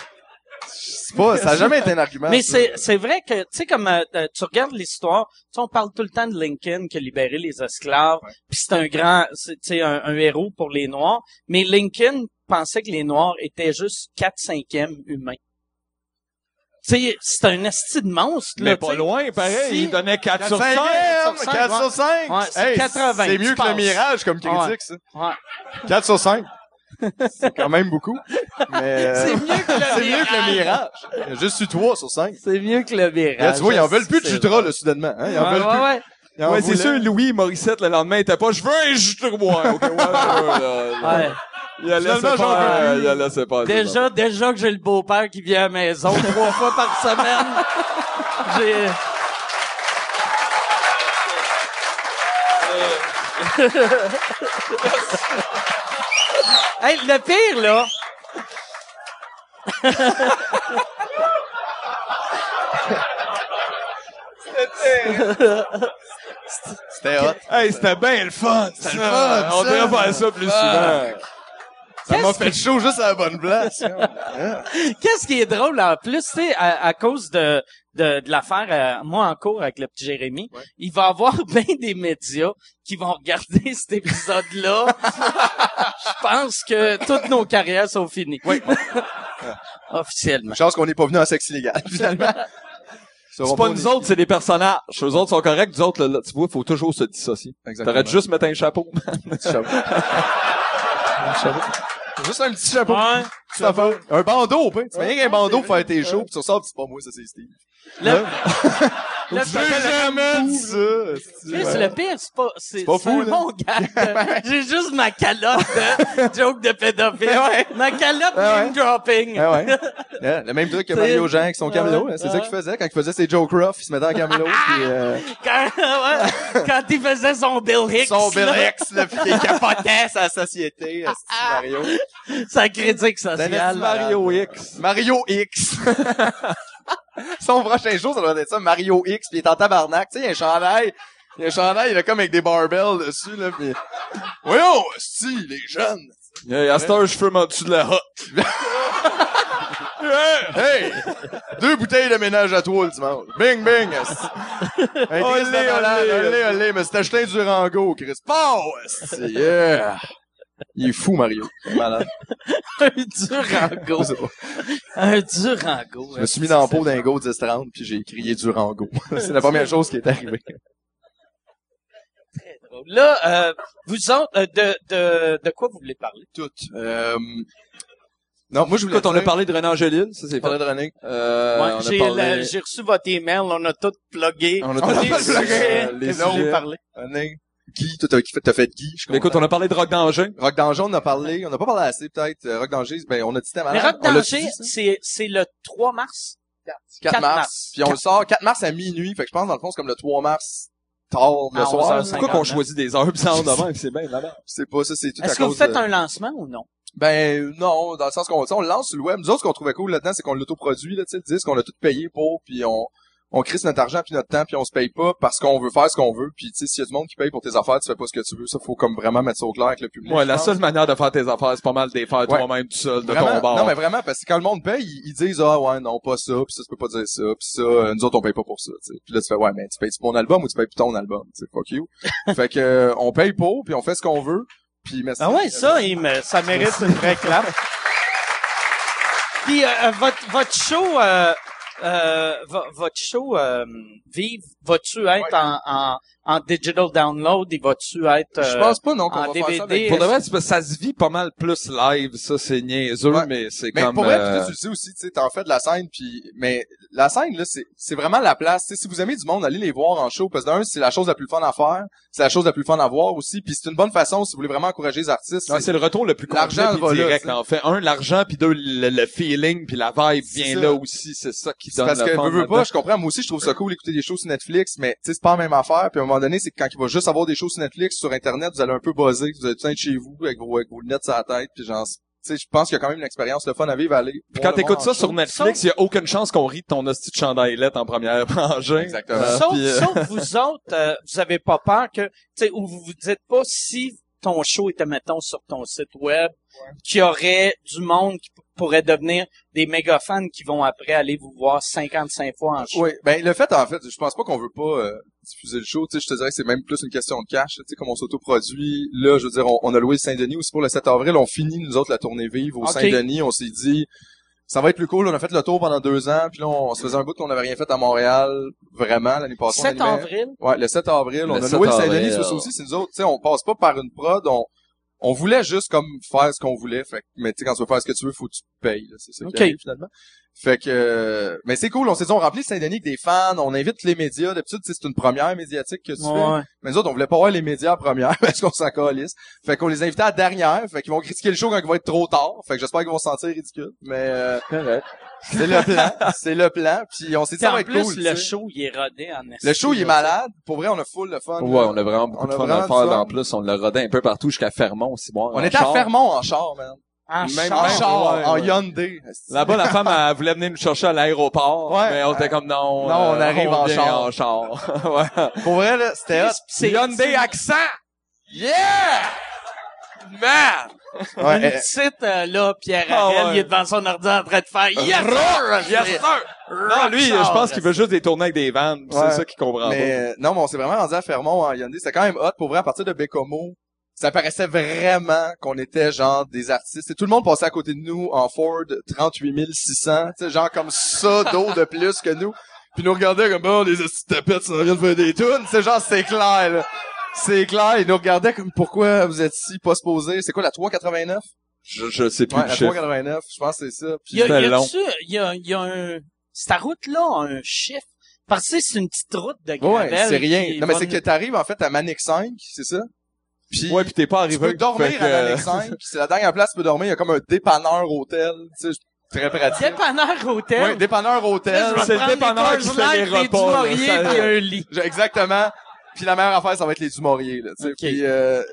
[SPEAKER 1] C'est pas, ça a jamais été un euh, argument.
[SPEAKER 2] Mais
[SPEAKER 1] ça.
[SPEAKER 2] c'est, c'est vrai que, tu sais, comme euh, euh, tu regardes l'histoire, tu sais, on parle tout le temps de Lincoln qui a libéré les esclaves, puis c'est un grand, c'est, tu sais, un, un héros pour les Noirs, mais Lincoln pensait que les Noirs étaient juste 4 cinquièmes humains. Tu sais, c'est un esti de monstre, là,
[SPEAKER 3] Mais
[SPEAKER 2] tu
[SPEAKER 3] pas
[SPEAKER 2] sais.
[SPEAKER 3] loin, pareil.
[SPEAKER 2] si-
[SPEAKER 3] Il donnait 4 sur 5.
[SPEAKER 1] Cinquième,
[SPEAKER 2] sur cinq,
[SPEAKER 1] hein? quatre
[SPEAKER 2] ouais.
[SPEAKER 1] sur 5.
[SPEAKER 2] Ouais, c'est 80,
[SPEAKER 1] C'est mieux
[SPEAKER 2] tu
[SPEAKER 1] que le
[SPEAKER 2] passes.
[SPEAKER 1] mirage comme critique,
[SPEAKER 2] Ouais.
[SPEAKER 1] ça.
[SPEAKER 2] Ouais.
[SPEAKER 1] 4 sur 5. C'est quand même beaucoup. Mais, euh,
[SPEAKER 2] C'est mieux que le
[SPEAKER 1] c'est mieux que le
[SPEAKER 2] mirage.
[SPEAKER 1] mirage. Il y a juste eu 3 sur 5.
[SPEAKER 2] C'est mieux que le virage.
[SPEAKER 1] Là, tu vois, ils en veulent plus de Jutra, là, soudainement. Hein? Ils en veulent plus.
[SPEAKER 2] Ah, ouais,
[SPEAKER 1] Ils en
[SPEAKER 3] ouais, c'est
[SPEAKER 1] voulaient.
[SPEAKER 3] sûr, Louis Morissette, le lendemain, il était pas, je veux un jus de roi. Ok, ouais, ouais, ouais,
[SPEAKER 2] ouais,
[SPEAKER 3] ouais.
[SPEAKER 2] ouais.
[SPEAKER 3] Il a laissé
[SPEAKER 1] Finalement, j'en
[SPEAKER 3] pas,
[SPEAKER 1] veux
[SPEAKER 3] il a laissé pas.
[SPEAKER 2] Déjà, déjà que j'ai le beau-père qui vient à la maison trois fois par semaine. J'ai...
[SPEAKER 1] Euh.
[SPEAKER 2] hey, le pire, là...
[SPEAKER 1] C'était hot.
[SPEAKER 3] Hey, c'était bien le fun. C'était
[SPEAKER 1] le fun,
[SPEAKER 3] On
[SPEAKER 1] ça. Ah.
[SPEAKER 3] devrait faire ça plus souvent.
[SPEAKER 1] Ça m'a
[SPEAKER 2] Qu'est-ce
[SPEAKER 1] fait chaud juste à la bonne place. hein.
[SPEAKER 2] Qu'est-ce qui est drôle en plus, tu sais, à, à cause de de, de l'affaire euh, moi en cours avec le petit Jérémy, il va y avoir bien des médias qui vont regarder cet épisode-là. Je pense que toutes nos carrières sont finies. Oui. Officiellement.
[SPEAKER 1] Chance qu'on n'est pas venu en sexe illégal, finalement.
[SPEAKER 3] C'est pas nous autres, c'est des personnages. Eux autres sont corrects, nous autres, là, là, tu vois, faut toujours se dissocier.
[SPEAKER 1] Exactement.
[SPEAKER 3] T'aurais dû juste mettre un chapeau.
[SPEAKER 1] un petit chapeau. Un petit chapeau. Juste un petit chapeau. Petit affaire. Un bandeau, hein. Tu mets rien qu'un bandeau pour faire tes shows, pis tu ressors, pis c'est pas moi, ça, c'est Steve.
[SPEAKER 2] Le, le-
[SPEAKER 1] jamais dit
[SPEAKER 2] Chris,
[SPEAKER 1] ça.
[SPEAKER 2] le pire, c'est pas, c'est,
[SPEAKER 1] pas
[SPEAKER 2] c'est
[SPEAKER 1] fou,
[SPEAKER 2] un
[SPEAKER 1] là.
[SPEAKER 2] bon gag. J'ai juste ma calotte de joke de pédophile. Ma calotte
[SPEAKER 1] Ah ouais.
[SPEAKER 2] name dropping.
[SPEAKER 1] Ah ouais. Ouais, Le même truc que
[SPEAKER 2] C'est-
[SPEAKER 1] Mario Jean avec son camelot, hein. c'est
[SPEAKER 2] Ouais. Ah,
[SPEAKER 1] ça qu'il faisait. Quand il faisait ses Joe Ruff, il se mettait en camelot, pis euh,
[SPEAKER 2] Quand, ouais, quand il faisait son Bill Hicks.
[SPEAKER 1] son Bill
[SPEAKER 2] là.
[SPEAKER 1] Hicks, là, pis il capotait sa société, euh, c'est Mario.
[SPEAKER 2] sa critique
[SPEAKER 1] Dennis
[SPEAKER 2] sociale.
[SPEAKER 1] Mario X. Mario X. Son prochain jour, ça doit être ça, Mario X, puis il est en tabarnak, tu sais, il y a un chandail. Il y a un chandail, il est comme avec des barbells dessus, là, pis... Voyons, si, les jeunes!
[SPEAKER 3] Hey, à cette heure, je fume en dessous de la hotte.
[SPEAKER 1] Hey! Deux bouteilles de ménage à toi le dimanche. Bing, bing! Hey,
[SPEAKER 3] Olé,
[SPEAKER 1] Chris de malade,
[SPEAKER 3] olé,
[SPEAKER 1] olé, olé, mais c'est acheté un Durango, Chris. Pow! Esti, Yeah! Il est fou, Mario. Il est Malade.
[SPEAKER 5] un Durango. un Durango. hein,
[SPEAKER 1] Je me suis mis dans le pot d'un go 10-30 puis j'ai crié Durango. c'est la première chose qui est arrivée.
[SPEAKER 5] Là, euh, vous autres, euh, de, de, de quoi vous voulez parler?
[SPEAKER 1] Tout. Euh, non, moi, je voulais
[SPEAKER 3] Écoute, on a
[SPEAKER 1] dire-
[SPEAKER 3] parlé de René Angélil, ça c'est
[SPEAKER 1] on a parlé
[SPEAKER 3] fait.
[SPEAKER 1] de René.
[SPEAKER 3] Euh,
[SPEAKER 5] Ouais,
[SPEAKER 3] on a
[SPEAKER 5] j'ai
[SPEAKER 3] parlé-
[SPEAKER 5] la- j'ai reçu votre email, on a tout plugué.
[SPEAKER 1] On a
[SPEAKER 3] On a
[SPEAKER 1] tout
[SPEAKER 5] les
[SPEAKER 3] plugué.
[SPEAKER 5] sujets
[SPEAKER 1] Euh, les
[SPEAKER 5] que vous voulez
[SPEAKER 1] sujets.
[SPEAKER 5] parler.
[SPEAKER 1] René. Guy, toi, t'as t'as fait Guy, je suis
[SPEAKER 3] Mais écoute, on a parlé de Rock Danger.
[SPEAKER 1] Rock Danger, on en a parlé. On n'a pas parlé assez, peut-être. Euh, Rock Danger, ben, on a dit c'était
[SPEAKER 5] Mais
[SPEAKER 1] malade.
[SPEAKER 5] Rock
[SPEAKER 1] On l'a
[SPEAKER 5] Danger,
[SPEAKER 1] dit, ça?
[SPEAKER 5] c'est c'est le 3 mars.
[SPEAKER 1] 4,
[SPEAKER 5] 4
[SPEAKER 1] mars.
[SPEAKER 5] mars.
[SPEAKER 1] Puis on le sort 4 mars à minuit. Fait que je pense, dans le fond, c'est comme le 3 mars tard, le
[SPEAKER 5] À
[SPEAKER 1] soir.
[SPEAKER 5] 11h50.
[SPEAKER 3] Pourquoi Ah, qu'on choisit des heures bizarres de même? C'est bien là-bas.
[SPEAKER 1] C'est pas ça, c'est tout à
[SPEAKER 5] Est-ce que vous
[SPEAKER 1] cause
[SPEAKER 5] faites
[SPEAKER 1] de-
[SPEAKER 5] un lancement ou non?
[SPEAKER 1] Ben, non, dans le sens qu'on, tu sais, on le lance sur le web. Nous autres, ce qu'on trouvait cool là-dedans, c'est qu'on l'autoproduit, là, tu sais, le disque, on l'a tout payé pour, puis on, on crisse notre argent puis notre temps puis on se paye pas parce qu'on veut faire ce qu'on veut puis tu sais s'il y a du monde qui paye pour tes affaires tu fais pas ce que tu veux ça faut comme vraiment mettre ça au clair avec le public
[SPEAKER 3] Ouais, la
[SPEAKER 1] je pense.
[SPEAKER 3] seule manière de faire tes affaires, c'est pas mal de les faire
[SPEAKER 1] Ouais.
[SPEAKER 3] toi-même tout seul, de
[SPEAKER 1] Vraiment,
[SPEAKER 3] ton bord.
[SPEAKER 1] Non, mais vraiment, parce que quand le monde paye, ils, ils disent, ah ouais, non, pas ça, pis ça, tu peux pas dire ça, pis ça, euh, nous autres, on paye pas pour ça, tu sais. Pis là, tu fais, ouais, mais tu payes pour mon album ou tu payes pour ton album, tu sais, fuck you. fait que, euh, on paye pour, puis on fait ce qu'on veut, puis merci.
[SPEAKER 2] Ah ouais,
[SPEAKER 1] Euh,
[SPEAKER 2] ça, il me- ça mérite une vraie clap. Puis euh, euh, votre, votre show, euh, euh, vo- votre show euh, Vive, va-tu être
[SPEAKER 1] Ouais.
[SPEAKER 2] en, en, en digital download et va-tu être...
[SPEAKER 1] Je
[SPEAKER 2] euh,
[SPEAKER 1] pense pas, non, qu'on
[SPEAKER 2] en
[SPEAKER 1] va faire ça
[SPEAKER 2] DVD,
[SPEAKER 1] avec-
[SPEAKER 3] Pour de vrai, c'est parce que ça se vit pas mal plus live, ça c'est niaiseux,
[SPEAKER 1] Ouais.
[SPEAKER 3] mais c'est
[SPEAKER 1] Mais
[SPEAKER 3] comme...
[SPEAKER 1] pour vrai,
[SPEAKER 3] euh,
[SPEAKER 1] puis toi, tu le sais aussi, tu sais, t'en fais de la scène, puis mais la scène là, c'est c'est vraiment la place. Tu sais, si vous aimez du monde, allez les voir en show parce que d'un, c'est la chose la plus fun à faire, c'est la chose la plus fun à voir aussi, puis c'est une bonne façon si vous voulez vraiment encourager les artistes.
[SPEAKER 3] Ouais, c'est le retour le plus complet
[SPEAKER 1] L'argent va
[SPEAKER 3] puis
[SPEAKER 1] là,
[SPEAKER 3] direct
[SPEAKER 1] tu sais.
[SPEAKER 3] en fait. Un, l'argent, puis deux, le, le feeling, puis la vibe
[SPEAKER 1] C'est
[SPEAKER 3] vient
[SPEAKER 1] ça.
[SPEAKER 3] là aussi. C'est ça qui
[SPEAKER 1] C'est
[SPEAKER 3] donne
[SPEAKER 1] parce
[SPEAKER 3] le
[SPEAKER 1] que
[SPEAKER 3] fun
[SPEAKER 1] veux, veux
[SPEAKER 3] là-dedans.
[SPEAKER 1] pas, je comprends. Moi aussi, je trouve ça cool d'écouter des shows sur Netflix, mais tu sais, c'est pas la même affaire. Puis à un moment donné, c'est que quand il va juste avoir des shows sur Netflix, sur Internet, vous allez un peu buzzer, vous allez tout être chez vous avec vos, avec vos lunettes sur la tête, puis genre, tu sais, je pense qu'il y a quand même une expérience le fun à vivre, à aller.
[SPEAKER 3] Puis
[SPEAKER 1] voir
[SPEAKER 3] quand
[SPEAKER 1] le
[SPEAKER 3] t'écoutes
[SPEAKER 1] monde
[SPEAKER 3] ça
[SPEAKER 1] en
[SPEAKER 3] sur
[SPEAKER 1] show.
[SPEAKER 3] Netflix, il y a aucune chance qu'on rit de ton hostie de chandailette en première rangée.
[SPEAKER 1] Exactement.
[SPEAKER 2] sauf,
[SPEAKER 3] puis, euh,
[SPEAKER 2] sauf vous autres, euh, vous avez pas peur que, tu sais, ou vous vous dites pas si ton show était, mettons, sur ton site web, qu'il y aurait du monde qui p- pourrait devenir des méga fans qui vont après aller vous voir 55 fois en show.
[SPEAKER 1] Oui, ben le fait en fait, je pense pas qu'on veut pas euh, diffuser le show, tu sais, je te dirais que c'est même plus une question de cash, tu sais comme on s'autoproduit. Là, je veux dire on, on a loué le Saint-Denis aussi pour le 7 avril, on finit nous autres la tournée vive au
[SPEAKER 2] Ok.
[SPEAKER 1] Saint-Denis, on s'est dit ça va être plus cool, on a fait le tour pendant deux ans, puis là on, on se faisait un bout qu'on n'avait rien fait à Montréal vraiment l'année passée. on
[SPEAKER 5] 7
[SPEAKER 1] animait-
[SPEAKER 5] avril,
[SPEAKER 1] Ouais, le 7 avril,
[SPEAKER 3] Le
[SPEAKER 1] on a
[SPEAKER 3] 7
[SPEAKER 1] loué le Saint-Denis,
[SPEAKER 3] avril.
[SPEAKER 1] ça aussi, c'est nous autres, tu sais, on passe pas par une prod, on on voulait juste comme faire ce qu'on voulait, fait que- mais tu sais quand tu veux faire ce que tu veux, faut que tu payes, là, c'est ça qui
[SPEAKER 2] Ok.
[SPEAKER 1] arrive, finalement. Fait que euh, mais c'est cool, on s'est dit on remplit Saint-Denis avec des fans, on invite les médias, d'habitude tu sais, c'est une première médiatique que tu fais.
[SPEAKER 2] Ouais.
[SPEAKER 1] Mais nous autres on voulait pas voir les médias à première parce qu'on s'en calisse. Fait qu'on les invitait à la dernière, fait qu'ils vont critiquer le show quand il va être trop tard. Fait que j'espère qu'ils vont se sentir ridicules, mais euh, c'est le plan, c'est le plan. Puis on s'est dit
[SPEAKER 2] Puis
[SPEAKER 1] ça va
[SPEAKER 2] en
[SPEAKER 1] être
[SPEAKER 2] plus,
[SPEAKER 1] cool. tu
[SPEAKER 2] le
[SPEAKER 1] sais.
[SPEAKER 2] show, il est rodé en esti,
[SPEAKER 1] Le show il est
[SPEAKER 2] là.
[SPEAKER 1] malade, pour vrai on a full le fun.
[SPEAKER 3] Ouais, on a vraiment beaucoup
[SPEAKER 1] On
[SPEAKER 3] de
[SPEAKER 1] a
[SPEAKER 3] fun
[SPEAKER 1] vraiment
[SPEAKER 3] à
[SPEAKER 1] du
[SPEAKER 3] faire.
[SPEAKER 1] fun.
[SPEAKER 3] En plus, on l'a rodé un peu partout jusqu'à Fermont, aussi. Bon,
[SPEAKER 1] On était à Fermont en char, man.
[SPEAKER 2] Ah, En
[SPEAKER 3] Même-
[SPEAKER 2] char.
[SPEAKER 1] en
[SPEAKER 3] même-
[SPEAKER 1] char,
[SPEAKER 3] ouais,
[SPEAKER 1] en
[SPEAKER 3] ouais.
[SPEAKER 1] Hyundai.
[SPEAKER 3] Là-bas, la femme, elle voulait venir nous chercher à l'aéroport.
[SPEAKER 1] Ouais.
[SPEAKER 3] Mais on était comme, non.
[SPEAKER 1] Non, on arrive en
[SPEAKER 3] vient
[SPEAKER 1] char.
[SPEAKER 3] en char. ouais.
[SPEAKER 1] Pour vrai, là, c'était hot.
[SPEAKER 2] C'est-
[SPEAKER 3] Hyundai accent! Yeah! Man!
[SPEAKER 1] Ouais,
[SPEAKER 2] Une
[SPEAKER 1] euh,
[SPEAKER 2] petite, euh, là, Pierre
[SPEAKER 3] Ah
[SPEAKER 2] Harel,
[SPEAKER 3] ouais. Euh,
[SPEAKER 2] il est devant son ordi en train de faire «
[SPEAKER 1] euh,
[SPEAKER 2] Yes, sir!
[SPEAKER 3] Yes, sir! Non, lui, je pense qu'il veut juste des tournées avec des vannes. pis
[SPEAKER 1] Ouais.
[SPEAKER 3] C'est ça qu'il comprend
[SPEAKER 1] mais euh, non, mais on s'est vraiment rendu à Fermont en Hyundai. C'était quand même hot. Pour vrai, à partir de Bécomo, ça paraissait vraiment qu'on était genre des artistes. Et tout le monde passait à côté de nous en Ford 38 600. Tu sais, genre comme ça d'eau de plus que nous. Puis nous regardaient comme, bon, les astuces tapettes, ça vient de faire des tunes. C'est genre, c'est clair, là. C'est clair. Ils nous regardaient comme, pourquoi vous êtes si pas supposés? C'est quoi, la 389?
[SPEAKER 3] pas. Je, je sais plus
[SPEAKER 1] Ouais,
[SPEAKER 3] le
[SPEAKER 1] la
[SPEAKER 3] chiffre.
[SPEAKER 1] 389. Je pense que c'est ça. Puis-
[SPEAKER 2] Il y a,
[SPEAKER 3] C'était
[SPEAKER 2] y a
[SPEAKER 3] long.
[SPEAKER 2] dessus, il y a, il y a un, cette route-là a un chiffre. Parce que c'est une petite route de
[SPEAKER 1] Ouais,
[SPEAKER 2] gravel.
[SPEAKER 1] c'est rien.
[SPEAKER 2] qui
[SPEAKER 1] Non, mais
[SPEAKER 2] va-
[SPEAKER 1] c'est que t'arrives, en fait, à Manic 5, c'est ça? Puis,
[SPEAKER 3] Ouais, puis t'es pas
[SPEAKER 1] tu
[SPEAKER 3] arrivé.
[SPEAKER 1] peux dormir
[SPEAKER 3] fait que,
[SPEAKER 1] à Manic 5, c'est la dernière place où tu peux dormir. Il y a comme un dépanneur hôtel, tu sais, très pratique.
[SPEAKER 2] Dépanneur hôtel.
[SPEAKER 1] Ouais, dépanneur hôtel.
[SPEAKER 3] C'est le dépanneur qui fait les repas, là,
[SPEAKER 2] Puis
[SPEAKER 3] ça-
[SPEAKER 2] un lit.
[SPEAKER 1] Je- Exactement. Puis la meilleure affaire, ça va être les Dumouriez, là, tu sais.
[SPEAKER 2] Ok.
[SPEAKER 1] Puis, euh,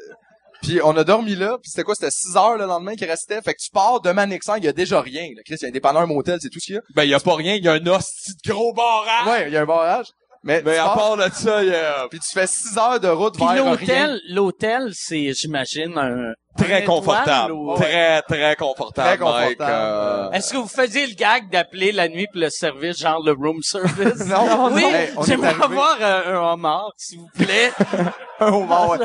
[SPEAKER 1] puis on a dormi là, puis c'était quoi? C'était 6 heures le lendemain qui restait. Fait que tu pars de Manic 5, il y a déjà rien. Là. Chris, il y a un dépanneur motel, c'est tout ce qu'il y a.
[SPEAKER 2] Ah!
[SPEAKER 3] Ben, y a pas rien. Y a un hostie de gros barrage.
[SPEAKER 1] Ouais, il y a un barrage. Mais,
[SPEAKER 3] Mais
[SPEAKER 1] tu
[SPEAKER 3] à
[SPEAKER 1] pars,
[SPEAKER 3] part de ça, il y a...
[SPEAKER 1] puis tu fais 6 heures de route
[SPEAKER 2] Puis
[SPEAKER 1] vers rien.
[SPEAKER 2] l'hôtel, l'hôtel, c'est, j'imagine, un... un
[SPEAKER 3] Très
[SPEAKER 2] étoile
[SPEAKER 3] confortable.
[SPEAKER 2] ou- euh,
[SPEAKER 3] Très, très confortable,
[SPEAKER 1] Très confortable.
[SPEAKER 3] Mike. Euh,
[SPEAKER 2] Est-ce que vous faisiez le gag d'appeler la nuit pour le service, genre le room service?
[SPEAKER 1] Non,
[SPEAKER 2] oui,
[SPEAKER 1] non, hey, on est
[SPEAKER 2] j'aimerais
[SPEAKER 1] arrivé.
[SPEAKER 2] avoir euh, un homard, s'il vous plaît.
[SPEAKER 1] Un homard, ouais.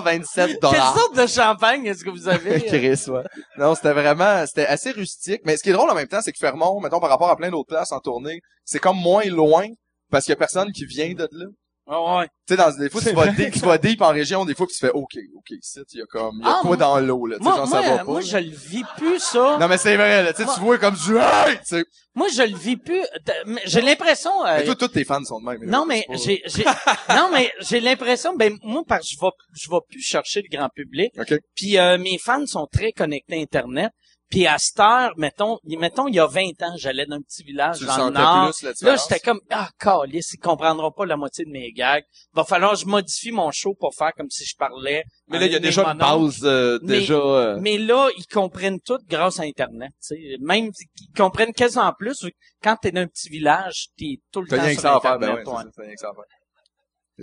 [SPEAKER 1] 227
[SPEAKER 2] Quelle
[SPEAKER 1] dollars.
[SPEAKER 2] sorte de champagne est-ce que vous avez?
[SPEAKER 1] Chris, ouais. Non, c'était vraiment, c'était assez rustique. Mais ce qui est drôle en même temps, c'est que Fermont, mettons, par rapport à plein d'autres places en tournée, c'est comme moins loin parce qu'il y a personne qui vient de là.
[SPEAKER 2] Ah ouais.
[SPEAKER 1] Tu sais, dans, des fois, tu vas, deep, tu vas deep en région, des fois, pis tu fais, OK, OK, ici, il y a comme, il y a
[SPEAKER 2] Ah,
[SPEAKER 1] quoi
[SPEAKER 2] moi-
[SPEAKER 1] dans l'eau, là? Tu sais,
[SPEAKER 2] Moi,
[SPEAKER 1] genre, ça va
[SPEAKER 2] moi,
[SPEAKER 1] pas.
[SPEAKER 2] moi,
[SPEAKER 1] là.
[SPEAKER 2] je le vis plus, ça.
[SPEAKER 1] Non, mais c'est vrai, là, tu sais,
[SPEAKER 2] Moi-
[SPEAKER 1] tu vois comme du, hey! Tu sais,
[SPEAKER 2] Moi, je le vis plus. T'as- mais J'ai l'impression... euh,
[SPEAKER 1] mais toi, tous tes fans sont de même. là.
[SPEAKER 2] Non mais
[SPEAKER 1] C'est pas-
[SPEAKER 2] j'ai j'ai non mais j'ai l'impression ben moi parce que je vais je vais plus chercher le grand public
[SPEAKER 1] OK.
[SPEAKER 2] puis euh, mes fans sont très connectés à internet puis à cette heure mettons il- mettons il y a 20 ans j'allais d'un petit village
[SPEAKER 1] Tu le
[SPEAKER 2] dans le
[SPEAKER 1] sentais
[SPEAKER 2] nord
[SPEAKER 1] plus, la
[SPEAKER 2] là
[SPEAKER 1] différence?
[SPEAKER 2] j'étais comme ah calice, ils comprendront pas la moitié de mes gags va falloir que je modifie mon show pour faire comme si je parlais
[SPEAKER 3] mais
[SPEAKER 2] en
[SPEAKER 3] là, il y a
[SPEAKER 2] une
[SPEAKER 3] déjà une
[SPEAKER 2] monologue.
[SPEAKER 3] base, euh,
[SPEAKER 2] Mais-
[SPEAKER 3] déjà... euh,
[SPEAKER 2] Mais là, ils comprennent tout grâce à Internet. tu sais. Même ils comprennent quasiment plus. Quand t'es dans un petit village, t'es tout le
[SPEAKER 1] T'as
[SPEAKER 2] temps
[SPEAKER 1] rien
[SPEAKER 2] sur
[SPEAKER 1] que ça à faire,
[SPEAKER 2] Internet.
[SPEAKER 1] ben ouais,
[SPEAKER 2] ouais.
[SPEAKER 1] c'est ça, t'as rien que ça à faire.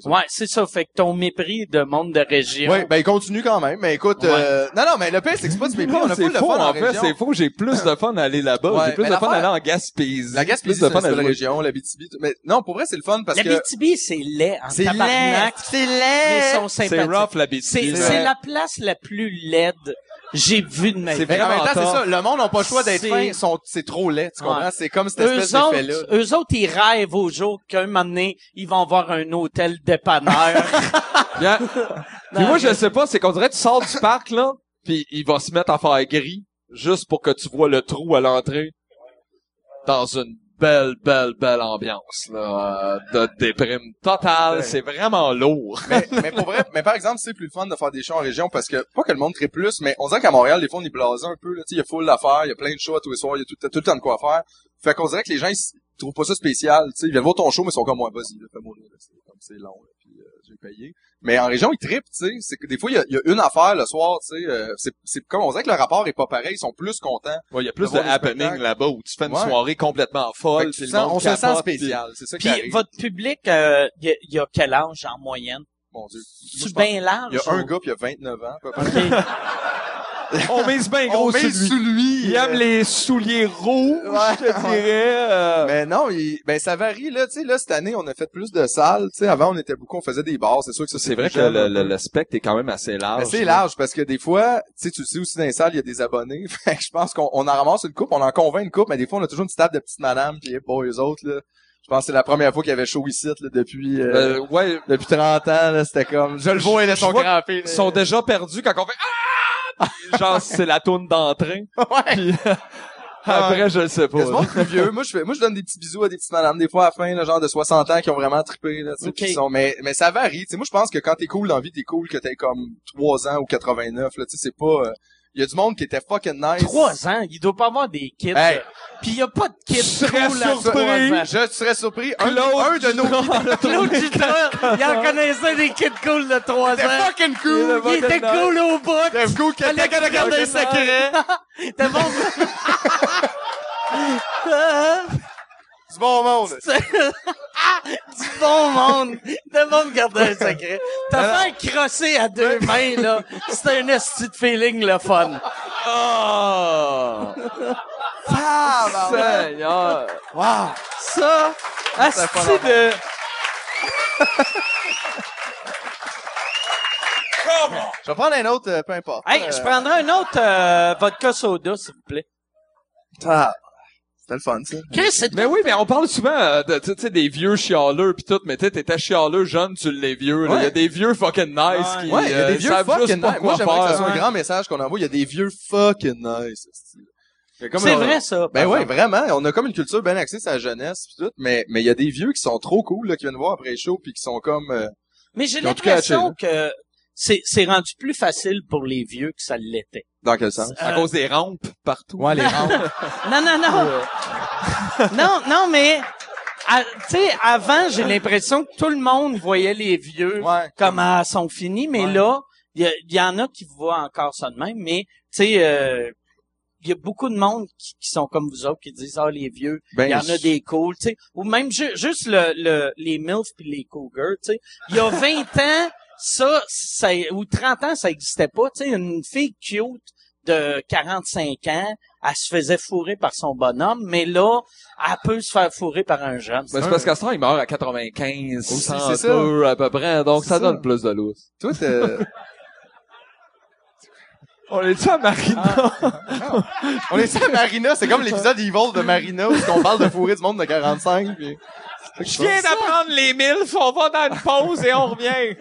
[SPEAKER 2] Ouais, c'est ça. Fait que ton mépris de monde de région.
[SPEAKER 1] Oui, ben il continue quand même. Mais écoute, euh, non, non, mais le pire, c'est que c'est pas du mépris,
[SPEAKER 3] Non,
[SPEAKER 1] on a pas
[SPEAKER 3] c'est
[SPEAKER 1] le
[SPEAKER 3] faux,
[SPEAKER 1] fun en
[SPEAKER 3] en fait,
[SPEAKER 1] région.
[SPEAKER 3] c'est faux. J'ai plus de fun à aller là-bas.
[SPEAKER 1] Ouais,
[SPEAKER 3] J'ai plus
[SPEAKER 1] mais
[SPEAKER 3] de fun à aller
[SPEAKER 1] l'affaire-
[SPEAKER 3] en Gaspésie.
[SPEAKER 1] La
[SPEAKER 3] Plus
[SPEAKER 1] Gaspésie, c'est
[SPEAKER 3] de fun
[SPEAKER 1] une
[SPEAKER 3] à
[SPEAKER 1] belle
[SPEAKER 3] jouer.
[SPEAKER 1] région, la BTB. Mais non, pour vrai, c'est le fun parce
[SPEAKER 2] La
[SPEAKER 1] que...
[SPEAKER 2] BTB, c'est laid en
[SPEAKER 1] C'est
[SPEAKER 2] tabarnak.
[SPEAKER 1] c'est
[SPEAKER 2] mais ils
[SPEAKER 1] laid!
[SPEAKER 2] sont
[SPEAKER 3] C'est
[SPEAKER 2] sympathiques.
[SPEAKER 3] rough, la
[SPEAKER 2] C'est
[SPEAKER 3] Gaspésie.
[SPEAKER 2] c'est la place la plus laide j'ai vue de ma vie.
[SPEAKER 3] C'est
[SPEAKER 1] Mais en même temps, c'est
[SPEAKER 3] Vraiment
[SPEAKER 1] ça, le monde n'a pas le choix d'être
[SPEAKER 2] C'est-
[SPEAKER 1] fin, ils sont- c'est trop laid, tu comprends?
[SPEAKER 2] Ouais.
[SPEAKER 1] C'est comme cette espèce
[SPEAKER 2] Eux
[SPEAKER 1] d'effet-là.
[SPEAKER 2] autres, eux autres, ils rêvent au jour qu'un moment donné, ils vont voir un hôtel dépanneur.
[SPEAKER 3] Bien. Puis moi, je sais pas, c'est qu'on dirait que tu sors du parc, là, puis il va se mettre à faire gris, juste pour que tu vois le trou à l'entrée. Dans une belle, belle, belle ambiance, là, euh, de déprime totale.
[SPEAKER 1] Ouais.
[SPEAKER 3] C'est vraiment lourd.
[SPEAKER 1] mais, mais pour vrai, mais par exemple, c'est plus le fun de faire des shows en région parce que, pas que le monde crée plus, mais on dirait qu'à Montréal, des fois, on y blase un peu, là. Tu sais, il y a full d'affaires, il y a plein de shows à tous les soirs, il y a tout, tout le temps de quoi faire. Fait qu'on dirait que les gens, ils s- trouvent pas ça spécial, tu sais. Ils viennent voir ton show, mais ils sont comme, ouais, vas-y, là, fais-moi rire, là. C'est comme, c'est long, là, puis euh, j'ai payé. Mais en région, ils trippent, tu sais. C'est que des fois, il y a, il y a une affaire le soir, tu sais. euh, c'est, c'est comme, on dirait que le rapport est pas pareil, ils sont plus contents.
[SPEAKER 3] Ouais, il y a plus de
[SPEAKER 1] D'avoir des
[SPEAKER 3] happening
[SPEAKER 1] spectacles.
[SPEAKER 3] là-bas où tu fais une
[SPEAKER 1] Ouais.
[SPEAKER 3] soirée complètement
[SPEAKER 1] Fait
[SPEAKER 3] folle.
[SPEAKER 1] que tu
[SPEAKER 3] puis le
[SPEAKER 1] sens-
[SPEAKER 3] monde
[SPEAKER 1] on se sent
[SPEAKER 3] capote, puis-
[SPEAKER 1] spécial, c'est ça qui
[SPEAKER 2] Puis
[SPEAKER 1] arrive.
[SPEAKER 2] votre public, euh, il y, a- il y a quel âge en moyenne?
[SPEAKER 1] Mon Dieu. Moi,
[SPEAKER 2] Tu
[SPEAKER 1] je pense-
[SPEAKER 3] ben
[SPEAKER 2] bien large?
[SPEAKER 1] Il y a un
[SPEAKER 3] hein.
[SPEAKER 2] ou-
[SPEAKER 1] gars, puis il y a 29 ans, à peu près.
[SPEAKER 3] On mise bien
[SPEAKER 1] On
[SPEAKER 3] gros sur
[SPEAKER 1] met
[SPEAKER 3] lui.
[SPEAKER 1] sous lui.
[SPEAKER 3] Il aime
[SPEAKER 1] euh,
[SPEAKER 3] les souliers rouges,
[SPEAKER 1] Ouais.
[SPEAKER 3] je te dirais. euh,
[SPEAKER 1] Mais non, il- ben ça varie là, tu sais là cette année on a fait plus de salles, tu sais avant on était beaucoup on faisait des bars, c'est sûr que ça
[SPEAKER 3] C'est vrai
[SPEAKER 1] plus
[SPEAKER 3] que
[SPEAKER 1] jeune,
[SPEAKER 3] le,
[SPEAKER 1] un
[SPEAKER 3] le,
[SPEAKER 1] peu.
[SPEAKER 3] le spectre est quand même assez large.
[SPEAKER 1] Mais c'est large parce que des fois, tu sais, tu le sais aussi dans les salles, il y a des abonnés. Fait que je pense qu'on on en ramasse une coupe, on en convainc une coupe, mais des fois on a toujours une petite table de petites madames puis eh, boy, les autres là. Je pense que c'est la première fois qu'il y avait chaud ici là, depuis euh,
[SPEAKER 3] Euh, ouais,
[SPEAKER 1] depuis 30 ans là, c'était comme je le vois là,
[SPEAKER 3] je
[SPEAKER 1] son
[SPEAKER 3] vois
[SPEAKER 1] grand
[SPEAKER 3] ils sont déjà perdus quand on fait ah! genre c'est la tourne d'entrée. Puis, euh, après je le sais pas.
[SPEAKER 1] Il y a du monde
[SPEAKER 3] là.
[SPEAKER 1] plus vieux. Moi, je fais, moi, je donne des petits bisous à des petites madames, des fois à la fin, là, genre de 60 ans qui ont vraiment trippé, là, tu sais,
[SPEAKER 2] Ok.
[SPEAKER 1] puis qui sont, mais, mais ça varie. Tu sais, moi, je pense que quand t'es cool dans la vie, t'es cool que t'aies comme 3 ans ou 89, là, tu sais, c'est pas, euh, il y a du monde qui était fucking nice.
[SPEAKER 2] Trois ans, il doit pas avoir des kids.
[SPEAKER 1] Hey.
[SPEAKER 2] euh, Puis il y a pas de kids.
[SPEAKER 3] serais
[SPEAKER 2] cool à
[SPEAKER 3] surpris.
[SPEAKER 2] trois ans.
[SPEAKER 1] Je serais surpris. Un,
[SPEAKER 3] Claude
[SPEAKER 1] un de nos
[SPEAKER 3] Dutron.
[SPEAKER 1] guides
[SPEAKER 2] Claude Dutra, il en connaissait des kids cool de trois
[SPEAKER 1] était
[SPEAKER 2] ans.
[SPEAKER 1] fucking
[SPEAKER 3] Il
[SPEAKER 1] cool.
[SPEAKER 3] était
[SPEAKER 2] Il était cool au bout.
[SPEAKER 1] C'était cool que
[SPEAKER 2] Fallait
[SPEAKER 1] t'aies-
[SPEAKER 2] garder secret. T'es bon. Ah,
[SPEAKER 1] du bon monde.
[SPEAKER 2] du bon monde. De monde garder un secret. T'as fait crosser à deux mains, là. C'était un esti de feeling, le fun.
[SPEAKER 1] Oh!
[SPEAKER 3] Ah!
[SPEAKER 1] Ah, ben,
[SPEAKER 3] Seigneur.
[SPEAKER 1] wow.
[SPEAKER 2] Ça,
[SPEAKER 1] pas
[SPEAKER 2] asti de...
[SPEAKER 1] Je vais prendre un autre, euh, peu importe.
[SPEAKER 2] Hey,
[SPEAKER 1] Euh,
[SPEAKER 2] je prendrai un autre euh, vodka soda, s'il vous plaît.
[SPEAKER 1] ah, C'était le fun, ça.
[SPEAKER 2] Chris, c'est
[SPEAKER 3] Mais oui, mais on parle souvent euh, de tu sais des vieux chialeux puis tout, mais tu sais, t'étais chialeux jeune, tu l'es vieux. là. Il y a
[SPEAKER 1] Ouais.
[SPEAKER 3] des vieux fucking nice qui
[SPEAKER 1] Ouais, il y a
[SPEAKER 3] euh,
[SPEAKER 1] des vieux
[SPEAKER 3] savent juste
[SPEAKER 1] fucking
[SPEAKER 3] pas
[SPEAKER 1] nice.
[SPEAKER 3] quoi
[SPEAKER 1] Moi, j'aimerais que
[SPEAKER 3] faire. hein,
[SPEAKER 1] ce soit un
[SPEAKER 2] Ouais.
[SPEAKER 1] grand message qu'on envoie. Il y a des vieux fucking nice. esti. Il y a comme
[SPEAKER 2] C'est
[SPEAKER 1] un-
[SPEAKER 2] vrai, ça.
[SPEAKER 1] Ben
[SPEAKER 2] par
[SPEAKER 1] ouais,
[SPEAKER 2] exemple.
[SPEAKER 1] vraiment. On a comme une culture bien axée sur la jeunesse pis tout, mais mais il y a des vieux qui sont trop cool là, qui viennent voir après le show puis qui sont comme euh,
[SPEAKER 2] Mais j'ai
[SPEAKER 1] Ils ont tout catché,
[SPEAKER 2] l'impression que c'est, c'est rendu plus facile pour les vieux que ça l'était.
[SPEAKER 1] dans quel sens
[SPEAKER 3] à cause des rampes partout.
[SPEAKER 1] Ouais, les rampes.
[SPEAKER 2] Non, non,
[SPEAKER 1] Euh.
[SPEAKER 2] non. non, non, mais, à- tu sais, avant, j'ai l'impression que tout le monde voyait les vieux
[SPEAKER 1] Ouais.
[SPEAKER 2] comme à son fini, mais
[SPEAKER 1] Ouais.
[SPEAKER 2] là, il y, a- il y en a qui voient encore ça de même, mais, tu sais, euh, il y a beaucoup de monde qui, qui sont comme vous autres, qui disent, ah, les vieux, il
[SPEAKER 1] Ben,
[SPEAKER 2] y en a
[SPEAKER 1] je-
[SPEAKER 2] des cool, tu sais. Ou même ju- juste le, le- les MILF puis les Cougars, tu sais. Il y a 20 ans, ça, ça, ou 30 ans, ça existait pas, tu sais. Une fille cute de 45 ans, elle se faisait fourrer par son bonhomme, mais là, elle peut se faire fourrer par un jeune.
[SPEAKER 3] Ben, c'est parce qu'à ce temps, il meurt à 95,
[SPEAKER 1] Aussi, c'est
[SPEAKER 3] 102 à peu près, donc
[SPEAKER 1] C'est
[SPEAKER 3] ça,
[SPEAKER 1] ça.
[SPEAKER 3] donne plus de lousse.
[SPEAKER 1] Toi, t'es-
[SPEAKER 3] On est à Marina?
[SPEAKER 1] on est à Marina, c'est comme l'épisode Evil de Marina où on parle de fourrer du monde de 45. Puis...
[SPEAKER 3] Je viens d'apprendre les milfs, on va dans une pause et on revient.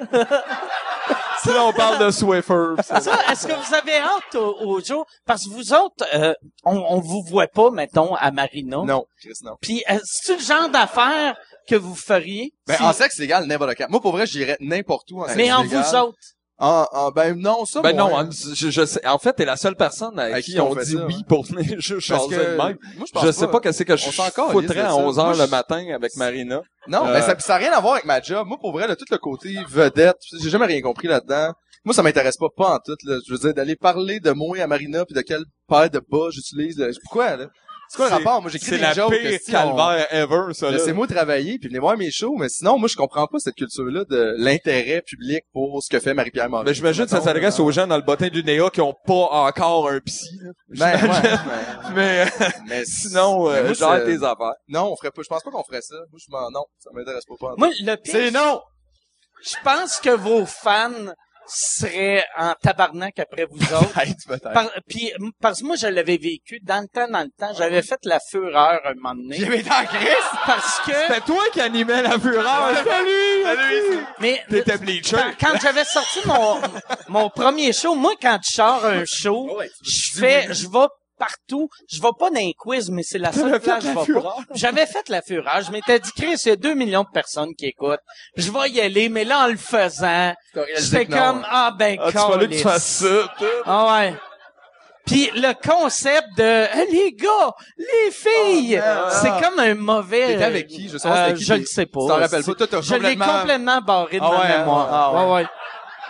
[SPEAKER 3] Sinon, on parle de Swiffer. pis ça.
[SPEAKER 2] Ça, est-ce que vous avez hâte au, au jour? Parce que vous autres, euh, on, on vous voit pas, mettons, à Marina.
[SPEAKER 1] Non, Chris, non.
[SPEAKER 2] Puis, euh, c'est-tu le genre d'affaire que vous feriez?
[SPEAKER 1] Ben,
[SPEAKER 2] Si-
[SPEAKER 1] en sexe légal, n'importe quand. Moi, pour vrai, j'irais n'importe où en sexe
[SPEAKER 2] mais en
[SPEAKER 1] légal.
[SPEAKER 2] vous autres.
[SPEAKER 1] En, en- ben, non, ça,
[SPEAKER 3] Ben non,
[SPEAKER 1] moi,
[SPEAKER 3] hein, je, je sais. En fait, t'es la seule personne à,
[SPEAKER 1] À
[SPEAKER 3] qui,
[SPEAKER 1] qui
[SPEAKER 3] on
[SPEAKER 1] on fait
[SPEAKER 3] dit
[SPEAKER 1] ça,
[SPEAKER 3] oui
[SPEAKER 1] ouais.
[SPEAKER 3] pour venir juste
[SPEAKER 1] parce
[SPEAKER 3] changer
[SPEAKER 1] que-
[SPEAKER 3] de même.
[SPEAKER 1] Moi, je pense
[SPEAKER 3] Je sais pas qu'est-ce que je
[SPEAKER 1] On s'en calisse
[SPEAKER 3] foutrais
[SPEAKER 1] de
[SPEAKER 3] à
[SPEAKER 1] ça.
[SPEAKER 3] 11 heures
[SPEAKER 1] Moi,
[SPEAKER 3] le
[SPEAKER 1] je-
[SPEAKER 3] matin avec Marina.
[SPEAKER 1] Non,
[SPEAKER 3] Euh,
[SPEAKER 1] ben ça, ça a rien à voir avec ma job. Moi, pour vrai, là, tout le côté vedette, pis j'ai jamais rien compris là-dedans. Moi, ça m'intéresse pas, pas en tout. Là. Je veux dire, d'aller parler de moi et à Marina, puis de quelle paire de bas j'utilise. là. Pourquoi, là? C'est quoi le rapport? Moi, j'écris
[SPEAKER 3] C'est
[SPEAKER 1] des
[SPEAKER 3] la
[SPEAKER 1] jokes.
[SPEAKER 3] pire
[SPEAKER 1] esti, on-
[SPEAKER 3] calvaire ever, ça, là.
[SPEAKER 1] Laissez-moi travailler, puis venez voir mes shows. Mais sinon, moi, je comprends pas cette culture-là de l'intérêt public pour ce que fait Marie-Pierre Morin.
[SPEAKER 3] Mais j'imagine que ça
[SPEAKER 1] Mettons,
[SPEAKER 3] s'adresse
[SPEAKER 1] là.
[SPEAKER 3] aux gens dans le bottin du Néa E qui ont pas encore un psy. là.
[SPEAKER 1] Ben, ouais,
[SPEAKER 3] Mais
[SPEAKER 1] mais, mais
[SPEAKER 3] sinon,
[SPEAKER 1] mais
[SPEAKER 3] euh,
[SPEAKER 1] moi,
[SPEAKER 3] gère
[SPEAKER 1] c'est-
[SPEAKER 3] tes affaires.
[SPEAKER 1] Non, on ferait pas. Je pense pas qu'on ferait ça. Moi, je m'en non, ça m'intéresse pas. pas en tout.
[SPEAKER 2] Moi, le pire,
[SPEAKER 1] C'est non.
[SPEAKER 2] je pense que vos fans seraient en tabarnak après vous autres.
[SPEAKER 1] Peut-être, peut-être.
[SPEAKER 2] Par- puis, m- parce que moi, je l'avais vécu dans le temps, dans le temps. J'avais fait la fureur un moment donné.
[SPEAKER 1] J'avais été en crise.
[SPEAKER 2] Parce que...
[SPEAKER 3] C'était toi qui animais la fureur. Ah, Salut!
[SPEAKER 1] Salut.
[SPEAKER 2] Mais euh,
[SPEAKER 3] T'étais
[SPEAKER 2] quand,
[SPEAKER 3] bleacher.
[SPEAKER 2] quand j'avais sorti mon, mon premier show, moi, quand je sors un show,
[SPEAKER 1] Ouais,
[SPEAKER 2] je fais, je vais partout. Je vais pas dans un quiz, mais c'est la seule place que je vais pas. J'avais fait la fureur. Je m'étais dit, Chris, il y a 2 millions de personnes qui écoutent. Je vais y aller, mais là, en le faisant,
[SPEAKER 1] T'as réalisé
[SPEAKER 2] j'étais
[SPEAKER 1] que non,
[SPEAKER 2] comme,
[SPEAKER 1] hein.
[SPEAKER 2] ah, ben,
[SPEAKER 3] Ah, tu fallait que tu
[SPEAKER 2] câlisse.
[SPEAKER 3] fasses ça, toi.
[SPEAKER 2] Ah, ouais. Puis le concept de, Eh, les gars, les filles,
[SPEAKER 1] Oh, man.
[SPEAKER 2] c'est comme un mauvais...
[SPEAKER 1] T'étais avec qui? Je sais pas, c'était
[SPEAKER 2] Euh,
[SPEAKER 1] qui,
[SPEAKER 2] Je
[SPEAKER 1] mais
[SPEAKER 2] le sais pas.
[SPEAKER 1] tu t'en rappelles
[SPEAKER 2] C'est-
[SPEAKER 1] pas. Toi, t'as
[SPEAKER 2] Je l'ai
[SPEAKER 1] complètement-
[SPEAKER 2] complètement barré de
[SPEAKER 1] Ah
[SPEAKER 2] ma
[SPEAKER 1] ouais, hein?
[SPEAKER 2] mémoire.
[SPEAKER 1] Ah ouais.
[SPEAKER 2] Ouais, ouais.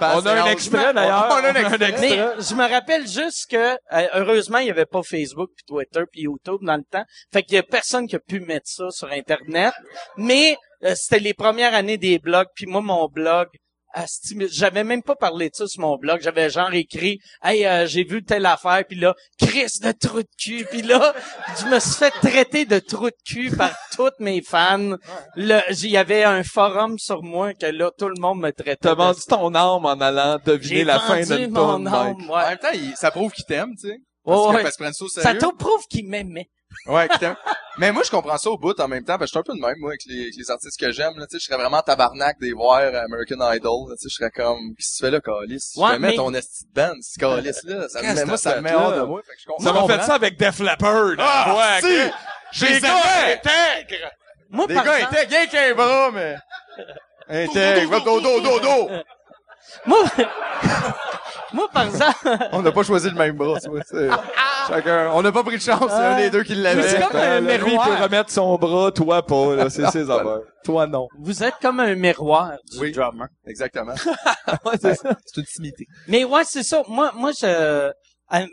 [SPEAKER 3] On a un extrait, d'ailleurs.
[SPEAKER 1] On a un
[SPEAKER 3] On a un
[SPEAKER 1] extrait.
[SPEAKER 2] Mais je me rappelle juste que euh, heureusement il y avait pas Facebook puis Twitter puis YouTube dans le temps. Fait qu'il y a personne qui a pu mettre ça sur internet, mais euh, c'était les premières années des blogs puis moi mon blog asti, mais j'avais même pas parlé de ça sur mon blog, j'avais genre écrit "Hey, euh, j'ai vu telle affaire" puis là Chris de trou de cul puis là je me suis fait traiter de trou de cul par toutes mes fans. Le j'y avait un forum sur moi que là tout le monde me traitait
[SPEAKER 3] T'as
[SPEAKER 2] de
[SPEAKER 3] vendu ton âme en allant deviner
[SPEAKER 2] j'ai
[SPEAKER 3] la fin
[SPEAKER 2] vendu
[SPEAKER 3] d'une
[SPEAKER 2] mon
[SPEAKER 3] tonne,
[SPEAKER 2] âme,
[SPEAKER 3] Mike.
[SPEAKER 1] En
[SPEAKER 2] ouais.
[SPEAKER 1] même temps, il- ça prouve qu'il t'aime, tu sais. Parce
[SPEAKER 2] Ouais,
[SPEAKER 1] que
[SPEAKER 2] Oh, ouais.
[SPEAKER 1] parce qu'ils prennent ça au
[SPEAKER 2] Ça
[SPEAKER 1] sérieux.
[SPEAKER 2] te prouve qu'il m'aimait.
[SPEAKER 1] Ouais, qu'il t'aime. Mais moi, je comprends ça au bout en même temps, parce que je suis un peu de même, moi, avec les, avec les artistes que j'aime, là, tu sais, je serais vraiment tabarnak des voir à American Idol, là, tu sais, je serais comme, qu'est-ce que tu fais là, Calis?
[SPEAKER 2] Ouais,
[SPEAKER 1] je te mets
[SPEAKER 2] mais-
[SPEAKER 1] ton esti de band, ce Calis-là, ça me
[SPEAKER 3] Qu'est-ce
[SPEAKER 1] met, moi,
[SPEAKER 3] que
[SPEAKER 1] ça
[SPEAKER 3] t'as
[SPEAKER 1] me met
[SPEAKER 3] fait
[SPEAKER 1] hors
[SPEAKER 3] là?
[SPEAKER 1] de moi, fait que je comprends.
[SPEAKER 3] Ça m'a fait ça avec Def Leppard.
[SPEAKER 1] hein? Ah,
[SPEAKER 3] ouais,
[SPEAKER 1] si!
[SPEAKER 3] ok.
[SPEAKER 1] Les
[SPEAKER 3] J'ai
[SPEAKER 1] gars
[SPEAKER 3] fait!
[SPEAKER 1] intègres!
[SPEAKER 2] Moi,
[SPEAKER 1] Des
[SPEAKER 2] par
[SPEAKER 1] gars
[SPEAKER 2] exemple,
[SPEAKER 1] intègres, rien qu'un bras, mais... Intègres, va dodo, dodo!
[SPEAKER 2] moi, moi, par exemple,
[SPEAKER 1] On n'a pas choisi le même bras, tu vois, c'est- Chacun, on n'a pas pris de chance, c'est un des deux qui l'avait.
[SPEAKER 3] C'est comme un
[SPEAKER 1] Là,
[SPEAKER 3] euh, Lui, il peut remettre son bras, toi pas, là. C'est ses affaires.
[SPEAKER 1] Toi, non.
[SPEAKER 2] vous êtes comme un miroir du
[SPEAKER 1] Oui.
[SPEAKER 2] drummer.
[SPEAKER 1] Exactement.
[SPEAKER 3] c'est ça.
[SPEAKER 1] C'est une timidité.
[SPEAKER 2] Mais ouais, c'est ça. Moi, moi, je, euh, euh,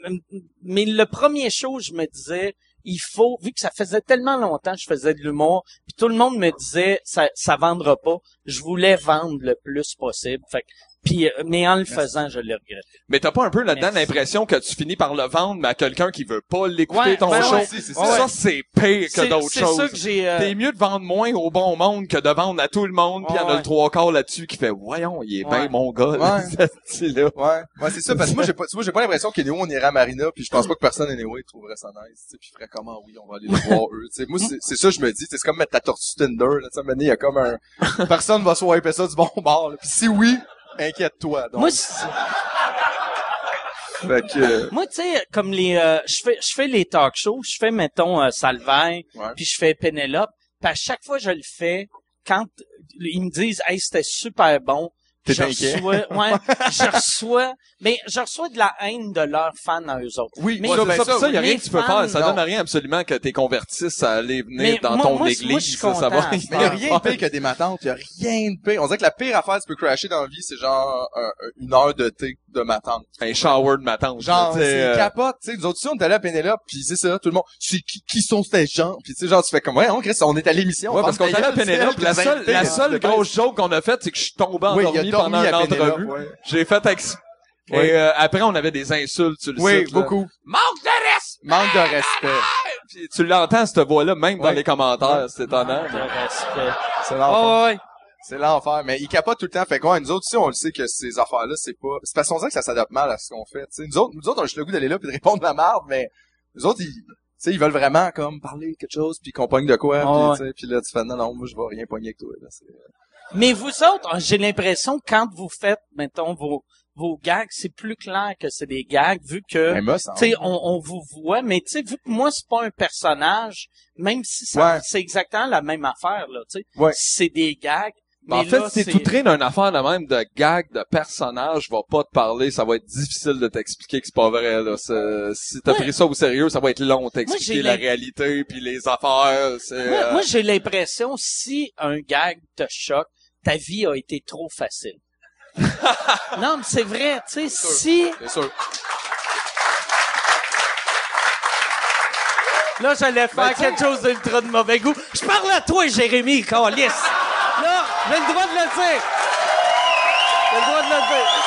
[SPEAKER 2] mais le premier show, je me disais, il faut, vu que ça faisait tellement longtemps que je faisais de l'humour, puis tout le monde me disait, ça, ça vendra pas. Je voulais vendre le plus possible. Fait que- puis, euh, mais en le faisant, je le regrette.
[SPEAKER 3] Mais t'as pas un peu là-dedans
[SPEAKER 2] Merci.
[SPEAKER 3] l'impression que tu finis par le vendre mais à quelqu'un qui veut pas l'écouter
[SPEAKER 2] Ouais,
[SPEAKER 3] ton
[SPEAKER 2] ben
[SPEAKER 3] show?
[SPEAKER 2] ouais,
[SPEAKER 1] c'est
[SPEAKER 3] Ça,
[SPEAKER 1] ça.
[SPEAKER 3] c'est pire que
[SPEAKER 2] C'est
[SPEAKER 3] d'autres
[SPEAKER 2] c'est ça
[SPEAKER 3] choses.
[SPEAKER 2] que j'ai, euh,
[SPEAKER 3] T'es mieux de vendre moins au bon monde que de vendre à tout le monde, puis il y en a
[SPEAKER 2] Ouais.
[SPEAKER 3] le trois quarts là-dessus qui fait « Voyons, il est bien
[SPEAKER 2] Ouais.
[SPEAKER 3] mon gars, là,
[SPEAKER 1] Ouais.
[SPEAKER 3] ce style-là.
[SPEAKER 1] Ouais, ouais, c'est ça, parce que moi, j'ai pas, tu vois, j'ai pas l'impression que Néo, on irait à Marina, puis je pense pas que personne, anyway, trouverait ça nice, tu sais, puis ferait comment, oui, on va aller les voir, eux, tu sais. Moi, c'est, c'est ça, je me dis, tu sais, c'est comme mettre ta tortue Tinder, là, tu sais, à un moment donné, il y a comme un, personne va swiper ça du bon bord, là. Puis si oui, inquiète-toi, donc.
[SPEAKER 2] moi, c'est-
[SPEAKER 1] Fait que, euh,
[SPEAKER 2] Moi, tu sais, comme les, euh, je fais, je fais les talk shows, je fais mettons euh, Salvaire,
[SPEAKER 1] Ouais.
[SPEAKER 2] puis je fais Pénélope. Puis à chaque fois je le fais, quand ils me disent, hey, c'était super bon,
[SPEAKER 1] T'es
[SPEAKER 2] je
[SPEAKER 1] inquiet.
[SPEAKER 2] reçois, ouais, je reçois, mais je reçois de la haine de leurs fans à eux autres.
[SPEAKER 1] oui,
[SPEAKER 2] Mais-
[SPEAKER 1] moi,
[SPEAKER 3] Ouais,
[SPEAKER 1] ça,
[SPEAKER 3] c'est
[SPEAKER 1] ben,
[SPEAKER 3] ça,
[SPEAKER 1] ça,
[SPEAKER 3] pour ça, il y a
[SPEAKER 2] oui,
[SPEAKER 3] rien
[SPEAKER 2] mes
[SPEAKER 3] que tu peux faire. Ça
[SPEAKER 1] fans,
[SPEAKER 3] donne
[SPEAKER 1] non.
[SPEAKER 3] à rien absolument que t'es convertisse à aller venir
[SPEAKER 2] Mais
[SPEAKER 3] dans
[SPEAKER 2] moi-
[SPEAKER 3] ton
[SPEAKER 2] moi,
[SPEAKER 3] église.
[SPEAKER 2] moi, je suis
[SPEAKER 3] ça, ça va.
[SPEAKER 2] content.
[SPEAKER 1] Mais il y a rien de pire que des matantes, il y a rien de pire. On dirait que la pire affaire que tu peux crasher dans la vie, c'est genre, euh, une heure de thé de ma tante.
[SPEAKER 3] Un shower de ma tante.
[SPEAKER 1] Genre,
[SPEAKER 3] tu sais,
[SPEAKER 1] c'est
[SPEAKER 3] euh,
[SPEAKER 1] capote, tu sais. Nous autres, ici, on est allés à Pénélope, puis c'est ça, tout le monde. C'est qui, qui sont ces gens? Puis tu sais, genre, tu fais comme, ouais, on, Chris, on est à l'émission.
[SPEAKER 3] Ouais, parce qu'on
[SPEAKER 1] ferme ta
[SPEAKER 3] allait à
[SPEAKER 1] gueule,
[SPEAKER 3] Pénélope.
[SPEAKER 1] c'est
[SPEAKER 3] La seule,
[SPEAKER 1] elle qui nous a
[SPEAKER 3] la
[SPEAKER 1] invités.
[SPEAKER 3] seule grosse joke qu'on a faite, c'est que je suis tombé
[SPEAKER 1] Oui, il a
[SPEAKER 3] endormi
[SPEAKER 1] dormi
[SPEAKER 3] pendant
[SPEAKER 1] à
[SPEAKER 3] une
[SPEAKER 1] Pénélope,
[SPEAKER 3] entrevue.
[SPEAKER 1] ouais.
[SPEAKER 3] J'ai fait exp...
[SPEAKER 1] Ouais.
[SPEAKER 3] Et euh, après, on avait des insultes sur le
[SPEAKER 1] Oui,
[SPEAKER 3] site. là.
[SPEAKER 1] beaucoup.
[SPEAKER 3] Manque de respect!
[SPEAKER 1] Manque de respect.
[SPEAKER 3] Puis Tu l'entends, cette voix-là, même dans
[SPEAKER 1] Ouais.
[SPEAKER 3] les commentaires. C'est étonnant.
[SPEAKER 2] Ah,
[SPEAKER 3] mais-
[SPEAKER 1] C'est
[SPEAKER 7] Ah
[SPEAKER 1] l'enfer.
[SPEAKER 7] ouais.
[SPEAKER 1] C'est l'enfer. Mais il capote tout le temps. Fait quoi? Nous autres, ici, on le sait que ces affaires-là, c'est pas, c'est parce qu'on sait que ça s'adapte mal à ce qu'on fait. tu sais. Nous autres, nous autres, on a juste le goût d'aller là puis de répondre la merde, mais nous autres, ils, tu sais, ils veulent vraiment, comme, parler de quelque chose puis qu'on pogne de quoi
[SPEAKER 2] Ah
[SPEAKER 1] puis, tu sais, puis là, tu fais, non, non, moi, je vais rien pogner avec toi, là. C'est-
[SPEAKER 2] Mais vous autres, ah, j'ai l'impression quand vous faites, mettons, vos, vos gags, c'est plus clair que c'est des gags, vu que
[SPEAKER 1] Mais moi, ça.
[SPEAKER 2] tu sais, on, on vous voit, mais tu sais, vu que moi, c'est pas un personnage, même si ça,
[SPEAKER 1] Ouais.
[SPEAKER 2] c'est exactement la même affaire, là, tu sais.
[SPEAKER 1] Ouais.
[SPEAKER 2] C'est des gags.
[SPEAKER 3] Mais Ben, en
[SPEAKER 2] mais
[SPEAKER 3] fait,
[SPEAKER 2] là,
[SPEAKER 3] si tu traînes une affaire de même de gag, de personnage, va pas te parler, ça va être difficile de t'expliquer que c'est pas vrai, là. C'est- Si t'as
[SPEAKER 2] Ouais.
[SPEAKER 3] pris ça au sérieux, ça va être long de
[SPEAKER 2] j'ai
[SPEAKER 3] t'expliquer la
[SPEAKER 2] l'im-
[SPEAKER 3] réalité puis les affaires, c'est,
[SPEAKER 2] Moi,
[SPEAKER 3] euh,
[SPEAKER 2] moi, j'ai l'impression, si un gag te choque, ta vie a été trop facile. non, mais c'est vrai, tu sais, si...
[SPEAKER 1] C'est sûr.
[SPEAKER 7] Là, j'allais faire quelque chose d'ultra de mauvais goût. Je parle à toi, Jérémy, Calis. Là, j'ai le droit de le dire. J'ai le droit de le dire.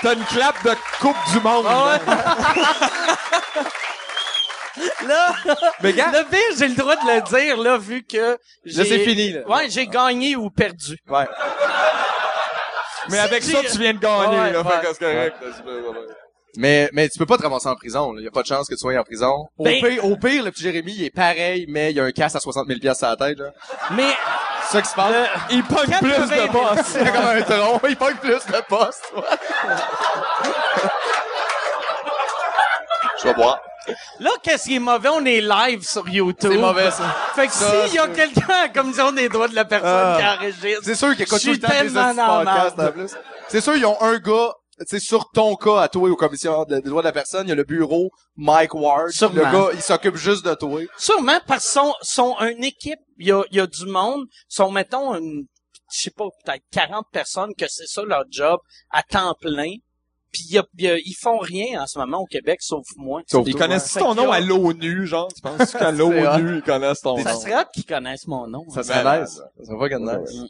[SPEAKER 3] t'as une clap de coupe du
[SPEAKER 2] Ah
[SPEAKER 3] monde.
[SPEAKER 1] Ah
[SPEAKER 3] là.
[SPEAKER 7] Là,
[SPEAKER 3] Mais gars,
[SPEAKER 7] le pire, j'ai le droit de le dire, là, vu que j'ai...
[SPEAKER 1] Là, c'est fini, là.
[SPEAKER 7] Ouais, j'ai gagné ou perdu.
[SPEAKER 1] Ouais.
[SPEAKER 3] mais avec ça, tu viens de gagner,
[SPEAKER 7] Ouais,
[SPEAKER 3] là.
[SPEAKER 7] ouais.
[SPEAKER 3] Fait que c'est correct. là, c'est pas- voilà.
[SPEAKER 1] Mais, mais tu peux pas te ramasser en prison, là. Y a pas de chance que tu sois en prison. Au,
[SPEAKER 7] Ben-
[SPEAKER 1] pire, au pire, le petit Jérémy, il est pareil, mais il y a un casse à 60 000 piastres à la tête, là.
[SPEAKER 7] Mais...
[SPEAKER 1] C'est ça qui se passe.
[SPEAKER 3] Il pogne plus
[SPEAKER 7] 80
[SPEAKER 3] de boss.
[SPEAKER 1] C'est comme un tronc. Il pogne plus de poste, ouais. Je vais boire.
[SPEAKER 7] Là, qu'est-ce qui est mauvais? On est live sur YouTube.
[SPEAKER 1] C'est mauvais, ça.
[SPEAKER 7] Fait que
[SPEAKER 1] Ça,
[SPEAKER 7] s'il y a
[SPEAKER 1] c'est-
[SPEAKER 7] quelqu'un à commission des droits de la personne
[SPEAKER 1] Ah.
[SPEAKER 7] qui enregistre...
[SPEAKER 1] C'est sûr qu'il écoute
[SPEAKER 7] Je
[SPEAKER 1] tout le
[SPEAKER 7] suis
[SPEAKER 1] temps des
[SPEAKER 7] tellement
[SPEAKER 1] hosties
[SPEAKER 7] en
[SPEAKER 1] podcasts,
[SPEAKER 7] marde.
[SPEAKER 1] en plus. C'est sûr, ils ont un gars, tu sais, sur ton cas à toi et au commissaire de- des droits de la personne, il y a le bureau Mike Ward.
[SPEAKER 2] Sûrement.
[SPEAKER 1] Le gars, il s'occupe juste de toi.
[SPEAKER 2] Sûrement parce qu'ils sont, sont une équipe, il y a, il y a du monde, sont, mettons, une, je sais pas, peut-être 40 personnes que c'est ça leur job à temps plein. Puis il y a- il y a- ils font rien en ce moment au Québec, sauf moi.
[SPEAKER 3] Ils
[SPEAKER 1] toi,
[SPEAKER 3] connaissent ton nom à l'ONU, genre. Tu penses qu'à l'ONU, ils connaissent ton nom?
[SPEAKER 2] Ça serait hot qu'ils connaissent mon nom.
[SPEAKER 1] Ça
[SPEAKER 2] hein.
[SPEAKER 1] serait
[SPEAKER 3] Ben,
[SPEAKER 1] nice. Ça serait fucking nice.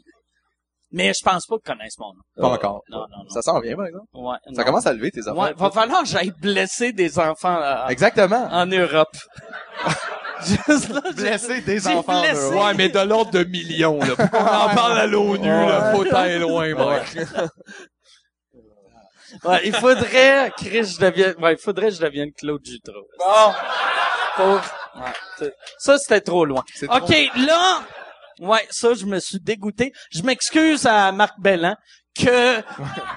[SPEAKER 2] Mais je pense pas qu'ils connaissent mon nom.
[SPEAKER 1] Pas encore.
[SPEAKER 2] Non, non, non.
[SPEAKER 1] Ça s'en vient, par exemple.
[SPEAKER 2] Ouais,
[SPEAKER 1] Ça
[SPEAKER 2] non.
[SPEAKER 1] commence à lever tes
[SPEAKER 2] Ouais,
[SPEAKER 1] affaires.
[SPEAKER 2] va falloir que j'aille blesser des enfants euh,
[SPEAKER 1] Exactement.
[SPEAKER 2] en Europe. Juste là, j'ai-
[SPEAKER 1] Blesser des
[SPEAKER 2] j'ai
[SPEAKER 1] enfants.
[SPEAKER 2] blessé.
[SPEAKER 1] là, ouais.
[SPEAKER 3] Ouais, mais de l'ordre de millions, là. Pour qu'on en parle à l'ONU, là. Faut aller loin, mec.
[SPEAKER 2] Ouais, il faudrait que je devienne, ouais, il faudrait que je devienne Claude Jutro. Ça, c'était trop loin.
[SPEAKER 1] C'est trop-
[SPEAKER 2] OK, là, ouais, ça, je me suis dégoûté. Je m'excuse à Marc Bellan que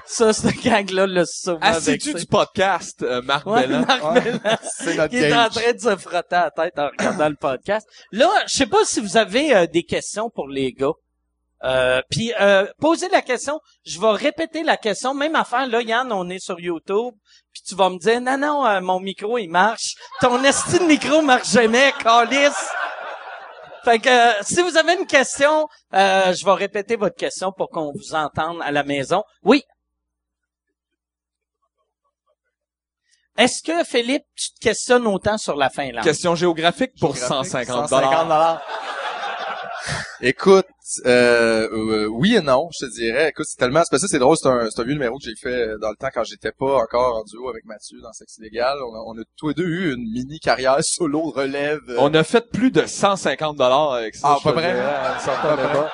[SPEAKER 2] ça, ce gang-là, le sauvage.
[SPEAKER 3] Assis-tu du podcast, euh, Marc
[SPEAKER 2] Ouais,
[SPEAKER 3] Bellan?
[SPEAKER 2] Marc
[SPEAKER 1] Ouais.
[SPEAKER 2] Bellan.
[SPEAKER 1] C'est notre
[SPEAKER 2] qui est en
[SPEAKER 1] game.
[SPEAKER 2] train de se frotter la tête en regardant le podcast. Là, je sais pas si vous avez euh, des questions pour les gars. Euh, Puis euh, posez la question. Je vais répéter la question. Même affaire, là, Yann, on est sur YouTube. Puis tu vas me dire, non, non, euh, mon micro, il marche. Ton esti de micro marche jamais, calice. Fait que euh, si vous avez une question, euh, je vais répéter votre question pour qu'on vous entende à la maison. Oui. Est-ce que Philippe, tu te questionnes autant sur la Finlande?
[SPEAKER 3] Question géographique pour 150 dollars.
[SPEAKER 1] Écoute, euh, euh, oui et non, je te dirais. Écoute, c'est tellement, c'est parce que c'est drôle, c'est un, c'est un vieux numéro que j'ai fait euh, dans le temps quand j'étais pas encore en duo avec Mathieu dans Sexe illégal. On a, on a tous les deux eu une mini carrière solo de relève. euh,
[SPEAKER 3] On a fait plus de 150 dollars avec ça.
[SPEAKER 1] Ah,
[SPEAKER 3] je
[SPEAKER 1] pas
[SPEAKER 3] te
[SPEAKER 1] vrai?
[SPEAKER 3] dirais.
[SPEAKER 1] à peu près.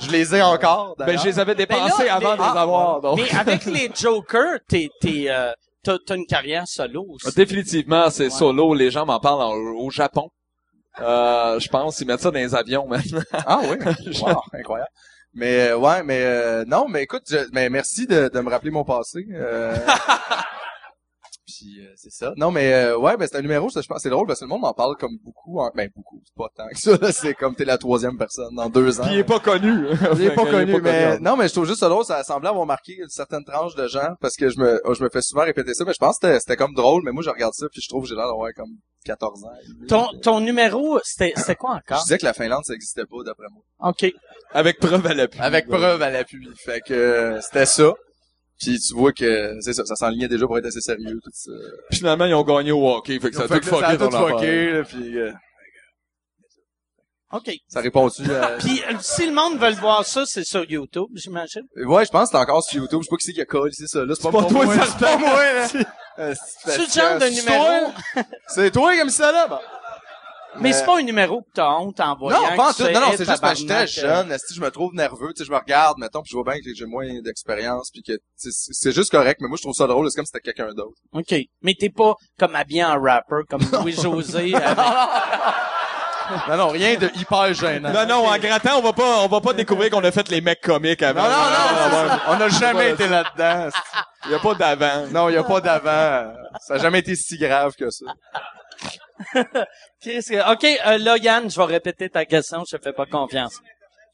[SPEAKER 1] Je les ai encore.
[SPEAKER 3] Ben, je les avais dépensés
[SPEAKER 2] Mais là,
[SPEAKER 3] avant
[SPEAKER 2] mais-
[SPEAKER 3] de
[SPEAKER 1] Ah,
[SPEAKER 3] les avoir, donc.
[SPEAKER 2] Mais avec les Jokers, t'es, t'es, euh, t'as, t'as une carrière solo aussi.
[SPEAKER 3] Ah, Définitivement, c'est
[SPEAKER 2] Ouais.
[SPEAKER 3] solo. Les gens m'en parlent en- au Japon. Euh, je pense, ils mettent ça dans les avions, maintenant.
[SPEAKER 1] Ah oui, Wow, incroyable. Mais euh, ouais, mais euh, non, mais écoute, je- mais merci de, de me rappeler mon passé. euh, puis Puis euh, c'est ça. Non, mais euh, ouais, ben c'est un numéro, ça, je pense, c'est drôle parce que le monde m'en parle comme beaucoup. hein. Ben beaucoup, c'est pas tant que ça. là. C'est comme t'es la troisième personne dans deux ans.
[SPEAKER 3] Puis il est pas connu.
[SPEAKER 1] Je l'ai pas connu, mais
[SPEAKER 3] non.
[SPEAKER 1] non, mais je trouve juste ça drôle. Ça semblait avoir marqué une certaine tranche de gens parce que je me, oh, je me fais souvent répéter ça, mais je pense que c'était- c'était comme drôle. Mais moi, je regarde ça puis je trouve que j'ai l'air d'avoir comme 14 ans.
[SPEAKER 2] Ton, ton numéro, c'était c'était quoi
[SPEAKER 1] Je
[SPEAKER 2] encore?
[SPEAKER 1] disais que la Finlande, ça existait pas d'après moi.
[SPEAKER 3] Ah,
[SPEAKER 2] OK.
[SPEAKER 3] Avec preuve à l'appui.
[SPEAKER 1] Avec
[SPEAKER 3] Ouais.
[SPEAKER 1] preuve à l'appui. Fait que euh, c'était ça. Puis tu vois que c'est ça, ça s'enlignait déjà pour être assez sérieux tout ça.
[SPEAKER 3] Puis Finalement, ils ont gagné au hockey. Fait que ça a
[SPEAKER 1] Fait
[SPEAKER 3] tout
[SPEAKER 1] que là,
[SPEAKER 3] fucké
[SPEAKER 1] ça a
[SPEAKER 3] ton
[SPEAKER 1] tout
[SPEAKER 3] affaire.
[SPEAKER 1] fucké, là, puis euh,
[SPEAKER 2] OK.
[SPEAKER 1] ça répond-tu à...
[SPEAKER 2] Puis euh, si le monde veut le voir ça, c'est sur YouTube, j'imagine.
[SPEAKER 1] Ouais, je pense que c'est encore sur YouTube. Je sais pas qui c'est qui a collé c'est ça. Là, c'est pas,
[SPEAKER 3] pas
[SPEAKER 1] pour
[SPEAKER 3] toi,
[SPEAKER 1] moi,
[SPEAKER 3] ça
[SPEAKER 1] c'est pas moi, là. Euh,
[SPEAKER 2] C'est le
[SPEAKER 1] parce
[SPEAKER 2] genre
[SPEAKER 1] que
[SPEAKER 2] de numéro.
[SPEAKER 1] toi, C'est toi comme ça, là. Bon.
[SPEAKER 2] Mais c'est pas un numéro que t'as honte en voyant.
[SPEAKER 1] euh, Non, pas en tout. Non, non, c'est juste
[SPEAKER 2] parce
[SPEAKER 1] parce que j'étais
[SPEAKER 2] euh.
[SPEAKER 1] jeune. Si je me trouve nerveux, tu sais, je me regarde, mettons, puis je vois bien que j'ai moins d'expérience, puis que tu sais, c'est c'est juste correct. Mais moi, je trouve ça drôle. C'est comme si c'était quelqu'un d'autre.
[SPEAKER 2] euh, OK. Mais t'es pas comme habillé en rapper, comme Louis-José. avec-
[SPEAKER 1] Non, non, rien de hyper gênant.
[SPEAKER 3] Non, non, en grattant, on va pas, on va pas découvrir qu'on a fait les mecs comiques avant.
[SPEAKER 1] Non, non, non, non, Ah, on
[SPEAKER 3] Voilà.
[SPEAKER 1] n'a jamais été là-dedans.
[SPEAKER 3] Il y a pas d'avant.
[SPEAKER 1] Non, il n'y a pas d'avant. Ça n'a jamais été si grave que ça.
[SPEAKER 2] Chris, euh, OK, euh, là, Yann, je vais répéter ta question, je te fais pas confiance.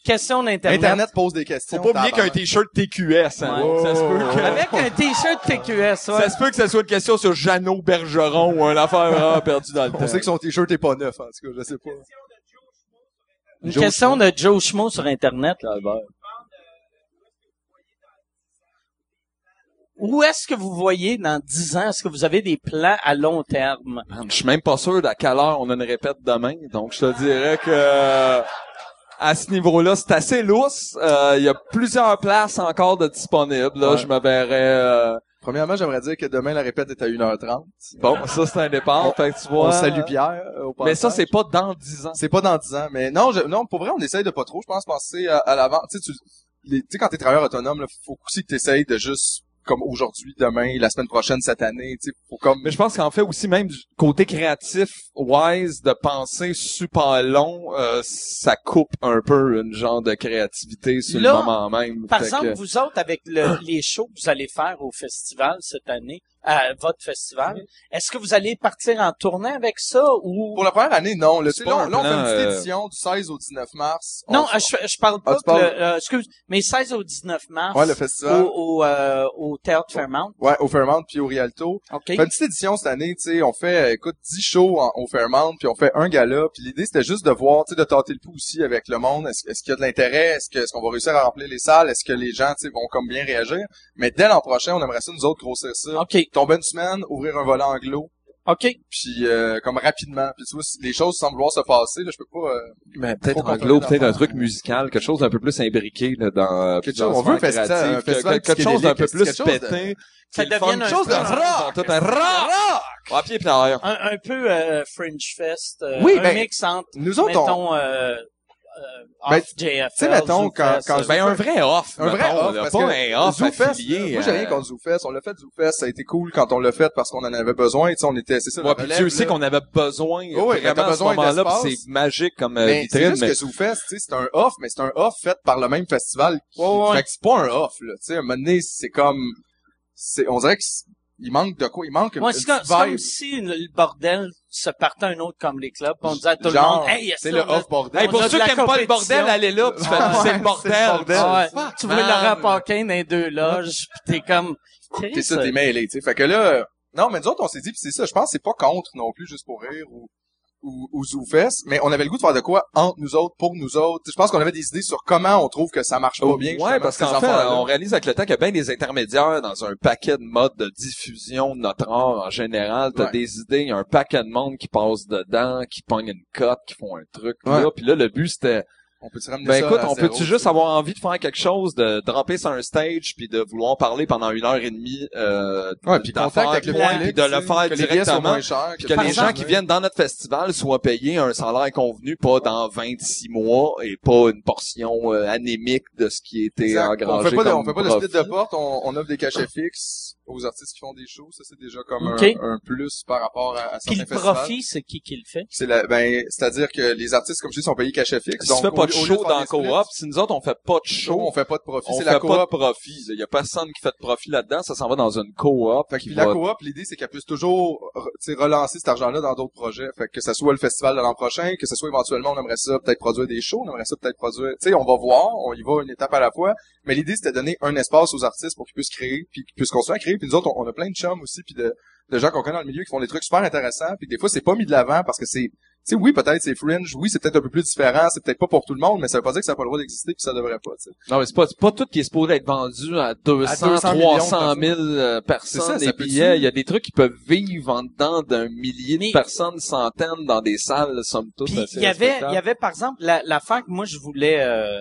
[SPEAKER 2] Question d'Internet.
[SPEAKER 1] Internet pose des questions.
[SPEAKER 3] Faut pas oublier qu'un
[SPEAKER 1] tabarnak.
[SPEAKER 3] t-shirt TQS, hein.
[SPEAKER 2] Ouais.
[SPEAKER 3] Ça se peut que...
[SPEAKER 2] Avec un T-shirt TQS, ouais.
[SPEAKER 3] Ça se peut que ça soit une question sur Jeannot Bergeron ou une affaire vraiment perdue dans le temps.
[SPEAKER 1] On sait que son t-shirt est pas neuf, en tout cas, je sais pas.
[SPEAKER 2] Une
[SPEAKER 1] Joe
[SPEAKER 2] question de Joe Schmo sur Internet. là, Albert. Où est-ce que vous voyez dans 10 ans? Est-ce que vous avez des plans à long terme?
[SPEAKER 3] Man, Je suis même pas sûr d'à quelle heure on a une répète demain, donc je te dirais que à ce niveau-là, c'est assez lousse. Euh, Il y a plusieurs places encore de disponibles. Là,
[SPEAKER 1] Ouais.
[SPEAKER 3] Je me verrais... euh,
[SPEAKER 1] Premièrement, j'aimerais dire que demain, la répète est à 1h30.
[SPEAKER 3] Bon, ça, c'est un départ. fait que tu vois,
[SPEAKER 1] On salue Pierre. euh, au
[SPEAKER 3] Mais ça,
[SPEAKER 1] passage.
[SPEAKER 3] c'est pas dans 10 ans.
[SPEAKER 1] C'est pas dans 10 ans. Mais non, je- non, pour vrai, on essaye de pas trop, je pense, penser à, à l'avant. Tu sais, tu les- tu sais, quand t'es travailleur autonome, là, faut aussi que t'essayes de juste, comme aujourd'hui, demain, la semaine prochaine, cette année, tu sais, faut comme...
[SPEAKER 3] Mais je pense qu'en fait aussi, même du côté créatif, wise, de penser super long, euh, ça coupe un peu une genre de créativité sur
[SPEAKER 2] Là,
[SPEAKER 3] le moment même.
[SPEAKER 2] Par
[SPEAKER 3] Fait
[SPEAKER 2] exemple,
[SPEAKER 3] que-
[SPEAKER 2] vous autres, avec le- les shows que vous allez faire au festival cette année, à votre festival, est-ce que vous allez partir en tournée avec ça ou...
[SPEAKER 1] Mm-hmm. Pour la première année, non. Là, tu sais,
[SPEAKER 3] C'est
[SPEAKER 1] là,
[SPEAKER 3] pas
[SPEAKER 1] on,
[SPEAKER 3] un
[SPEAKER 1] là, on fait une
[SPEAKER 3] plan,
[SPEAKER 1] petite
[SPEAKER 3] euh,
[SPEAKER 1] édition du 16 au 19 mars.
[SPEAKER 2] Non,
[SPEAKER 1] On-
[SPEAKER 2] euh, je, je parle pas
[SPEAKER 1] Ah, tu parles-
[SPEAKER 2] que le- euh, excuse, mais 16 au 19 mars.
[SPEAKER 1] Ouais, le festival.
[SPEAKER 2] Au, au, euh, au Théâtre Fairmount.
[SPEAKER 1] Ouais, au Fairmount puis au Rialto.
[SPEAKER 2] OK.
[SPEAKER 1] Fait une petite édition cette année, tu sais, on fait, euh, écoute, 10 shows en- au Fairmount, puis on fait un gala, puis l'idée c'était juste de voir, tu sais, de tenter le pouls aussi avec le monde, est-ce est-ce qu'il y a de l'intérêt, est-ce que- est-ce qu'on va réussir à remplir les salles, est-ce que les gens, tu sais, vont comme bien réagir, mais dès l'an prochain, on aimerait ça, nous autres, grossir ça,
[SPEAKER 2] OK.
[SPEAKER 1] tomber une semaine, ouvrir un volet anglo,
[SPEAKER 2] OK.
[SPEAKER 1] puis euh, comme rapidement, puis tu vois, si les choses semblent vouloir se passer, là, je peux pas... euh,
[SPEAKER 3] Mais
[SPEAKER 1] Faut
[SPEAKER 3] peut-être
[SPEAKER 1] qu'on
[SPEAKER 3] anglo,
[SPEAKER 1] parle
[SPEAKER 3] peut-être
[SPEAKER 1] d'enfants.
[SPEAKER 3] un truc musical, quelque chose d'un peu plus imbriqué là, dans euh,
[SPEAKER 1] Quelque
[SPEAKER 3] dans
[SPEAKER 1] chose,
[SPEAKER 3] la
[SPEAKER 1] on veut un
[SPEAKER 3] sphère
[SPEAKER 1] festival-
[SPEAKER 3] créative,
[SPEAKER 1] un festival
[SPEAKER 3] que- quelque chose d'un peu
[SPEAKER 1] psychédélique,
[SPEAKER 3] plus
[SPEAKER 1] quelque chose de-
[SPEAKER 3] pété.
[SPEAKER 2] Ça
[SPEAKER 3] qui est le
[SPEAKER 2] devienne
[SPEAKER 3] fun.
[SPEAKER 2] un
[SPEAKER 3] Quelque chose de
[SPEAKER 2] peu-
[SPEAKER 3] rock, tout un rock, à pied plein
[SPEAKER 2] Un, un peu euh, Fringe Fest. euh,
[SPEAKER 1] Oui,
[SPEAKER 2] un
[SPEAKER 1] ben,
[SPEAKER 2] mix entre,
[SPEAKER 1] Nous autres, on...
[SPEAKER 2] mettons, euh, euh,
[SPEAKER 1] Ben,
[SPEAKER 2] off JFL.
[SPEAKER 1] tu sais, mettons,
[SPEAKER 2] Zoofest,
[SPEAKER 1] quand- quand
[SPEAKER 2] euh,
[SPEAKER 1] je-
[SPEAKER 3] Ben un vrai off,
[SPEAKER 1] un vrai
[SPEAKER 3] mettons,
[SPEAKER 1] off,
[SPEAKER 3] là,
[SPEAKER 1] parce
[SPEAKER 3] pas
[SPEAKER 1] que
[SPEAKER 3] un off
[SPEAKER 1] Zoofest,
[SPEAKER 3] affilié.
[SPEAKER 1] moi j'ai
[SPEAKER 3] euh,
[SPEAKER 1] rien contre Zoufest, on l'a fait Zoufest, ça a été cool quand on l'a fait parce qu'on en avait besoin, tu sais, on était, c'est ça,
[SPEAKER 3] Ouais,
[SPEAKER 1] la
[SPEAKER 3] puis
[SPEAKER 1] relève,
[SPEAKER 3] Dieu sait
[SPEAKER 1] là.
[SPEAKER 3] qu'on avait besoin
[SPEAKER 1] Oh oui,
[SPEAKER 3] vraiment
[SPEAKER 1] t'as
[SPEAKER 3] à ce
[SPEAKER 1] besoin
[SPEAKER 3] moment-là,
[SPEAKER 1] d'espace.
[SPEAKER 3] puis c'est magique comme euh,
[SPEAKER 1] Mais c'est
[SPEAKER 3] vitrine.
[SPEAKER 1] juste
[SPEAKER 3] Mais
[SPEAKER 1] que Zoufest, tu sais, c'est un off, mais c'est un off fait par le même festival. qui-
[SPEAKER 2] Ouais, ouais.
[SPEAKER 1] Fait que c'est pas un off, là. Tu sais, à un moment donné, c'est comme, c'est, on dirait qu'il manque de quoi? Il manque
[SPEAKER 2] Moi,
[SPEAKER 1] une
[SPEAKER 2] c'est comme,
[SPEAKER 1] petite
[SPEAKER 2] c'est comme
[SPEAKER 1] vibe.
[SPEAKER 2] si une- le bordel se partait à un autre Comedy Club, pis on disait à tout le
[SPEAKER 1] Genre,
[SPEAKER 2] monde, hey,
[SPEAKER 1] c'est le off bordel.
[SPEAKER 3] Hey, pour
[SPEAKER 2] On a
[SPEAKER 3] ceux
[SPEAKER 2] de
[SPEAKER 3] qui
[SPEAKER 2] la
[SPEAKER 3] aiment pas le
[SPEAKER 2] compétition.
[SPEAKER 3] bordel, allez là, puis tu fais,
[SPEAKER 1] Ouais,
[SPEAKER 3] c'est le bordel.
[SPEAKER 1] bordel.
[SPEAKER 2] Ah tu vois
[SPEAKER 3] man.
[SPEAKER 2] Laurent Paquin dans les deux loges, pis t'es comme, Chris,
[SPEAKER 1] T'es ça, t'es mêlé, tu sais. Fait que là, euh, non, mais nous autres, on s'est dit, pis c'est ça, je pense que c'est pas contre non plus, juste pour rire ou, ou, ou Zoufest, mais on avait le goût de faire de quoi entre nous autres, pour nous autres. Tu sais, Je pense qu'on avait des idées sur comment on trouve que ça marche pas bien.
[SPEAKER 3] Oh, ouais,
[SPEAKER 1] justement,
[SPEAKER 3] parce
[SPEAKER 1] ces
[SPEAKER 3] qu'en fait,
[SPEAKER 1] affaires-là.
[SPEAKER 3] on réalise avec le temps qu'il y a bien des intermédiaires dans un paquet de modes de diffusion de notre art en général. T'as
[SPEAKER 1] Ouais.
[SPEAKER 3] des idées, il y a un paquet de monde qui passe dedans, qui pogne une cote, qui font un truc.
[SPEAKER 1] Ouais.
[SPEAKER 3] Là. Puis là, le but, c'était,
[SPEAKER 1] on peut-tu ramener
[SPEAKER 3] ben
[SPEAKER 1] ça
[SPEAKER 3] écoute,
[SPEAKER 1] à
[SPEAKER 3] on
[SPEAKER 1] zéro,
[SPEAKER 3] peut-tu juste
[SPEAKER 1] sais?
[SPEAKER 3] avoir envie de faire quelque chose, de dramper sur un stage, puis de vouloir parler pendant une heure et demie euh,
[SPEAKER 1] Ouais, puis
[SPEAKER 3] d'affaires,
[SPEAKER 1] contact avec le
[SPEAKER 3] puis-
[SPEAKER 1] public,
[SPEAKER 3] puis de le
[SPEAKER 1] tu sais,
[SPEAKER 3] faire
[SPEAKER 1] que les billets soient
[SPEAKER 3] directement.
[SPEAKER 1] moins chers,
[SPEAKER 3] Puis que
[SPEAKER 1] par
[SPEAKER 3] les gens
[SPEAKER 1] exemple,
[SPEAKER 3] qui
[SPEAKER 1] ouais.
[SPEAKER 3] viennent dans notre festival soient payés un salaire convenu, pas dans 26 mois et pas une portion euh, anémique de ce qui était
[SPEAKER 1] Exact.
[SPEAKER 3] engrangé.
[SPEAKER 1] On fait pas de,
[SPEAKER 3] comme
[SPEAKER 1] on fait pas de
[SPEAKER 3] profit.
[SPEAKER 1] split de porte, on, on offre des cachets fixes. aux artistes qui font des shows, ça c'est déjà comme un-
[SPEAKER 2] Ok.
[SPEAKER 1] un, plus par rapport à, à
[SPEAKER 2] Puis
[SPEAKER 1] certains
[SPEAKER 2] le
[SPEAKER 1] festivals.
[SPEAKER 2] profit, c'est qui qui le fait?
[SPEAKER 1] C'est la, ben, c'est-à-dire que les artistes, comme je dis, sont payés cachet fixe.
[SPEAKER 3] Si tu fais
[SPEAKER 1] au-
[SPEAKER 3] pas de
[SPEAKER 1] au lieu
[SPEAKER 3] show
[SPEAKER 1] faire
[SPEAKER 3] dans
[SPEAKER 1] des
[SPEAKER 3] coop,
[SPEAKER 1] splits,
[SPEAKER 3] si nous autres on fait pas de
[SPEAKER 1] show,
[SPEAKER 3] show,
[SPEAKER 1] on fait pas de profit.
[SPEAKER 3] on
[SPEAKER 1] C'est
[SPEAKER 3] fait
[SPEAKER 1] la
[SPEAKER 3] pas
[SPEAKER 1] coop.
[SPEAKER 3] de profit. Il y a personne qui fait de profit là-dedans. Ça s'en va dans une coop.
[SPEAKER 1] Fait que
[SPEAKER 3] qui
[SPEAKER 1] puis la
[SPEAKER 3] va-
[SPEAKER 1] coop, l'idée c'est qu'elle puisse toujours re- tu sais, relancer cet argent-là dans d'autres projets. Fait que ce soit le festival de l'an prochain, que ce soit éventuellement on aimerait ça peut-être produire des shows, on aimerait ça peut-être produire. Tu sais, on va voir, on y va une étape à la fois. Mais l'idée c'était de donner un espace aux artistes pour qu'ils puissent créer, puis qu'ils puissent continuer à créer. Puis nous autres, on, on a plein de chums aussi, puis de, de gens qu'on connaît dans le milieu qui font des trucs super intéressants. Puis que des fois c'est pas mis de l'avant parce que c'est, tu sais, oui peut-être c'est fringe, oui c'est peut-être un peu plus différent, c'est peut-être pas pour tout le monde, mais ça veut pas dire que ça n'a pas le droit d'exister, puis ça devrait pas. tu sais.
[SPEAKER 3] Non, mais c'est pas, c'est pas tout qui est supposé être vendu à 200,
[SPEAKER 1] 200 millions de
[SPEAKER 3] 300 000 euh,
[SPEAKER 1] C'est ça,
[SPEAKER 3] personnes,
[SPEAKER 1] ça
[SPEAKER 3] des
[SPEAKER 1] peut-tu-
[SPEAKER 3] billets. Il y a des trucs qui peuvent vivre en dedans d'un millier
[SPEAKER 2] Mais-
[SPEAKER 3] de personnes, centaines, dans des salles, somme toute.
[SPEAKER 2] Puis
[SPEAKER 3] assez
[SPEAKER 2] il y avait, il
[SPEAKER 3] respectables.
[SPEAKER 2] y avait par exemple la, la fin que moi je voulais. euh,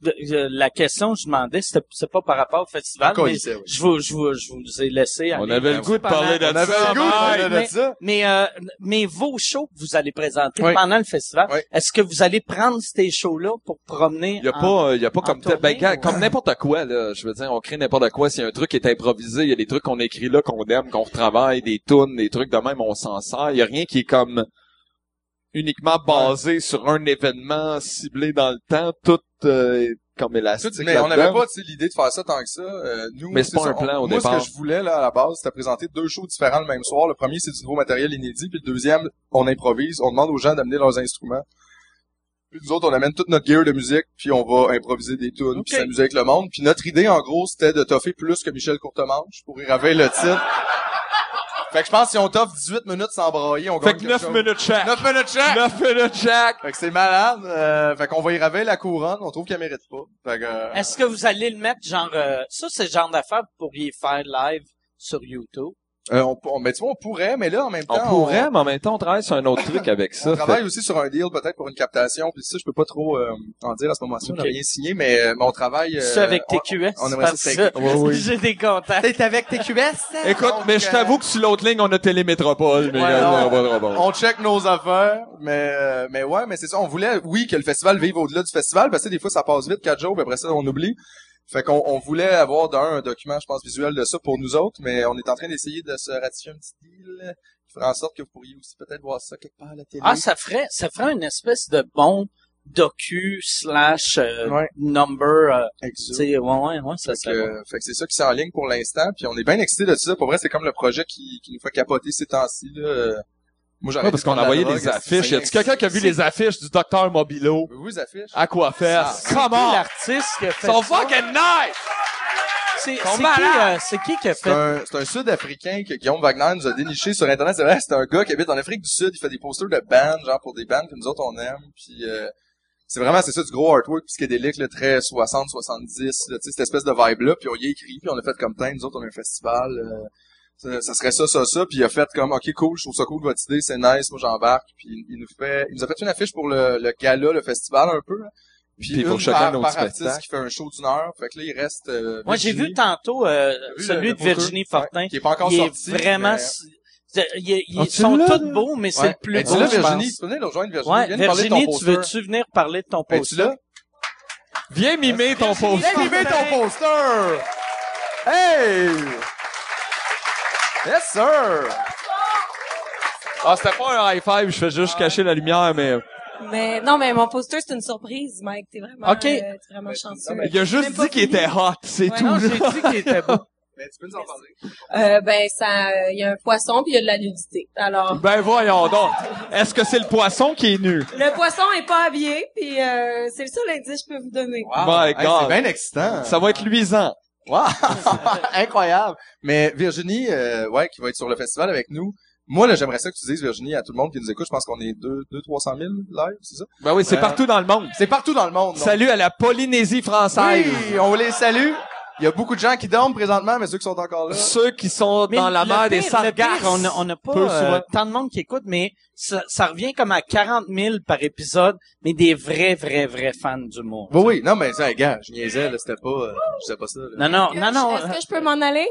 [SPEAKER 2] de- de- la question que je demandais, c'était- c'est pas par rapport au festival,
[SPEAKER 1] Encore
[SPEAKER 2] Ah, mais
[SPEAKER 1] ici, oui.
[SPEAKER 2] je vous, je vous, je vous ai laissé.
[SPEAKER 3] On
[SPEAKER 2] aller
[SPEAKER 3] avait le goût de
[SPEAKER 2] pendant-
[SPEAKER 3] parler de
[SPEAKER 2] on avait
[SPEAKER 3] ça,
[SPEAKER 2] le goût de
[SPEAKER 3] mais-
[SPEAKER 2] parler de
[SPEAKER 1] Mais-
[SPEAKER 2] ça. Ah, Mais, euh, mais vos shows que vous allez présenter
[SPEAKER 1] Oui.
[SPEAKER 2] pendant le festival,
[SPEAKER 1] Oui.
[SPEAKER 2] est-ce que vous allez prendre ces shows-là pour promener
[SPEAKER 3] Il y a
[SPEAKER 2] en-
[SPEAKER 3] pas, euh, il y a pas
[SPEAKER 2] en
[SPEAKER 3] comme, tel- ben,
[SPEAKER 2] tournée,
[SPEAKER 3] gars,
[SPEAKER 2] ou-
[SPEAKER 3] comme n'importe quoi, là. Je veux dire, on crée n'importe quoi. S'il y a un truc qui est improvisé, il y a des trucs qu'on écrit là, qu'on aime, qu'on retravaille, des tunes, des trucs de même, on s'en sert. Il y a rien qui est comme uniquement basé sur un événement ciblé dans le temps, tout, euh, est comme élastique.
[SPEAKER 1] mais on n'avait
[SPEAKER 3] là-dedans.
[SPEAKER 1] pas tu sais, l'idée de faire ça tant que ça. Euh, nous,
[SPEAKER 3] Mais c'est pas
[SPEAKER 1] ça,
[SPEAKER 3] un plan
[SPEAKER 1] on-
[SPEAKER 3] au
[SPEAKER 1] moi,
[SPEAKER 3] départ.
[SPEAKER 1] ce que je voulais là à la base, c'était présenter deux shows différents le même soir. Le premier, c'est du nouveau matériel inédit, puis le deuxième, on improvise. On demande aux gens d'amener leurs instruments. Puis nous autres, on amène toute notre gear de musique, puis on va improviser des tunes, puis
[SPEAKER 2] Ok.
[SPEAKER 1] s'amuser avec le monde. Puis notre idée, en gros, c'était de toffer plus que Michel Courtemanche pour y raver le titre. fait que je pense que si on toffe 18 minutes sans brailler, on
[SPEAKER 3] Fait
[SPEAKER 1] gagne
[SPEAKER 3] que
[SPEAKER 1] quelque
[SPEAKER 3] 9
[SPEAKER 1] chose.
[SPEAKER 3] minutes chaque.
[SPEAKER 1] 9 minutes chaque!
[SPEAKER 3] 9 minutes chaque.
[SPEAKER 1] Fait que c'est malade. Euh, fait qu'on va y raver la couronne. On trouve qu'elle mérite pas. Fait que... euh,
[SPEAKER 2] Est-ce que vous allez le mettre genre euh, ça c'est le genre d'affaire que vous pourriez faire live sur YouTube
[SPEAKER 1] Euh, on, on, ben, tu vois, on pourrait, mais là, en même temps,
[SPEAKER 3] On pourrait, mais en même temps, on travaille sur un autre truc avec
[SPEAKER 1] Ah, on
[SPEAKER 3] ça.
[SPEAKER 1] travaille
[SPEAKER 3] fait-
[SPEAKER 1] aussi sur un deal peut-être pour une captation. Puis ça, je peux pas trop euh, en dire à ce moment-ci. On
[SPEAKER 2] Ok.
[SPEAKER 1] n'a rien signé, mais, euh, mais on travaille. euh,
[SPEAKER 2] C'est avec
[SPEAKER 1] on-
[SPEAKER 2] TQS
[SPEAKER 1] on aimerait ça,
[SPEAKER 2] parce
[SPEAKER 1] c'est
[SPEAKER 2] que
[SPEAKER 1] avec
[SPEAKER 2] j'ai des contacts.
[SPEAKER 8] T'es avec TQS?
[SPEAKER 3] Écoute,
[SPEAKER 1] Donc,
[SPEAKER 3] mais je
[SPEAKER 1] euh,
[SPEAKER 3] t'avoue que sur l'autre ligne, on a Télémétropole, mais
[SPEAKER 1] Ouais,
[SPEAKER 3] euh,
[SPEAKER 1] non.
[SPEAKER 3] on va- on va- on va-
[SPEAKER 1] On check nos affaires, mais euh, mais ouais, mais c'est ça. On voulait, oui, que le festival vive au-delà du festival, parce que des fois ça passe vite, quatre jours, puis après ça on oublie. Fait qu'on on voulait avoir d'un un document, je pense, visuel de ça pour nous autres, mais on est en train d'essayer de se ratifier un petit deal qui ferait en sorte que vous pourriez aussi peut-être voir ça quelque part à la télé.
[SPEAKER 2] Ah, ça ferait, ça ferait une espèce de bon docu slash euh,
[SPEAKER 1] Ouais.
[SPEAKER 2] number. euh, tu
[SPEAKER 1] Exact.
[SPEAKER 2] sais, ouais, ouais, ouais, ça
[SPEAKER 1] Fait que,
[SPEAKER 2] serait. Ah bon.
[SPEAKER 1] euh, fait que c'est ça qui est en ligne pour l'instant. Puis on est bien excités de ça. Pour vrai, c'est comme le projet qui, qui nous fait capoter ces temps-ci. Là. Euh, Moi, j'arrête
[SPEAKER 3] Ouais, parce
[SPEAKER 1] de prendre
[SPEAKER 3] qu'on
[SPEAKER 1] la
[SPEAKER 3] envoyait
[SPEAKER 1] drogue,
[SPEAKER 3] des
[SPEAKER 1] c'est-
[SPEAKER 3] affiches.
[SPEAKER 1] c'est-
[SPEAKER 3] Y a-tu quelqu'un qui a vu les affiches du Docteur Mobilo?
[SPEAKER 1] Je vous affiche.
[SPEAKER 3] Aquafest.
[SPEAKER 1] Ah,
[SPEAKER 3] Euh, Come
[SPEAKER 2] C'est qui
[SPEAKER 3] on!
[SPEAKER 2] l'artiste qui a fait
[SPEAKER 3] Son
[SPEAKER 2] ça?
[SPEAKER 3] fucking nice!
[SPEAKER 2] C'est, c'est
[SPEAKER 3] sont
[SPEAKER 2] qui,
[SPEAKER 3] malades.
[SPEAKER 2] euh, c'est qui qui a
[SPEAKER 1] C'est
[SPEAKER 2] fait?
[SPEAKER 1] un, c'est un Sud-Africain que Guillaume Wagner nous a déniché sur Internet. C'est vrai, c'est un gars qui habite en Afrique du Sud. Il fait des posters de bandes, genre pour des bandes que nous autres, on aime. Puis euh, c'est vraiment, c'est ça, du gros artwork psychédélique, le très 60, 70, là, tu sais, cette espèce de vibe-là. Puis on y a écrit, puis on a fait comme tain, nous autres, on a un festival. euh, ça, ça serait ça, ça, ça. Puis il a fait comme, OK, cool, je trouve ça cool, votre idée, c'est nice, moi j'embarque. Puis il, il nous fait, il nous a fait une affiche pour le, le gala, le festival un peu. là. Puis,
[SPEAKER 3] Puis pour
[SPEAKER 1] une
[SPEAKER 3] chacun
[SPEAKER 1] par-
[SPEAKER 3] nos
[SPEAKER 1] par
[SPEAKER 3] spectacles.
[SPEAKER 1] artiste qui fait un show d'une heure. Fait que là, il reste... euh,
[SPEAKER 2] Moi, j'ai
[SPEAKER 1] Virginie,
[SPEAKER 2] vu tantôt euh,
[SPEAKER 1] vu
[SPEAKER 2] celui
[SPEAKER 1] le-
[SPEAKER 2] de
[SPEAKER 1] le poker?
[SPEAKER 2] Virginie Fortin.
[SPEAKER 1] qui est pas encore
[SPEAKER 2] Il
[SPEAKER 1] sorti.
[SPEAKER 2] est vraiment.
[SPEAKER 1] mais-
[SPEAKER 2] c'est- il est- Ils
[SPEAKER 3] Ah, tu
[SPEAKER 2] sont
[SPEAKER 3] l'as,
[SPEAKER 2] tous
[SPEAKER 3] là?
[SPEAKER 2] beaux, mais c'est
[SPEAKER 1] Ouais.
[SPEAKER 2] le plus
[SPEAKER 1] Es-tu
[SPEAKER 2] beau.
[SPEAKER 1] là,
[SPEAKER 2] je pense.
[SPEAKER 1] Ben, Virginie? Tu venais nous rejoindre, Virginie.
[SPEAKER 2] Ouais,
[SPEAKER 1] Viens nous parler de
[SPEAKER 2] Virginie,
[SPEAKER 1] ton
[SPEAKER 2] tu
[SPEAKER 1] poster. Ben,
[SPEAKER 2] veux-tu venir parler de ton
[SPEAKER 1] Es-tu
[SPEAKER 2] poster?
[SPEAKER 1] là?
[SPEAKER 3] Viens mimer ton post.
[SPEAKER 1] Viens limer ton poster! Hey! Yes, sir!
[SPEAKER 3] Ah, c'était pas un high five, je fais juste cacher la lumière, mais
[SPEAKER 9] Mais non, mais mon poster, c'est une surprise, Mike. T'es vraiment,
[SPEAKER 2] Ok.
[SPEAKER 9] euh, t'es vraiment chanceux.
[SPEAKER 1] mais-
[SPEAKER 3] il a juste
[SPEAKER 9] Même pas
[SPEAKER 3] dit qu'il était hot, c'est
[SPEAKER 9] Ouais,
[SPEAKER 3] tout.
[SPEAKER 2] Non,
[SPEAKER 3] là.
[SPEAKER 2] j'ai dit qu'il était beau.
[SPEAKER 1] Mais Ben, tu peux nous en parler.
[SPEAKER 9] Euh, ben, ça, il y a un poisson puis il y a de la nudité. Alors,
[SPEAKER 3] Ben voyons donc. Est-ce que c'est le poisson qui est nu?
[SPEAKER 9] le poisson est pas habillé puis euh, c'est le seul indice que je peux vous donner.
[SPEAKER 3] My God.
[SPEAKER 1] c'est bien excitant.
[SPEAKER 3] Ça va être luisant.
[SPEAKER 1] Wow! Incroyable! Mais Virginie, euh, ouais, qui va être sur le festival avec nous. Moi, là, j'aimerais ça que tu dises, Virginie, à tout le monde qui nous écoute. Je pense qu'on est deux, deux, trois cent mille live, c'est ça?
[SPEAKER 3] Ben oui, c'est
[SPEAKER 1] Ouais.
[SPEAKER 3] partout dans le monde.
[SPEAKER 1] C'est partout dans le monde. donc.
[SPEAKER 3] Salut à la Polynésie française.
[SPEAKER 1] Oui, on les salue. Il y a beaucoup de gens qui dorment présentement, mais ceux qui sont encore là.
[SPEAKER 3] Ceux qui sont
[SPEAKER 2] Mais
[SPEAKER 3] dans la
[SPEAKER 2] le
[SPEAKER 3] mer des
[SPEAKER 2] pire- le pire,
[SPEAKER 3] sargasses.
[SPEAKER 2] On n'a on a pas
[SPEAKER 3] Peu
[SPEAKER 2] euh,
[SPEAKER 3] souvent.
[SPEAKER 2] tant de monde qui écoute, mais ça, ça revient comme à 40 000 par épisode, mais des vrais, vrais, vrais fans d'humour.
[SPEAKER 1] Oui, oui, non, mais ça, gars, je niaisais, là, c'était pas, euh, je sais pas ça, là.
[SPEAKER 2] Non, non, non, euh, non.
[SPEAKER 9] Est-ce que je peux m'en aller?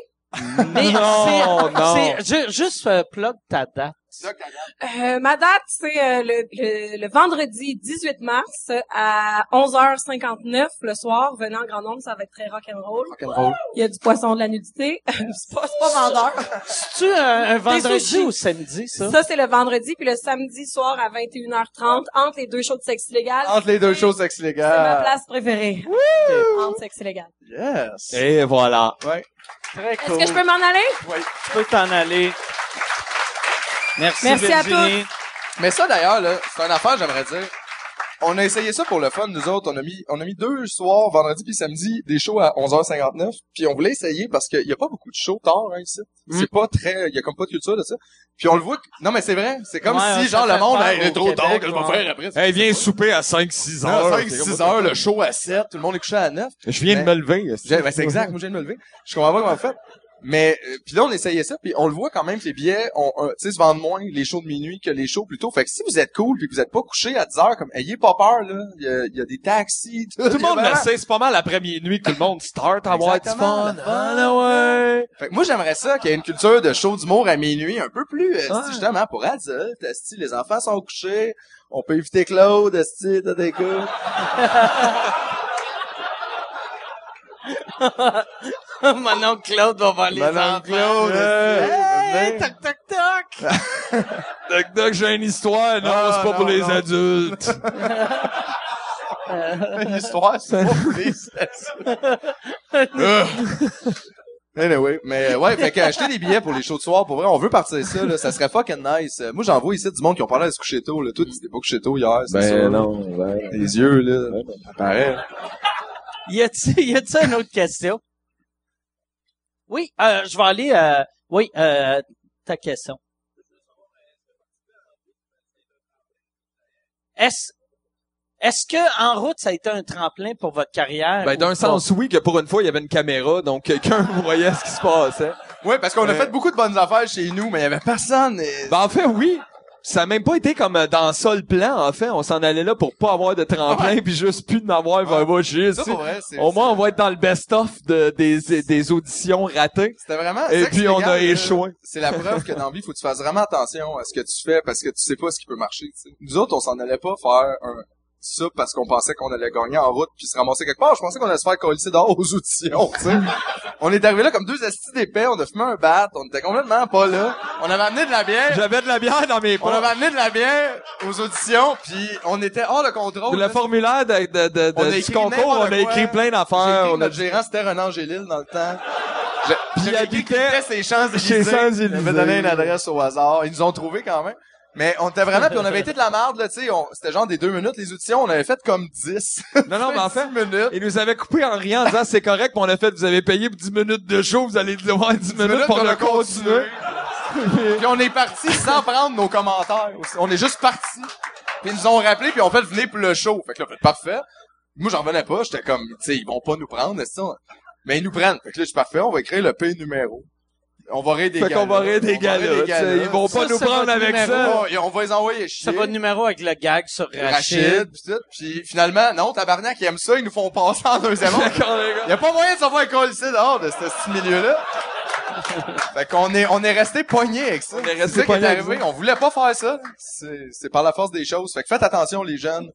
[SPEAKER 2] Mais
[SPEAKER 3] Non, non.
[SPEAKER 2] c'est- c'est- ju- juste euh, plug ta date.
[SPEAKER 1] là que t'as-
[SPEAKER 9] Euh, ma date, c'est euh, le, le- le vendredi 18 mars à 11h59 le soir. Venant en grand nombre, ça va être très rock'n'roll.
[SPEAKER 1] Rock'n'roll.
[SPEAKER 9] Il y a du poisson de la nudité. c'est pas, c'est pas vendeur.
[SPEAKER 2] C'est-tu un, un vendredi
[SPEAKER 9] sushis.
[SPEAKER 2] ou samedi, ça?
[SPEAKER 9] Ça, c'est le vendredi. Puis le samedi soir à 21h30, entre les deux shows de sexe illégal,
[SPEAKER 1] Entre les deux choses sexe
[SPEAKER 9] c'est ma
[SPEAKER 1] légal.
[SPEAKER 9] place préférée. Ah, Entre sexe illégal.
[SPEAKER 1] Yes.
[SPEAKER 3] Et voilà.
[SPEAKER 1] Ouais.
[SPEAKER 2] Très
[SPEAKER 9] Est-ce que je peux m'en aller?
[SPEAKER 2] Tu peux t'en aller. Merci,
[SPEAKER 9] Merci à
[SPEAKER 2] Virginie.
[SPEAKER 1] Mais ça, d'ailleurs, là, c'est une affaire, j'aimerais dire. On a essayé ça pour le fun, nous autres. On a mis, on a mis deux soirs, vendredi puis samedi, des shows à 11h59. Puis on voulait essayer parce qu'il y a pas beaucoup de shows tard, hein, ici.
[SPEAKER 2] Mm.
[SPEAKER 1] C'est pas très, il y a comme pas de culture de ça. Puis on le voit que- non, mais c'est vrai. C'est comme
[SPEAKER 2] Ouais,
[SPEAKER 1] si,
[SPEAKER 2] ouais,
[SPEAKER 1] genre,
[SPEAKER 2] ça
[SPEAKER 1] le
[SPEAKER 2] fait
[SPEAKER 1] monde,
[SPEAKER 2] peur
[SPEAKER 1] Hey, il est
[SPEAKER 2] au
[SPEAKER 1] trop tard
[SPEAKER 2] Québec,
[SPEAKER 1] que je vais
[SPEAKER 2] ouais.
[SPEAKER 1] faire après.
[SPEAKER 3] Hey, viens souper à 5-6 heures.
[SPEAKER 1] 5,
[SPEAKER 3] C'est
[SPEAKER 1] 6
[SPEAKER 3] comme-
[SPEAKER 1] heures, le show à 7, tout le monde est couché à 9.
[SPEAKER 3] Je viens
[SPEAKER 1] Mais-
[SPEAKER 3] de me lever. est-ce que-
[SPEAKER 1] J'ai- ben, c'est exact, moi je viens de me lever. Je comprends pas comment vous faites. Mais euh, puis là on essayait ça puis on le voit quand même que les billets on euh, tu sais se vendent moins les shows de minuit que les shows plus tôt. Fait que si vous êtes cool puis que vous êtes pas couché à 10 heures comme ayez pas peur là, il y a, il y a des taxis, tout,
[SPEAKER 3] Tout le monde l'essaie, c'est pas mal la première nuit que tout le monde start à avoir du
[SPEAKER 1] Exactement,
[SPEAKER 3] fun.
[SPEAKER 1] le fun.
[SPEAKER 3] Ah, ouais.
[SPEAKER 1] Fait que moi j'aimerais ça qu'il y ait une culture de show d'humour à minuit un peu plus euh,
[SPEAKER 3] Ouais.
[SPEAKER 1] si, justement pour adultes, euh, si, les enfants sont couchés, on peut éviter Claude, euh, si t'as des coups.
[SPEAKER 2] Mon oncle Claude va voir les
[SPEAKER 3] Ben
[SPEAKER 1] Madame
[SPEAKER 2] enfants.
[SPEAKER 1] Claude, euh,
[SPEAKER 2] Hey,
[SPEAKER 1] venez.
[SPEAKER 2] toc, toc, toc!
[SPEAKER 3] Doc Doc, j'ai une histoire. Non,
[SPEAKER 1] Ah,
[SPEAKER 3] c'est pas
[SPEAKER 1] non,
[SPEAKER 3] pour les
[SPEAKER 1] non.
[SPEAKER 3] adultes.
[SPEAKER 1] une histoire, c'est pas pour les Euh. Anyway, mais euh, ouais, fait que acheter des billets pour les shows de soir, pour vrai, on veut partir ça, là, ça serait fucking nice. Euh, Moi, j'en vois ici du monde qui ont parlé de se coucher tôt, là. Toi, tu t'es pas couché tôt hier, c'est sûr.
[SPEAKER 3] Ben non, ouais.
[SPEAKER 1] Tes yeux, là. Pareil.
[SPEAKER 2] Y a-tu, y a-tu une autre question? Oui, euh, je vais aller, euh, oui, euh, ta question. Est-ce, est-ce que, en route, ça a été un tremplin pour votre carrière?
[SPEAKER 3] Ben,
[SPEAKER 2] ou
[SPEAKER 3] d'un
[SPEAKER 2] pas?
[SPEAKER 3] sens, oui, que pour une fois, il y avait une caméra, donc quelqu'un voyait ce qui se passait.
[SPEAKER 1] Ouais, parce qu'on a
[SPEAKER 3] Euh.
[SPEAKER 1] fait beaucoup de bonnes affaires chez nous, mais il y avait personne. et-
[SPEAKER 3] Ben, en fait, oui. Ça a même pas été comme euh, dans ça le plan, en fait. On s'en allait là pour pas avoir de tremplin puis juste plus d'en avoir. Ben, va chier,
[SPEAKER 1] Ah. ça,
[SPEAKER 3] tu sais.
[SPEAKER 1] pour vrai, c'est...
[SPEAKER 3] Au moins, on va être dans le best-of de, des, des auditions ratées.
[SPEAKER 1] C'était vraiment...
[SPEAKER 3] Et
[SPEAKER 1] sexe
[SPEAKER 3] puis, on
[SPEAKER 1] légal,
[SPEAKER 3] a
[SPEAKER 1] là,
[SPEAKER 3] échoué.
[SPEAKER 1] C'est la preuve que dans la vie, faut que tu fasses vraiment attention à ce que tu fais parce que tu sais pas ce qui peut marcher, tu sais. Nous autres, on s'en allait pas faire un... ça parce qu'on pensait qu'on allait gagner en route puis se ramasser quelque part. Je pensais qu'on allait se faire coller dehors aux auditions, tu sais. on est arrivé là comme deux astis d'épais, on a fumé un bat, on était complètement pas là. On avait amené de la bière.
[SPEAKER 3] J'avais de la bière dans mes
[SPEAKER 1] On avait
[SPEAKER 3] poches.
[SPEAKER 1] amené de la bière aux auditions, puis on était hors de contrôle.
[SPEAKER 3] Le
[SPEAKER 1] là.
[SPEAKER 3] formulaire de, de, de,
[SPEAKER 1] On a
[SPEAKER 3] de-
[SPEAKER 1] écrit
[SPEAKER 3] du concours,
[SPEAKER 1] n'importe
[SPEAKER 3] on a
[SPEAKER 1] quoi.
[SPEAKER 3] écrit plein
[SPEAKER 1] J'ai
[SPEAKER 3] d'affaires.
[SPEAKER 1] écrit que
[SPEAKER 3] On a
[SPEAKER 1] notre gérant, c'était Renan Gélil dans le temps.
[SPEAKER 3] Puis
[SPEAKER 1] J'ai
[SPEAKER 3] il
[SPEAKER 1] écrit qu'il
[SPEAKER 3] habitait
[SPEAKER 1] quittait ses chances de
[SPEAKER 3] chez Saint-Élysée.
[SPEAKER 1] Il m'avait donné une adresse au hasard. Ils nous ont trouvé quand même. Mais on était vraiment, puis on avait été de la merde, là, tu sais. on- C'était genre des deux minutes, les auditions, on avait fait comme dix.
[SPEAKER 3] Non, non, mais en fait,
[SPEAKER 1] Dix minutes.
[SPEAKER 3] il nous avait coupé en riant en disant c'est correct, mais on a fait, vous avez payé pour 10 minutes de show, vous allez devoir 10, minutes,
[SPEAKER 1] minutes,
[SPEAKER 3] pour
[SPEAKER 1] on
[SPEAKER 3] le
[SPEAKER 1] a
[SPEAKER 3] continuer.
[SPEAKER 1] Puis on est parti sans prendre nos commentaires. aussi. On est juste parti. Puis ils nous ont rappelé, puis on fait venir pour le show. Fait que là, fait parfait. Moi, j'en venais pas. J'étais comme, tu sais, ils vont pas nous prendre, est-ce que ça? Mais ils nous prennent. Fait que là, je suis parfait. On va écrire le P numéro. On va rire des
[SPEAKER 3] fait
[SPEAKER 1] galas.
[SPEAKER 3] qu'on va rire des
[SPEAKER 1] On
[SPEAKER 3] gars
[SPEAKER 1] rire des galas.
[SPEAKER 3] Ils vont
[SPEAKER 2] Ça,
[SPEAKER 3] pas nous
[SPEAKER 2] c'est
[SPEAKER 3] prendre
[SPEAKER 2] votre
[SPEAKER 3] avec
[SPEAKER 2] numéro.
[SPEAKER 3] ça.
[SPEAKER 1] On va- on va les envoyer chier.
[SPEAKER 2] C'est votre numéro avec le gag sur Rachid.
[SPEAKER 1] Rachid, pis tout. Puis finalement, non, tabarnak, ils aiment ça, ils nous font passer en deuxième ronde.
[SPEAKER 3] D'accord, les
[SPEAKER 1] Il y
[SPEAKER 3] gars.
[SPEAKER 1] a pas moyen de s'en faire coller dehors de ce petit milieu-là. fait qu'on est, on est resté poigné avec ça.
[SPEAKER 3] On est resté
[SPEAKER 1] C'est ça qui
[SPEAKER 3] poigné avec
[SPEAKER 1] arrivé. On voulait pas faire ça. C'est, c'est par la force des choses. Fait que faites attention, les jeunes.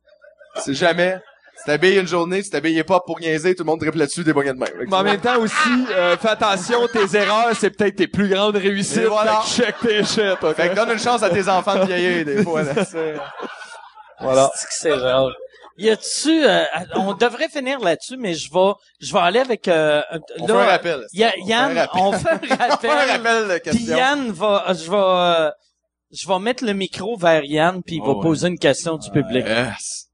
[SPEAKER 1] C'est jamais. Si t'habilles une journée, si t'habilles pas pour niaiser, tout le monde triple là-dessus des poignées de main. Fait que
[SPEAKER 3] Mais en même temps aussi, euh, fais attention, tes erreurs, c'est peut-être tes plus grandes réussites.
[SPEAKER 1] Et voilà.
[SPEAKER 3] Fait que check tes shit, ok? Euh,
[SPEAKER 1] Fait que donne une chance à tes enfants de vieillir, des fois, là. C'est- Voilà.
[SPEAKER 2] Ah, C'est que c'est drôle. Y a-tu, euh, on devrait finir là-dessus, mais je vais, je vais aller avec, euh,
[SPEAKER 1] On
[SPEAKER 2] là,
[SPEAKER 1] fait un rappel.
[SPEAKER 2] y a-
[SPEAKER 1] On fait un
[SPEAKER 2] Yann,
[SPEAKER 1] rappel.
[SPEAKER 2] on fait un
[SPEAKER 1] On fait un
[SPEAKER 2] rappel.
[SPEAKER 1] rappel de
[SPEAKER 2] Puis
[SPEAKER 1] questions.
[SPEAKER 2] Yann va, euh, je vais, euh, je vais mettre le micro vers Yann, puis il va
[SPEAKER 3] Oh, ouais.
[SPEAKER 2] poser une question du public.
[SPEAKER 1] Yes.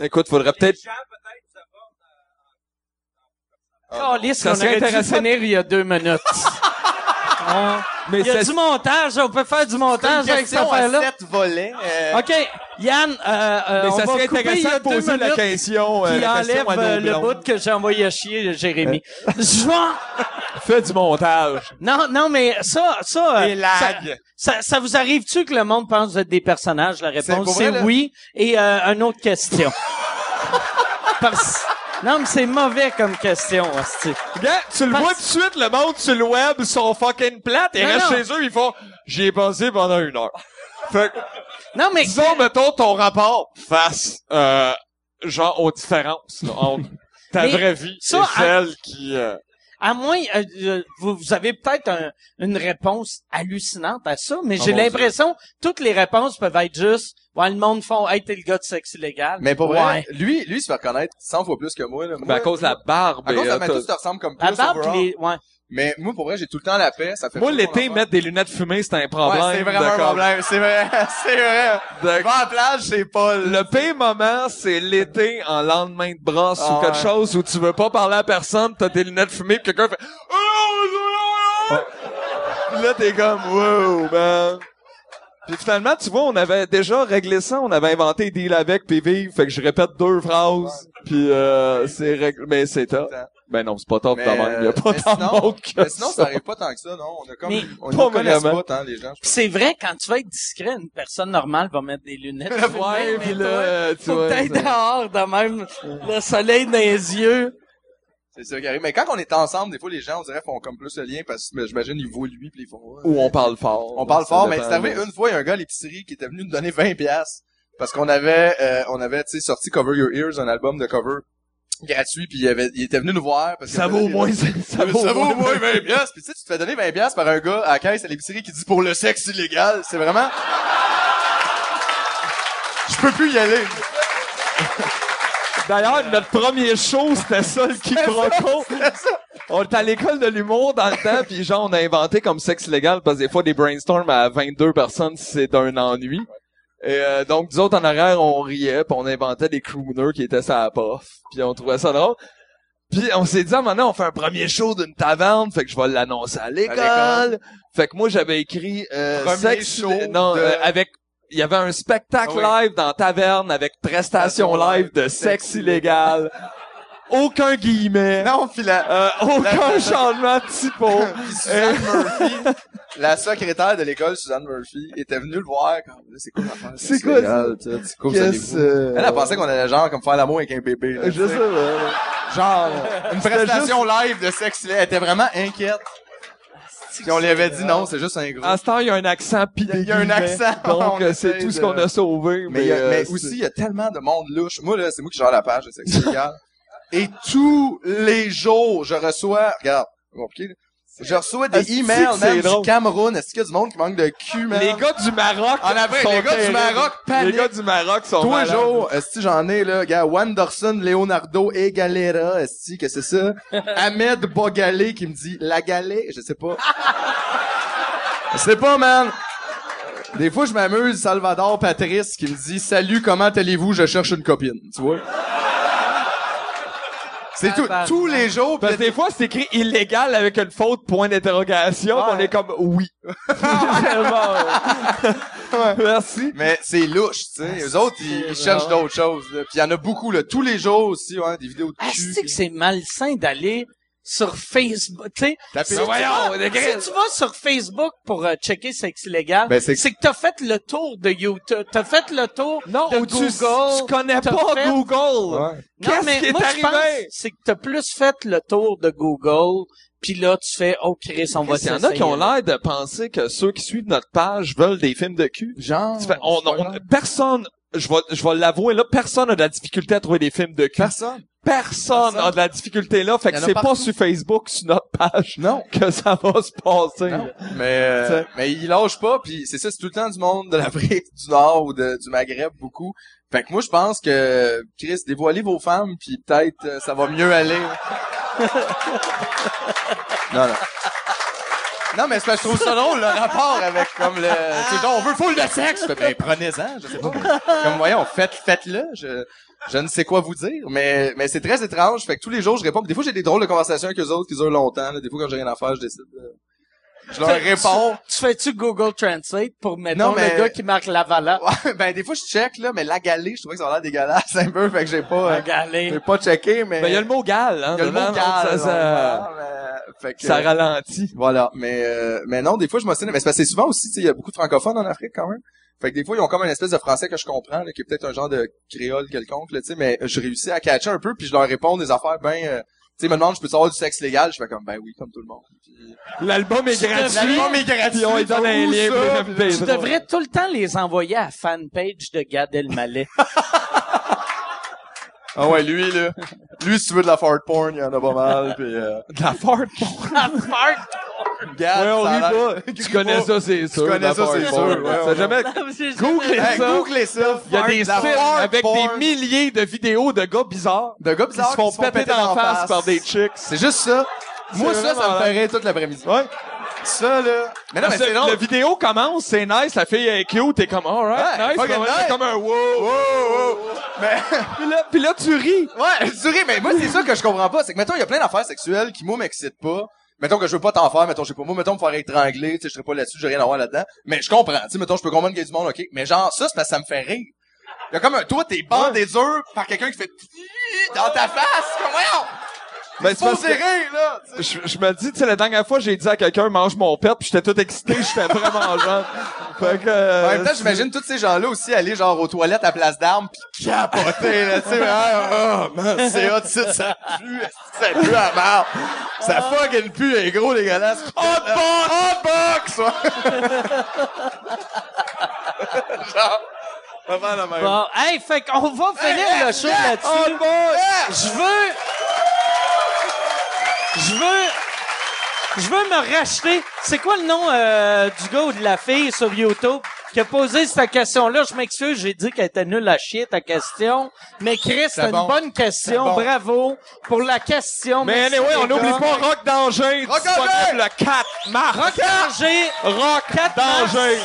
[SPEAKER 3] Écoute, faudrait peut-être...
[SPEAKER 2] Caliste,
[SPEAKER 3] Ça
[SPEAKER 2] on
[SPEAKER 3] serait
[SPEAKER 2] aurait dû
[SPEAKER 3] intéressant.
[SPEAKER 2] finir il y a deux minutes. On-
[SPEAKER 3] Mais
[SPEAKER 2] Il y a
[SPEAKER 3] c'est
[SPEAKER 2] du montage, on peut faire du montage avec cette affaire-là.
[SPEAKER 1] sept volets. euh,
[SPEAKER 2] OK, Yann, euh, euh,
[SPEAKER 3] mais
[SPEAKER 2] on
[SPEAKER 3] ça
[SPEAKER 2] va
[SPEAKER 3] serait
[SPEAKER 2] couper, il y
[SPEAKER 3] intéressant
[SPEAKER 2] a
[SPEAKER 3] de
[SPEAKER 2] deux
[SPEAKER 3] poser la
[SPEAKER 2] minutes.
[SPEAKER 3] question, euh,
[SPEAKER 2] qui
[SPEAKER 3] la question
[SPEAKER 2] enlève
[SPEAKER 3] à nos
[SPEAKER 2] euh, le
[SPEAKER 3] blondes.
[SPEAKER 2] bout que j'ai envoyé à chier Jérémy. Je vais-
[SPEAKER 3] Fais du montage.
[SPEAKER 2] Non, non, mais ça, ça,
[SPEAKER 1] Et
[SPEAKER 2] euh, ça,
[SPEAKER 1] lag.
[SPEAKER 2] ça, ça vous arrive-tu que le monde pense que vous êtes des personnages? La réponse,
[SPEAKER 1] pour
[SPEAKER 2] c'est
[SPEAKER 1] vrai, là?
[SPEAKER 2] oui. Et euh, une autre question. Parce- Non, mais c'est mauvais comme question, hostie.
[SPEAKER 3] Gars, tu le
[SPEAKER 2] Parce-
[SPEAKER 3] vois tout de suite, le monde sur le web, ils sont fucking plates, ils
[SPEAKER 2] Non,
[SPEAKER 3] restent
[SPEAKER 2] non.
[SPEAKER 3] chez eux, ils font, j'y ai pensé pendant une heure. Fait que,
[SPEAKER 2] Non, mais
[SPEAKER 3] disons, mettons, ton rapport face, euh, genre, aux différences, là, entre ta
[SPEAKER 2] Mais
[SPEAKER 3] vraie vie
[SPEAKER 2] ça,
[SPEAKER 3] et
[SPEAKER 2] à-
[SPEAKER 3] celle qui, euh,
[SPEAKER 2] à moins, euh, euh, vous, vous avez peut-être un- une réponse hallucinante à ça, mais
[SPEAKER 3] Oh
[SPEAKER 2] j'ai
[SPEAKER 3] mon Dieu.
[SPEAKER 2] l'impression que toutes les réponses peuvent être juste, ouais, le monde font, hey, t'es le gars de sexe illégal.
[SPEAKER 1] Mais pour
[SPEAKER 2] Ouais.
[SPEAKER 1] vrai, lui, lui, il se fait reconnaître 100 fois plus que moi, là.
[SPEAKER 3] ben,
[SPEAKER 1] Moi,
[SPEAKER 3] à cause de la barbe.
[SPEAKER 1] à
[SPEAKER 3] et,
[SPEAKER 1] cause de la
[SPEAKER 3] euh,
[SPEAKER 1] matos, tu ressembles comme plus
[SPEAKER 2] La barbe,
[SPEAKER 1] overall.
[SPEAKER 2] les- ouais.
[SPEAKER 1] Mais moi, pour vrai, j'ai tout le temps la paix, ça fait
[SPEAKER 3] Moi,
[SPEAKER 1] pas
[SPEAKER 3] l'été,
[SPEAKER 1] mon
[SPEAKER 3] mettre des lunettes fumées, c'est un
[SPEAKER 1] affaire.
[SPEAKER 3] problème.
[SPEAKER 1] Ouais, c'est vraiment un
[SPEAKER 3] D'accord.
[SPEAKER 1] problème, c'est vrai, c'est vrai. Je vais à la plage, c'est Paul.
[SPEAKER 3] Le pire moment, c'est l'été en lendemain de brosse
[SPEAKER 1] Ah
[SPEAKER 3] ou quelque
[SPEAKER 1] ouais.
[SPEAKER 3] chose où tu veux pas parler à personne, t'as tes lunettes fumées pis quelqu'un fait Oh! Là, t'es comme wow, man. Puis finalement, tu vois, on avait déjà réglé ça, on avait inventé deal avec puis vivre, fait que je répète deux phrases puis euh, c'est réglé, mais c'est top. Ben non, c'est pas top
[SPEAKER 1] Mais,
[SPEAKER 3] quand même, il y a
[SPEAKER 1] euh,
[SPEAKER 3] pas
[SPEAKER 1] mais
[SPEAKER 3] tant
[SPEAKER 1] sinon-
[SPEAKER 3] de monde que
[SPEAKER 1] Mais sinon, ça
[SPEAKER 3] ça.
[SPEAKER 1] arrive pas tant que ça, non? On a comme,
[SPEAKER 2] Mais
[SPEAKER 1] on
[SPEAKER 3] pas
[SPEAKER 1] ne connaît
[SPEAKER 3] vraiment.
[SPEAKER 1] pas tant, les gens.
[SPEAKER 2] Pis c'est vrai, quand tu vas être discret, une personne normale va mettre des lunettes.
[SPEAKER 3] Ouais, puis là, euh, tu
[SPEAKER 2] Faut
[SPEAKER 3] vois,
[SPEAKER 2] peut-être
[SPEAKER 3] ça-
[SPEAKER 2] dehors, de même, le soleil dans les yeux.
[SPEAKER 1] C'est ça qui arrive. Mais quand on est ensemble, des fois, les gens, on dirait, font comme plus le lien parce que mais j'imagine, ils voient lui puis ils font, ouais.
[SPEAKER 3] ou on parle fort.
[SPEAKER 1] On parle
[SPEAKER 3] Ça
[SPEAKER 1] fort, mais
[SPEAKER 3] dépend,
[SPEAKER 1] c'est arrivé
[SPEAKER 3] là.
[SPEAKER 1] une fois, il y a un gars à l'épicerie qui était venu nous donner 20 pièces parce qu'on avait, euh, on avait, tu sais, sorti Cover Your Ears, un album de cover gratuit, puis il, avait, il était venu nous voir. Parce qu'il
[SPEAKER 3] ça
[SPEAKER 1] avait
[SPEAKER 3] vaut au
[SPEAKER 1] des-
[SPEAKER 3] moins ça,
[SPEAKER 1] Ça vaut,
[SPEAKER 3] au moins
[SPEAKER 1] au moins 20 pièces. Puis tu sais, tu te fais donner 20 pièces par un gars à la caisse à l'épicerie qui dit pour le sexe illégal, c'est vraiment. Je peux plus y aller.
[SPEAKER 3] D'ailleurs, notre premier show, c'était ça, le quiproquo. On était à l'école de l'humour dans le temps, puis genre, on a inventé comme sexe légal, parce que des fois, des brainstorms à 22 personnes, c'est un ennui. Et euh, donc, nous autres, en arrière, on riait, puis on inventait des crooners qui étaient sa pof, puis on trouvait ça drôle. Puis on s'est dit, ah, maintenant, on fait un premier show d'une taverne, fait que je vais l'annoncer à l'école.
[SPEAKER 1] l'école.
[SPEAKER 3] Fait que moi, j'avais écrit... Euh,
[SPEAKER 1] Premier
[SPEAKER 3] sexe-
[SPEAKER 1] show
[SPEAKER 3] Non,
[SPEAKER 1] de-
[SPEAKER 3] euh, avec... Il y avait un spectacle
[SPEAKER 1] Ah
[SPEAKER 3] live dans taverne avec prestation live de sexe illégal. Aucun guillemet.
[SPEAKER 1] Non, puis la,
[SPEAKER 3] Euh, aucun
[SPEAKER 1] La-
[SPEAKER 3] changement de typo.
[SPEAKER 1] puis Suzanne
[SPEAKER 3] euh,
[SPEAKER 1] Murphy, la secrétaire de l'école, Suzanne Murphy, était venue le voir. Comme, là, c'est quoi l'affaire?
[SPEAKER 3] C'est
[SPEAKER 1] sexe
[SPEAKER 3] quoi
[SPEAKER 1] illégal, tu sais, c'est quoi, vous
[SPEAKER 3] Qu'est-ce,
[SPEAKER 1] savez-vous?
[SPEAKER 3] euh,
[SPEAKER 1] Elle a pensé qu'on allait genre comme faire l'amour avec un bébé. là,
[SPEAKER 3] Je
[SPEAKER 1] tu sais.
[SPEAKER 3] sais pas.
[SPEAKER 1] Genre, une prestation live de sexe, là, elle était vraiment inquiète.
[SPEAKER 3] Ah,
[SPEAKER 1] Puis on lui avait dit non, c'est juste un gros.
[SPEAKER 3] À ce temps, il y a un accent pis des
[SPEAKER 1] Il y a un
[SPEAKER 3] guillemets.
[SPEAKER 1] accent,
[SPEAKER 3] Donc,
[SPEAKER 1] on
[SPEAKER 3] euh, c'est
[SPEAKER 1] essaie
[SPEAKER 3] tout ce
[SPEAKER 1] de-
[SPEAKER 3] qu'on a sauvé.
[SPEAKER 1] mais il y a-
[SPEAKER 3] euh,
[SPEAKER 1] mais
[SPEAKER 3] c'est-
[SPEAKER 1] aussi, il y a tellement de monde louche. Moi, là, c'est moi qui gère la page de sexe légal. Et tous les jours, je reçois, regarde, c'est compliqué, là. Je reçois des
[SPEAKER 3] Asti que
[SPEAKER 1] emails,
[SPEAKER 3] c'est
[SPEAKER 1] même du
[SPEAKER 3] drôle.
[SPEAKER 1] Cameroun. Est-ce qu'il y a du monde qui manque de cul, man?
[SPEAKER 3] Les gars du Maroc.
[SPEAKER 1] En avril,
[SPEAKER 3] sont
[SPEAKER 1] les gars du
[SPEAKER 3] terribles.
[SPEAKER 1] Maroc
[SPEAKER 3] Les
[SPEAKER 1] paniquent.
[SPEAKER 3] gars du Maroc sont
[SPEAKER 1] Toi,
[SPEAKER 3] malades.
[SPEAKER 1] Joe, si j'en ai, là, gars, Wanderson, Leonardo et Galera, est que c'est ça? Ahmed Bogalé qui me dit la galée, je sais pas. je sais pas, man. Des fois, je m'amuse, Salvador Patrice qui me dit salut, comment allez-vous? Je cherche une copine, tu vois. C'est tout, tous les jours, pis
[SPEAKER 3] Parce que des fois, c'est écrit illégal avec une faute, point d'interrogation, pis on est comme oui. Ah, Vraiment. Merci.
[SPEAKER 1] Mais c'est louche, tu sais. Eux autres, ils, ils cherchent d'autres choses. là. Puis il y en a beaucoup, là. Tous les jours aussi, ouais, des vidéos de cul.
[SPEAKER 2] Asti que Ah, c'est malsain d'aller sur Facebook, tu sais.
[SPEAKER 1] Tapez-
[SPEAKER 3] Ah
[SPEAKER 2] Si tu vas- si tu vas sur Facebook pour euh, checker sexe illégal,
[SPEAKER 1] Ben,
[SPEAKER 2] c'est
[SPEAKER 1] c'est-
[SPEAKER 2] que t'as fait le tour de YouTube, t'as fait le tour
[SPEAKER 3] Non,
[SPEAKER 2] de
[SPEAKER 3] ou tu,
[SPEAKER 2] Google.
[SPEAKER 3] tu connais
[SPEAKER 2] t'as
[SPEAKER 3] pas
[SPEAKER 2] fait-
[SPEAKER 3] Google.
[SPEAKER 2] Non,
[SPEAKER 3] Qu'est-ce
[SPEAKER 2] mais
[SPEAKER 3] qui est
[SPEAKER 2] moi, je
[SPEAKER 3] arrivé?
[SPEAKER 2] pense c'est que t'as plus fait le tour de Google, puis là, tu fais « Oh, Chris, on va
[SPEAKER 3] Il y en a
[SPEAKER 2] s'essayer.
[SPEAKER 3] qui ont l'air de penser que ceux qui suivent notre page veulent des films de cul.
[SPEAKER 1] Genre.
[SPEAKER 3] Tu fais- on-
[SPEAKER 1] c'est pas
[SPEAKER 3] on-
[SPEAKER 1] grave.
[SPEAKER 3] personne, je vais, je vais l'avouer là, personne a de la difficulté à trouver des films de cul.
[SPEAKER 1] Personne.
[SPEAKER 3] personne a de la difficulté là, fait que
[SPEAKER 1] Il y en a
[SPEAKER 3] c'est pas
[SPEAKER 1] partout.
[SPEAKER 3] sur Facebook, sur notre page,
[SPEAKER 1] Non.
[SPEAKER 3] que ça va se passer.
[SPEAKER 1] Non. Mais, euh,
[SPEAKER 3] T'sais.
[SPEAKER 1] mais il lâche pas, puis c'est ça, c'est tout le temps du monde de l'Afrique du Nord ou de- du Maghreb, beaucoup. Fait que moi, je pense que, Chris, dévoilez vos femmes, puis peut-être euh, ça va mieux aller. non, non. Non, mais c'est parce que je trouve ça drôle, le rapport avec comme le... C'est genre, on veut full de sexe! Fait, ben, prenez-en, je sais pas. Comme, voyons, faites, faites-le. Je, je ne sais quoi vous dire, mais, mais c'est très étrange. Fait que tous les jours, je réponds. Puis Des fois, j'ai des drôles de conversations avec eux autres qui durent longtemps. là. Des fois, quand j'ai rien à faire, je décide. euh, Je leur réponds.
[SPEAKER 5] Tu fais-tu Google Translate pour, mettons,
[SPEAKER 1] Non, mais-
[SPEAKER 5] le gars qui marque Lavala?
[SPEAKER 1] Ouais, ben, des fois, je check, là, mais la galée, je trouvais que ça a l'air dégueulasse un peu, fait que j'ai pas, euh,
[SPEAKER 5] Galé.
[SPEAKER 1] j'ai pas checké, mais.
[SPEAKER 3] Ben, il y a le mot gal, hein.
[SPEAKER 1] Il y a le
[SPEAKER 3] devant,
[SPEAKER 1] mot
[SPEAKER 3] donc
[SPEAKER 1] gal,
[SPEAKER 3] Ça, ça,
[SPEAKER 1] ouais, voilà, mais, euh, fait que,
[SPEAKER 3] ça ralentit.
[SPEAKER 1] Voilà, mais euh, mais non, des fois je m'ostine, mais c'est parce que c'est souvent aussi, tu sais, il y a beaucoup de francophones en Afrique quand même. Fait que des fois ils ont comme une espèce de français que je comprends, là, qui est peut-être un genre de créole quelconque, là, tu sais, mais je réussis à catcher un peu, puis je leur réponds des affaires ben, euh, tu sais, ils me demandent je peux savoir du sexe légal, je fais comme ben oui, comme tout le monde. Puis-
[SPEAKER 3] L'album est gratuit.
[SPEAKER 1] L'album est gratuit,
[SPEAKER 3] Puis on lui donne un
[SPEAKER 1] où
[SPEAKER 3] lien.
[SPEAKER 1] ça?
[SPEAKER 3] pour le payer.
[SPEAKER 5] Tu devrais tout le temps les envoyer à la fanpage de Gad Elmaleh.
[SPEAKER 1] Ah ouais, lui là, lui si tu veux de la fart porn, il y en a pas mal, puis euh,
[SPEAKER 3] De la fart.
[SPEAKER 1] regarde,
[SPEAKER 3] Ouais, on
[SPEAKER 1] ça a l'air-
[SPEAKER 3] rit pas. Tu
[SPEAKER 1] Crie
[SPEAKER 3] connais
[SPEAKER 1] pas.
[SPEAKER 3] ça, c'est sûr.
[SPEAKER 1] connais
[SPEAKER 3] la
[SPEAKER 1] ça,
[SPEAKER 3] fart
[SPEAKER 1] c'est
[SPEAKER 3] porn.
[SPEAKER 1] sûr, ouais,
[SPEAKER 3] Ça
[SPEAKER 1] ouais.
[SPEAKER 3] jamais. Googlez
[SPEAKER 1] Hey,
[SPEAKER 3] ça.
[SPEAKER 1] googlez ça.
[SPEAKER 3] Il y a des
[SPEAKER 1] la
[SPEAKER 3] sites
[SPEAKER 1] fart
[SPEAKER 3] avec
[SPEAKER 1] porn.
[SPEAKER 3] des milliers de vidéos de gars bizarres
[SPEAKER 1] de gars
[SPEAKER 3] qui se
[SPEAKER 1] bizarres
[SPEAKER 3] font péter dans la face par des chicks.
[SPEAKER 1] C'est juste ça. Moi,
[SPEAKER 3] C'est
[SPEAKER 1] ça, ça
[SPEAKER 3] vraiment
[SPEAKER 1] me ferait toute l'après-midi. Ouais. Ça, là. Mais non, mais
[SPEAKER 3] Parce
[SPEAKER 1] c'est
[SPEAKER 3] que
[SPEAKER 1] long.
[SPEAKER 3] La vidéo commence, c'est nice, la fille est cute, t'es comme, alright,
[SPEAKER 1] Ouais,
[SPEAKER 3] nice,
[SPEAKER 1] fucking
[SPEAKER 3] mais ouais,
[SPEAKER 1] nice.
[SPEAKER 3] c'est comme un wow.
[SPEAKER 1] Wow, wow. Mais,
[SPEAKER 3] Puis là, puis là, tu ris.
[SPEAKER 1] ouais, je souris, mais moi, c'est ça que je comprends pas. C'est que, mettons, il y a plein d'affaires sexuelles qui, moi, m'excitent pas. Mettons que je veux pas t'en faire, mettons, je sais pas, moi, mettons, me faire étrangler, tu sais, je serais pas là-dessus, j'ai rien à voir là-dedans. Mais je comprends, tu sais, mettons, je peux comprendre qu'il y a du monde, ok. Mais genre, ça, c'est parce que ça me fait rire. Il y a comme un, toi, t'es bandé dur par quelqu'un qui fait dans ta face. Comme, voyons!
[SPEAKER 3] Mais c'est
[SPEAKER 1] Faut
[SPEAKER 3] parce que-
[SPEAKER 1] serrer, là! tu sais.
[SPEAKER 3] je, je me dis, tu sais, la dernière fois, j'ai dit à quelqu'un, mange mon pet, puis j'étais tout excité, j'étais vraiment genre. Fait que. euh,
[SPEAKER 1] En même temps, j'imagine tous ces gens-là aussi aller genre aux toilettes à place d'armes pis capoter, là, tu sais, mais, ah, oh, man, c'est hot, ça, ça pue, ça pue à marre. Ça
[SPEAKER 2] Ah.
[SPEAKER 1] fucking pue, elle est gros, dégueulasse. Hotbox! Hotbox! genre, pas mal la même.
[SPEAKER 2] Bon, hey, fait qu'on va finir
[SPEAKER 1] Hey,
[SPEAKER 2] le
[SPEAKER 1] hey,
[SPEAKER 2] show
[SPEAKER 1] hey,
[SPEAKER 2] là-dessus.
[SPEAKER 1] Hey!
[SPEAKER 2] Oh, Je veux... Je veux... Je veux me racheter. C'est quoi le nom euh, du gars ou de la fille sur YouTube qui a posé cette question-là? Je m'excuse, j'ai dit qu'elle était nulle à chier, ta question. Mais Chris, c'est
[SPEAKER 1] bon.
[SPEAKER 2] une bonne question.
[SPEAKER 1] C'est bon.
[SPEAKER 2] Bravo pour la question.
[SPEAKER 3] mais
[SPEAKER 2] Merci,
[SPEAKER 3] anyway, on
[SPEAKER 2] les gars.
[SPEAKER 3] n'oublie pas Rock Danger,
[SPEAKER 1] Rock
[SPEAKER 3] disponible
[SPEAKER 1] Danger!
[SPEAKER 3] le 4 mars.
[SPEAKER 2] Rock Danger.
[SPEAKER 3] Rock
[SPEAKER 2] 4 mars.
[SPEAKER 3] Danger.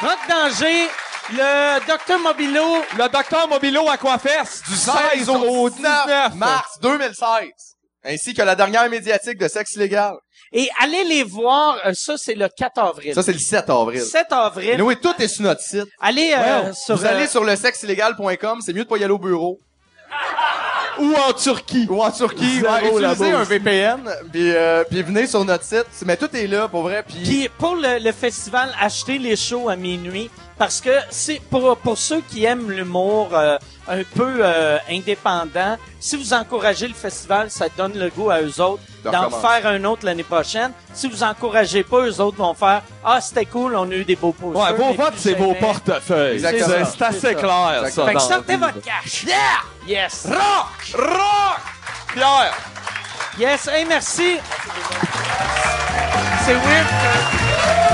[SPEAKER 2] Rock Danger. Le docteur Mobilo.
[SPEAKER 3] Le docteur Mobilo Aquafest, du 16 au 19
[SPEAKER 1] mars 2016. Ainsi que la dernière médiatique de sexe illégal.
[SPEAKER 2] Et allez les voir. Euh, Ça, c'est le 4 avril.
[SPEAKER 1] Ça, c'est le 7 avril.
[SPEAKER 2] 7 avril.
[SPEAKER 1] Et oui, tout est sur notre site.
[SPEAKER 2] Allez euh, sur...
[SPEAKER 1] Vous
[SPEAKER 2] euh,
[SPEAKER 1] allez sur le sexillégal.com, c'est mieux de pas y aller au bureau.
[SPEAKER 3] ou en Turquie.
[SPEAKER 1] ou en Turquie,
[SPEAKER 3] Zéro
[SPEAKER 1] ouais, utilisez
[SPEAKER 3] là-bas
[SPEAKER 1] un
[SPEAKER 3] aussi.
[SPEAKER 1] VPN, puis euh, puis venez sur notre site. Mais tout est là pour vrai. Puis
[SPEAKER 2] Puis pour le, le festival, achetez les shows à minuit parce que c'est pour pour ceux qui aiment l'humour euh, un peu euh, indépendant. Si vous encouragez le festival, ça donne le goût à eux autres
[SPEAKER 1] De
[SPEAKER 2] d'en
[SPEAKER 1] recommencer.
[SPEAKER 2] faire un autre l'année prochaine. Si vous encouragez pas, eux autres vont faire ah c'était cool, on a eu des beaux posters.
[SPEAKER 3] Ouais, vos
[SPEAKER 2] mais
[SPEAKER 3] votes,
[SPEAKER 2] plus
[SPEAKER 3] c'est vos
[SPEAKER 2] jamais.
[SPEAKER 3] portefeuilles.
[SPEAKER 1] C'est
[SPEAKER 3] C'est
[SPEAKER 1] ça.
[SPEAKER 3] c'est assez
[SPEAKER 2] C'est ça.
[SPEAKER 3] clair, ça.
[SPEAKER 2] Fait
[SPEAKER 1] Exactement.
[SPEAKER 3] dans
[SPEAKER 2] que
[SPEAKER 3] la
[SPEAKER 2] sortez
[SPEAKER 3] vie.
[SPEAKER 2] votre cash. Yeah, yes,
[SPEAKER 3] Rock! Rock! Pierre!
[SPEAKER 2] yes. Hey, merci. C'est weird.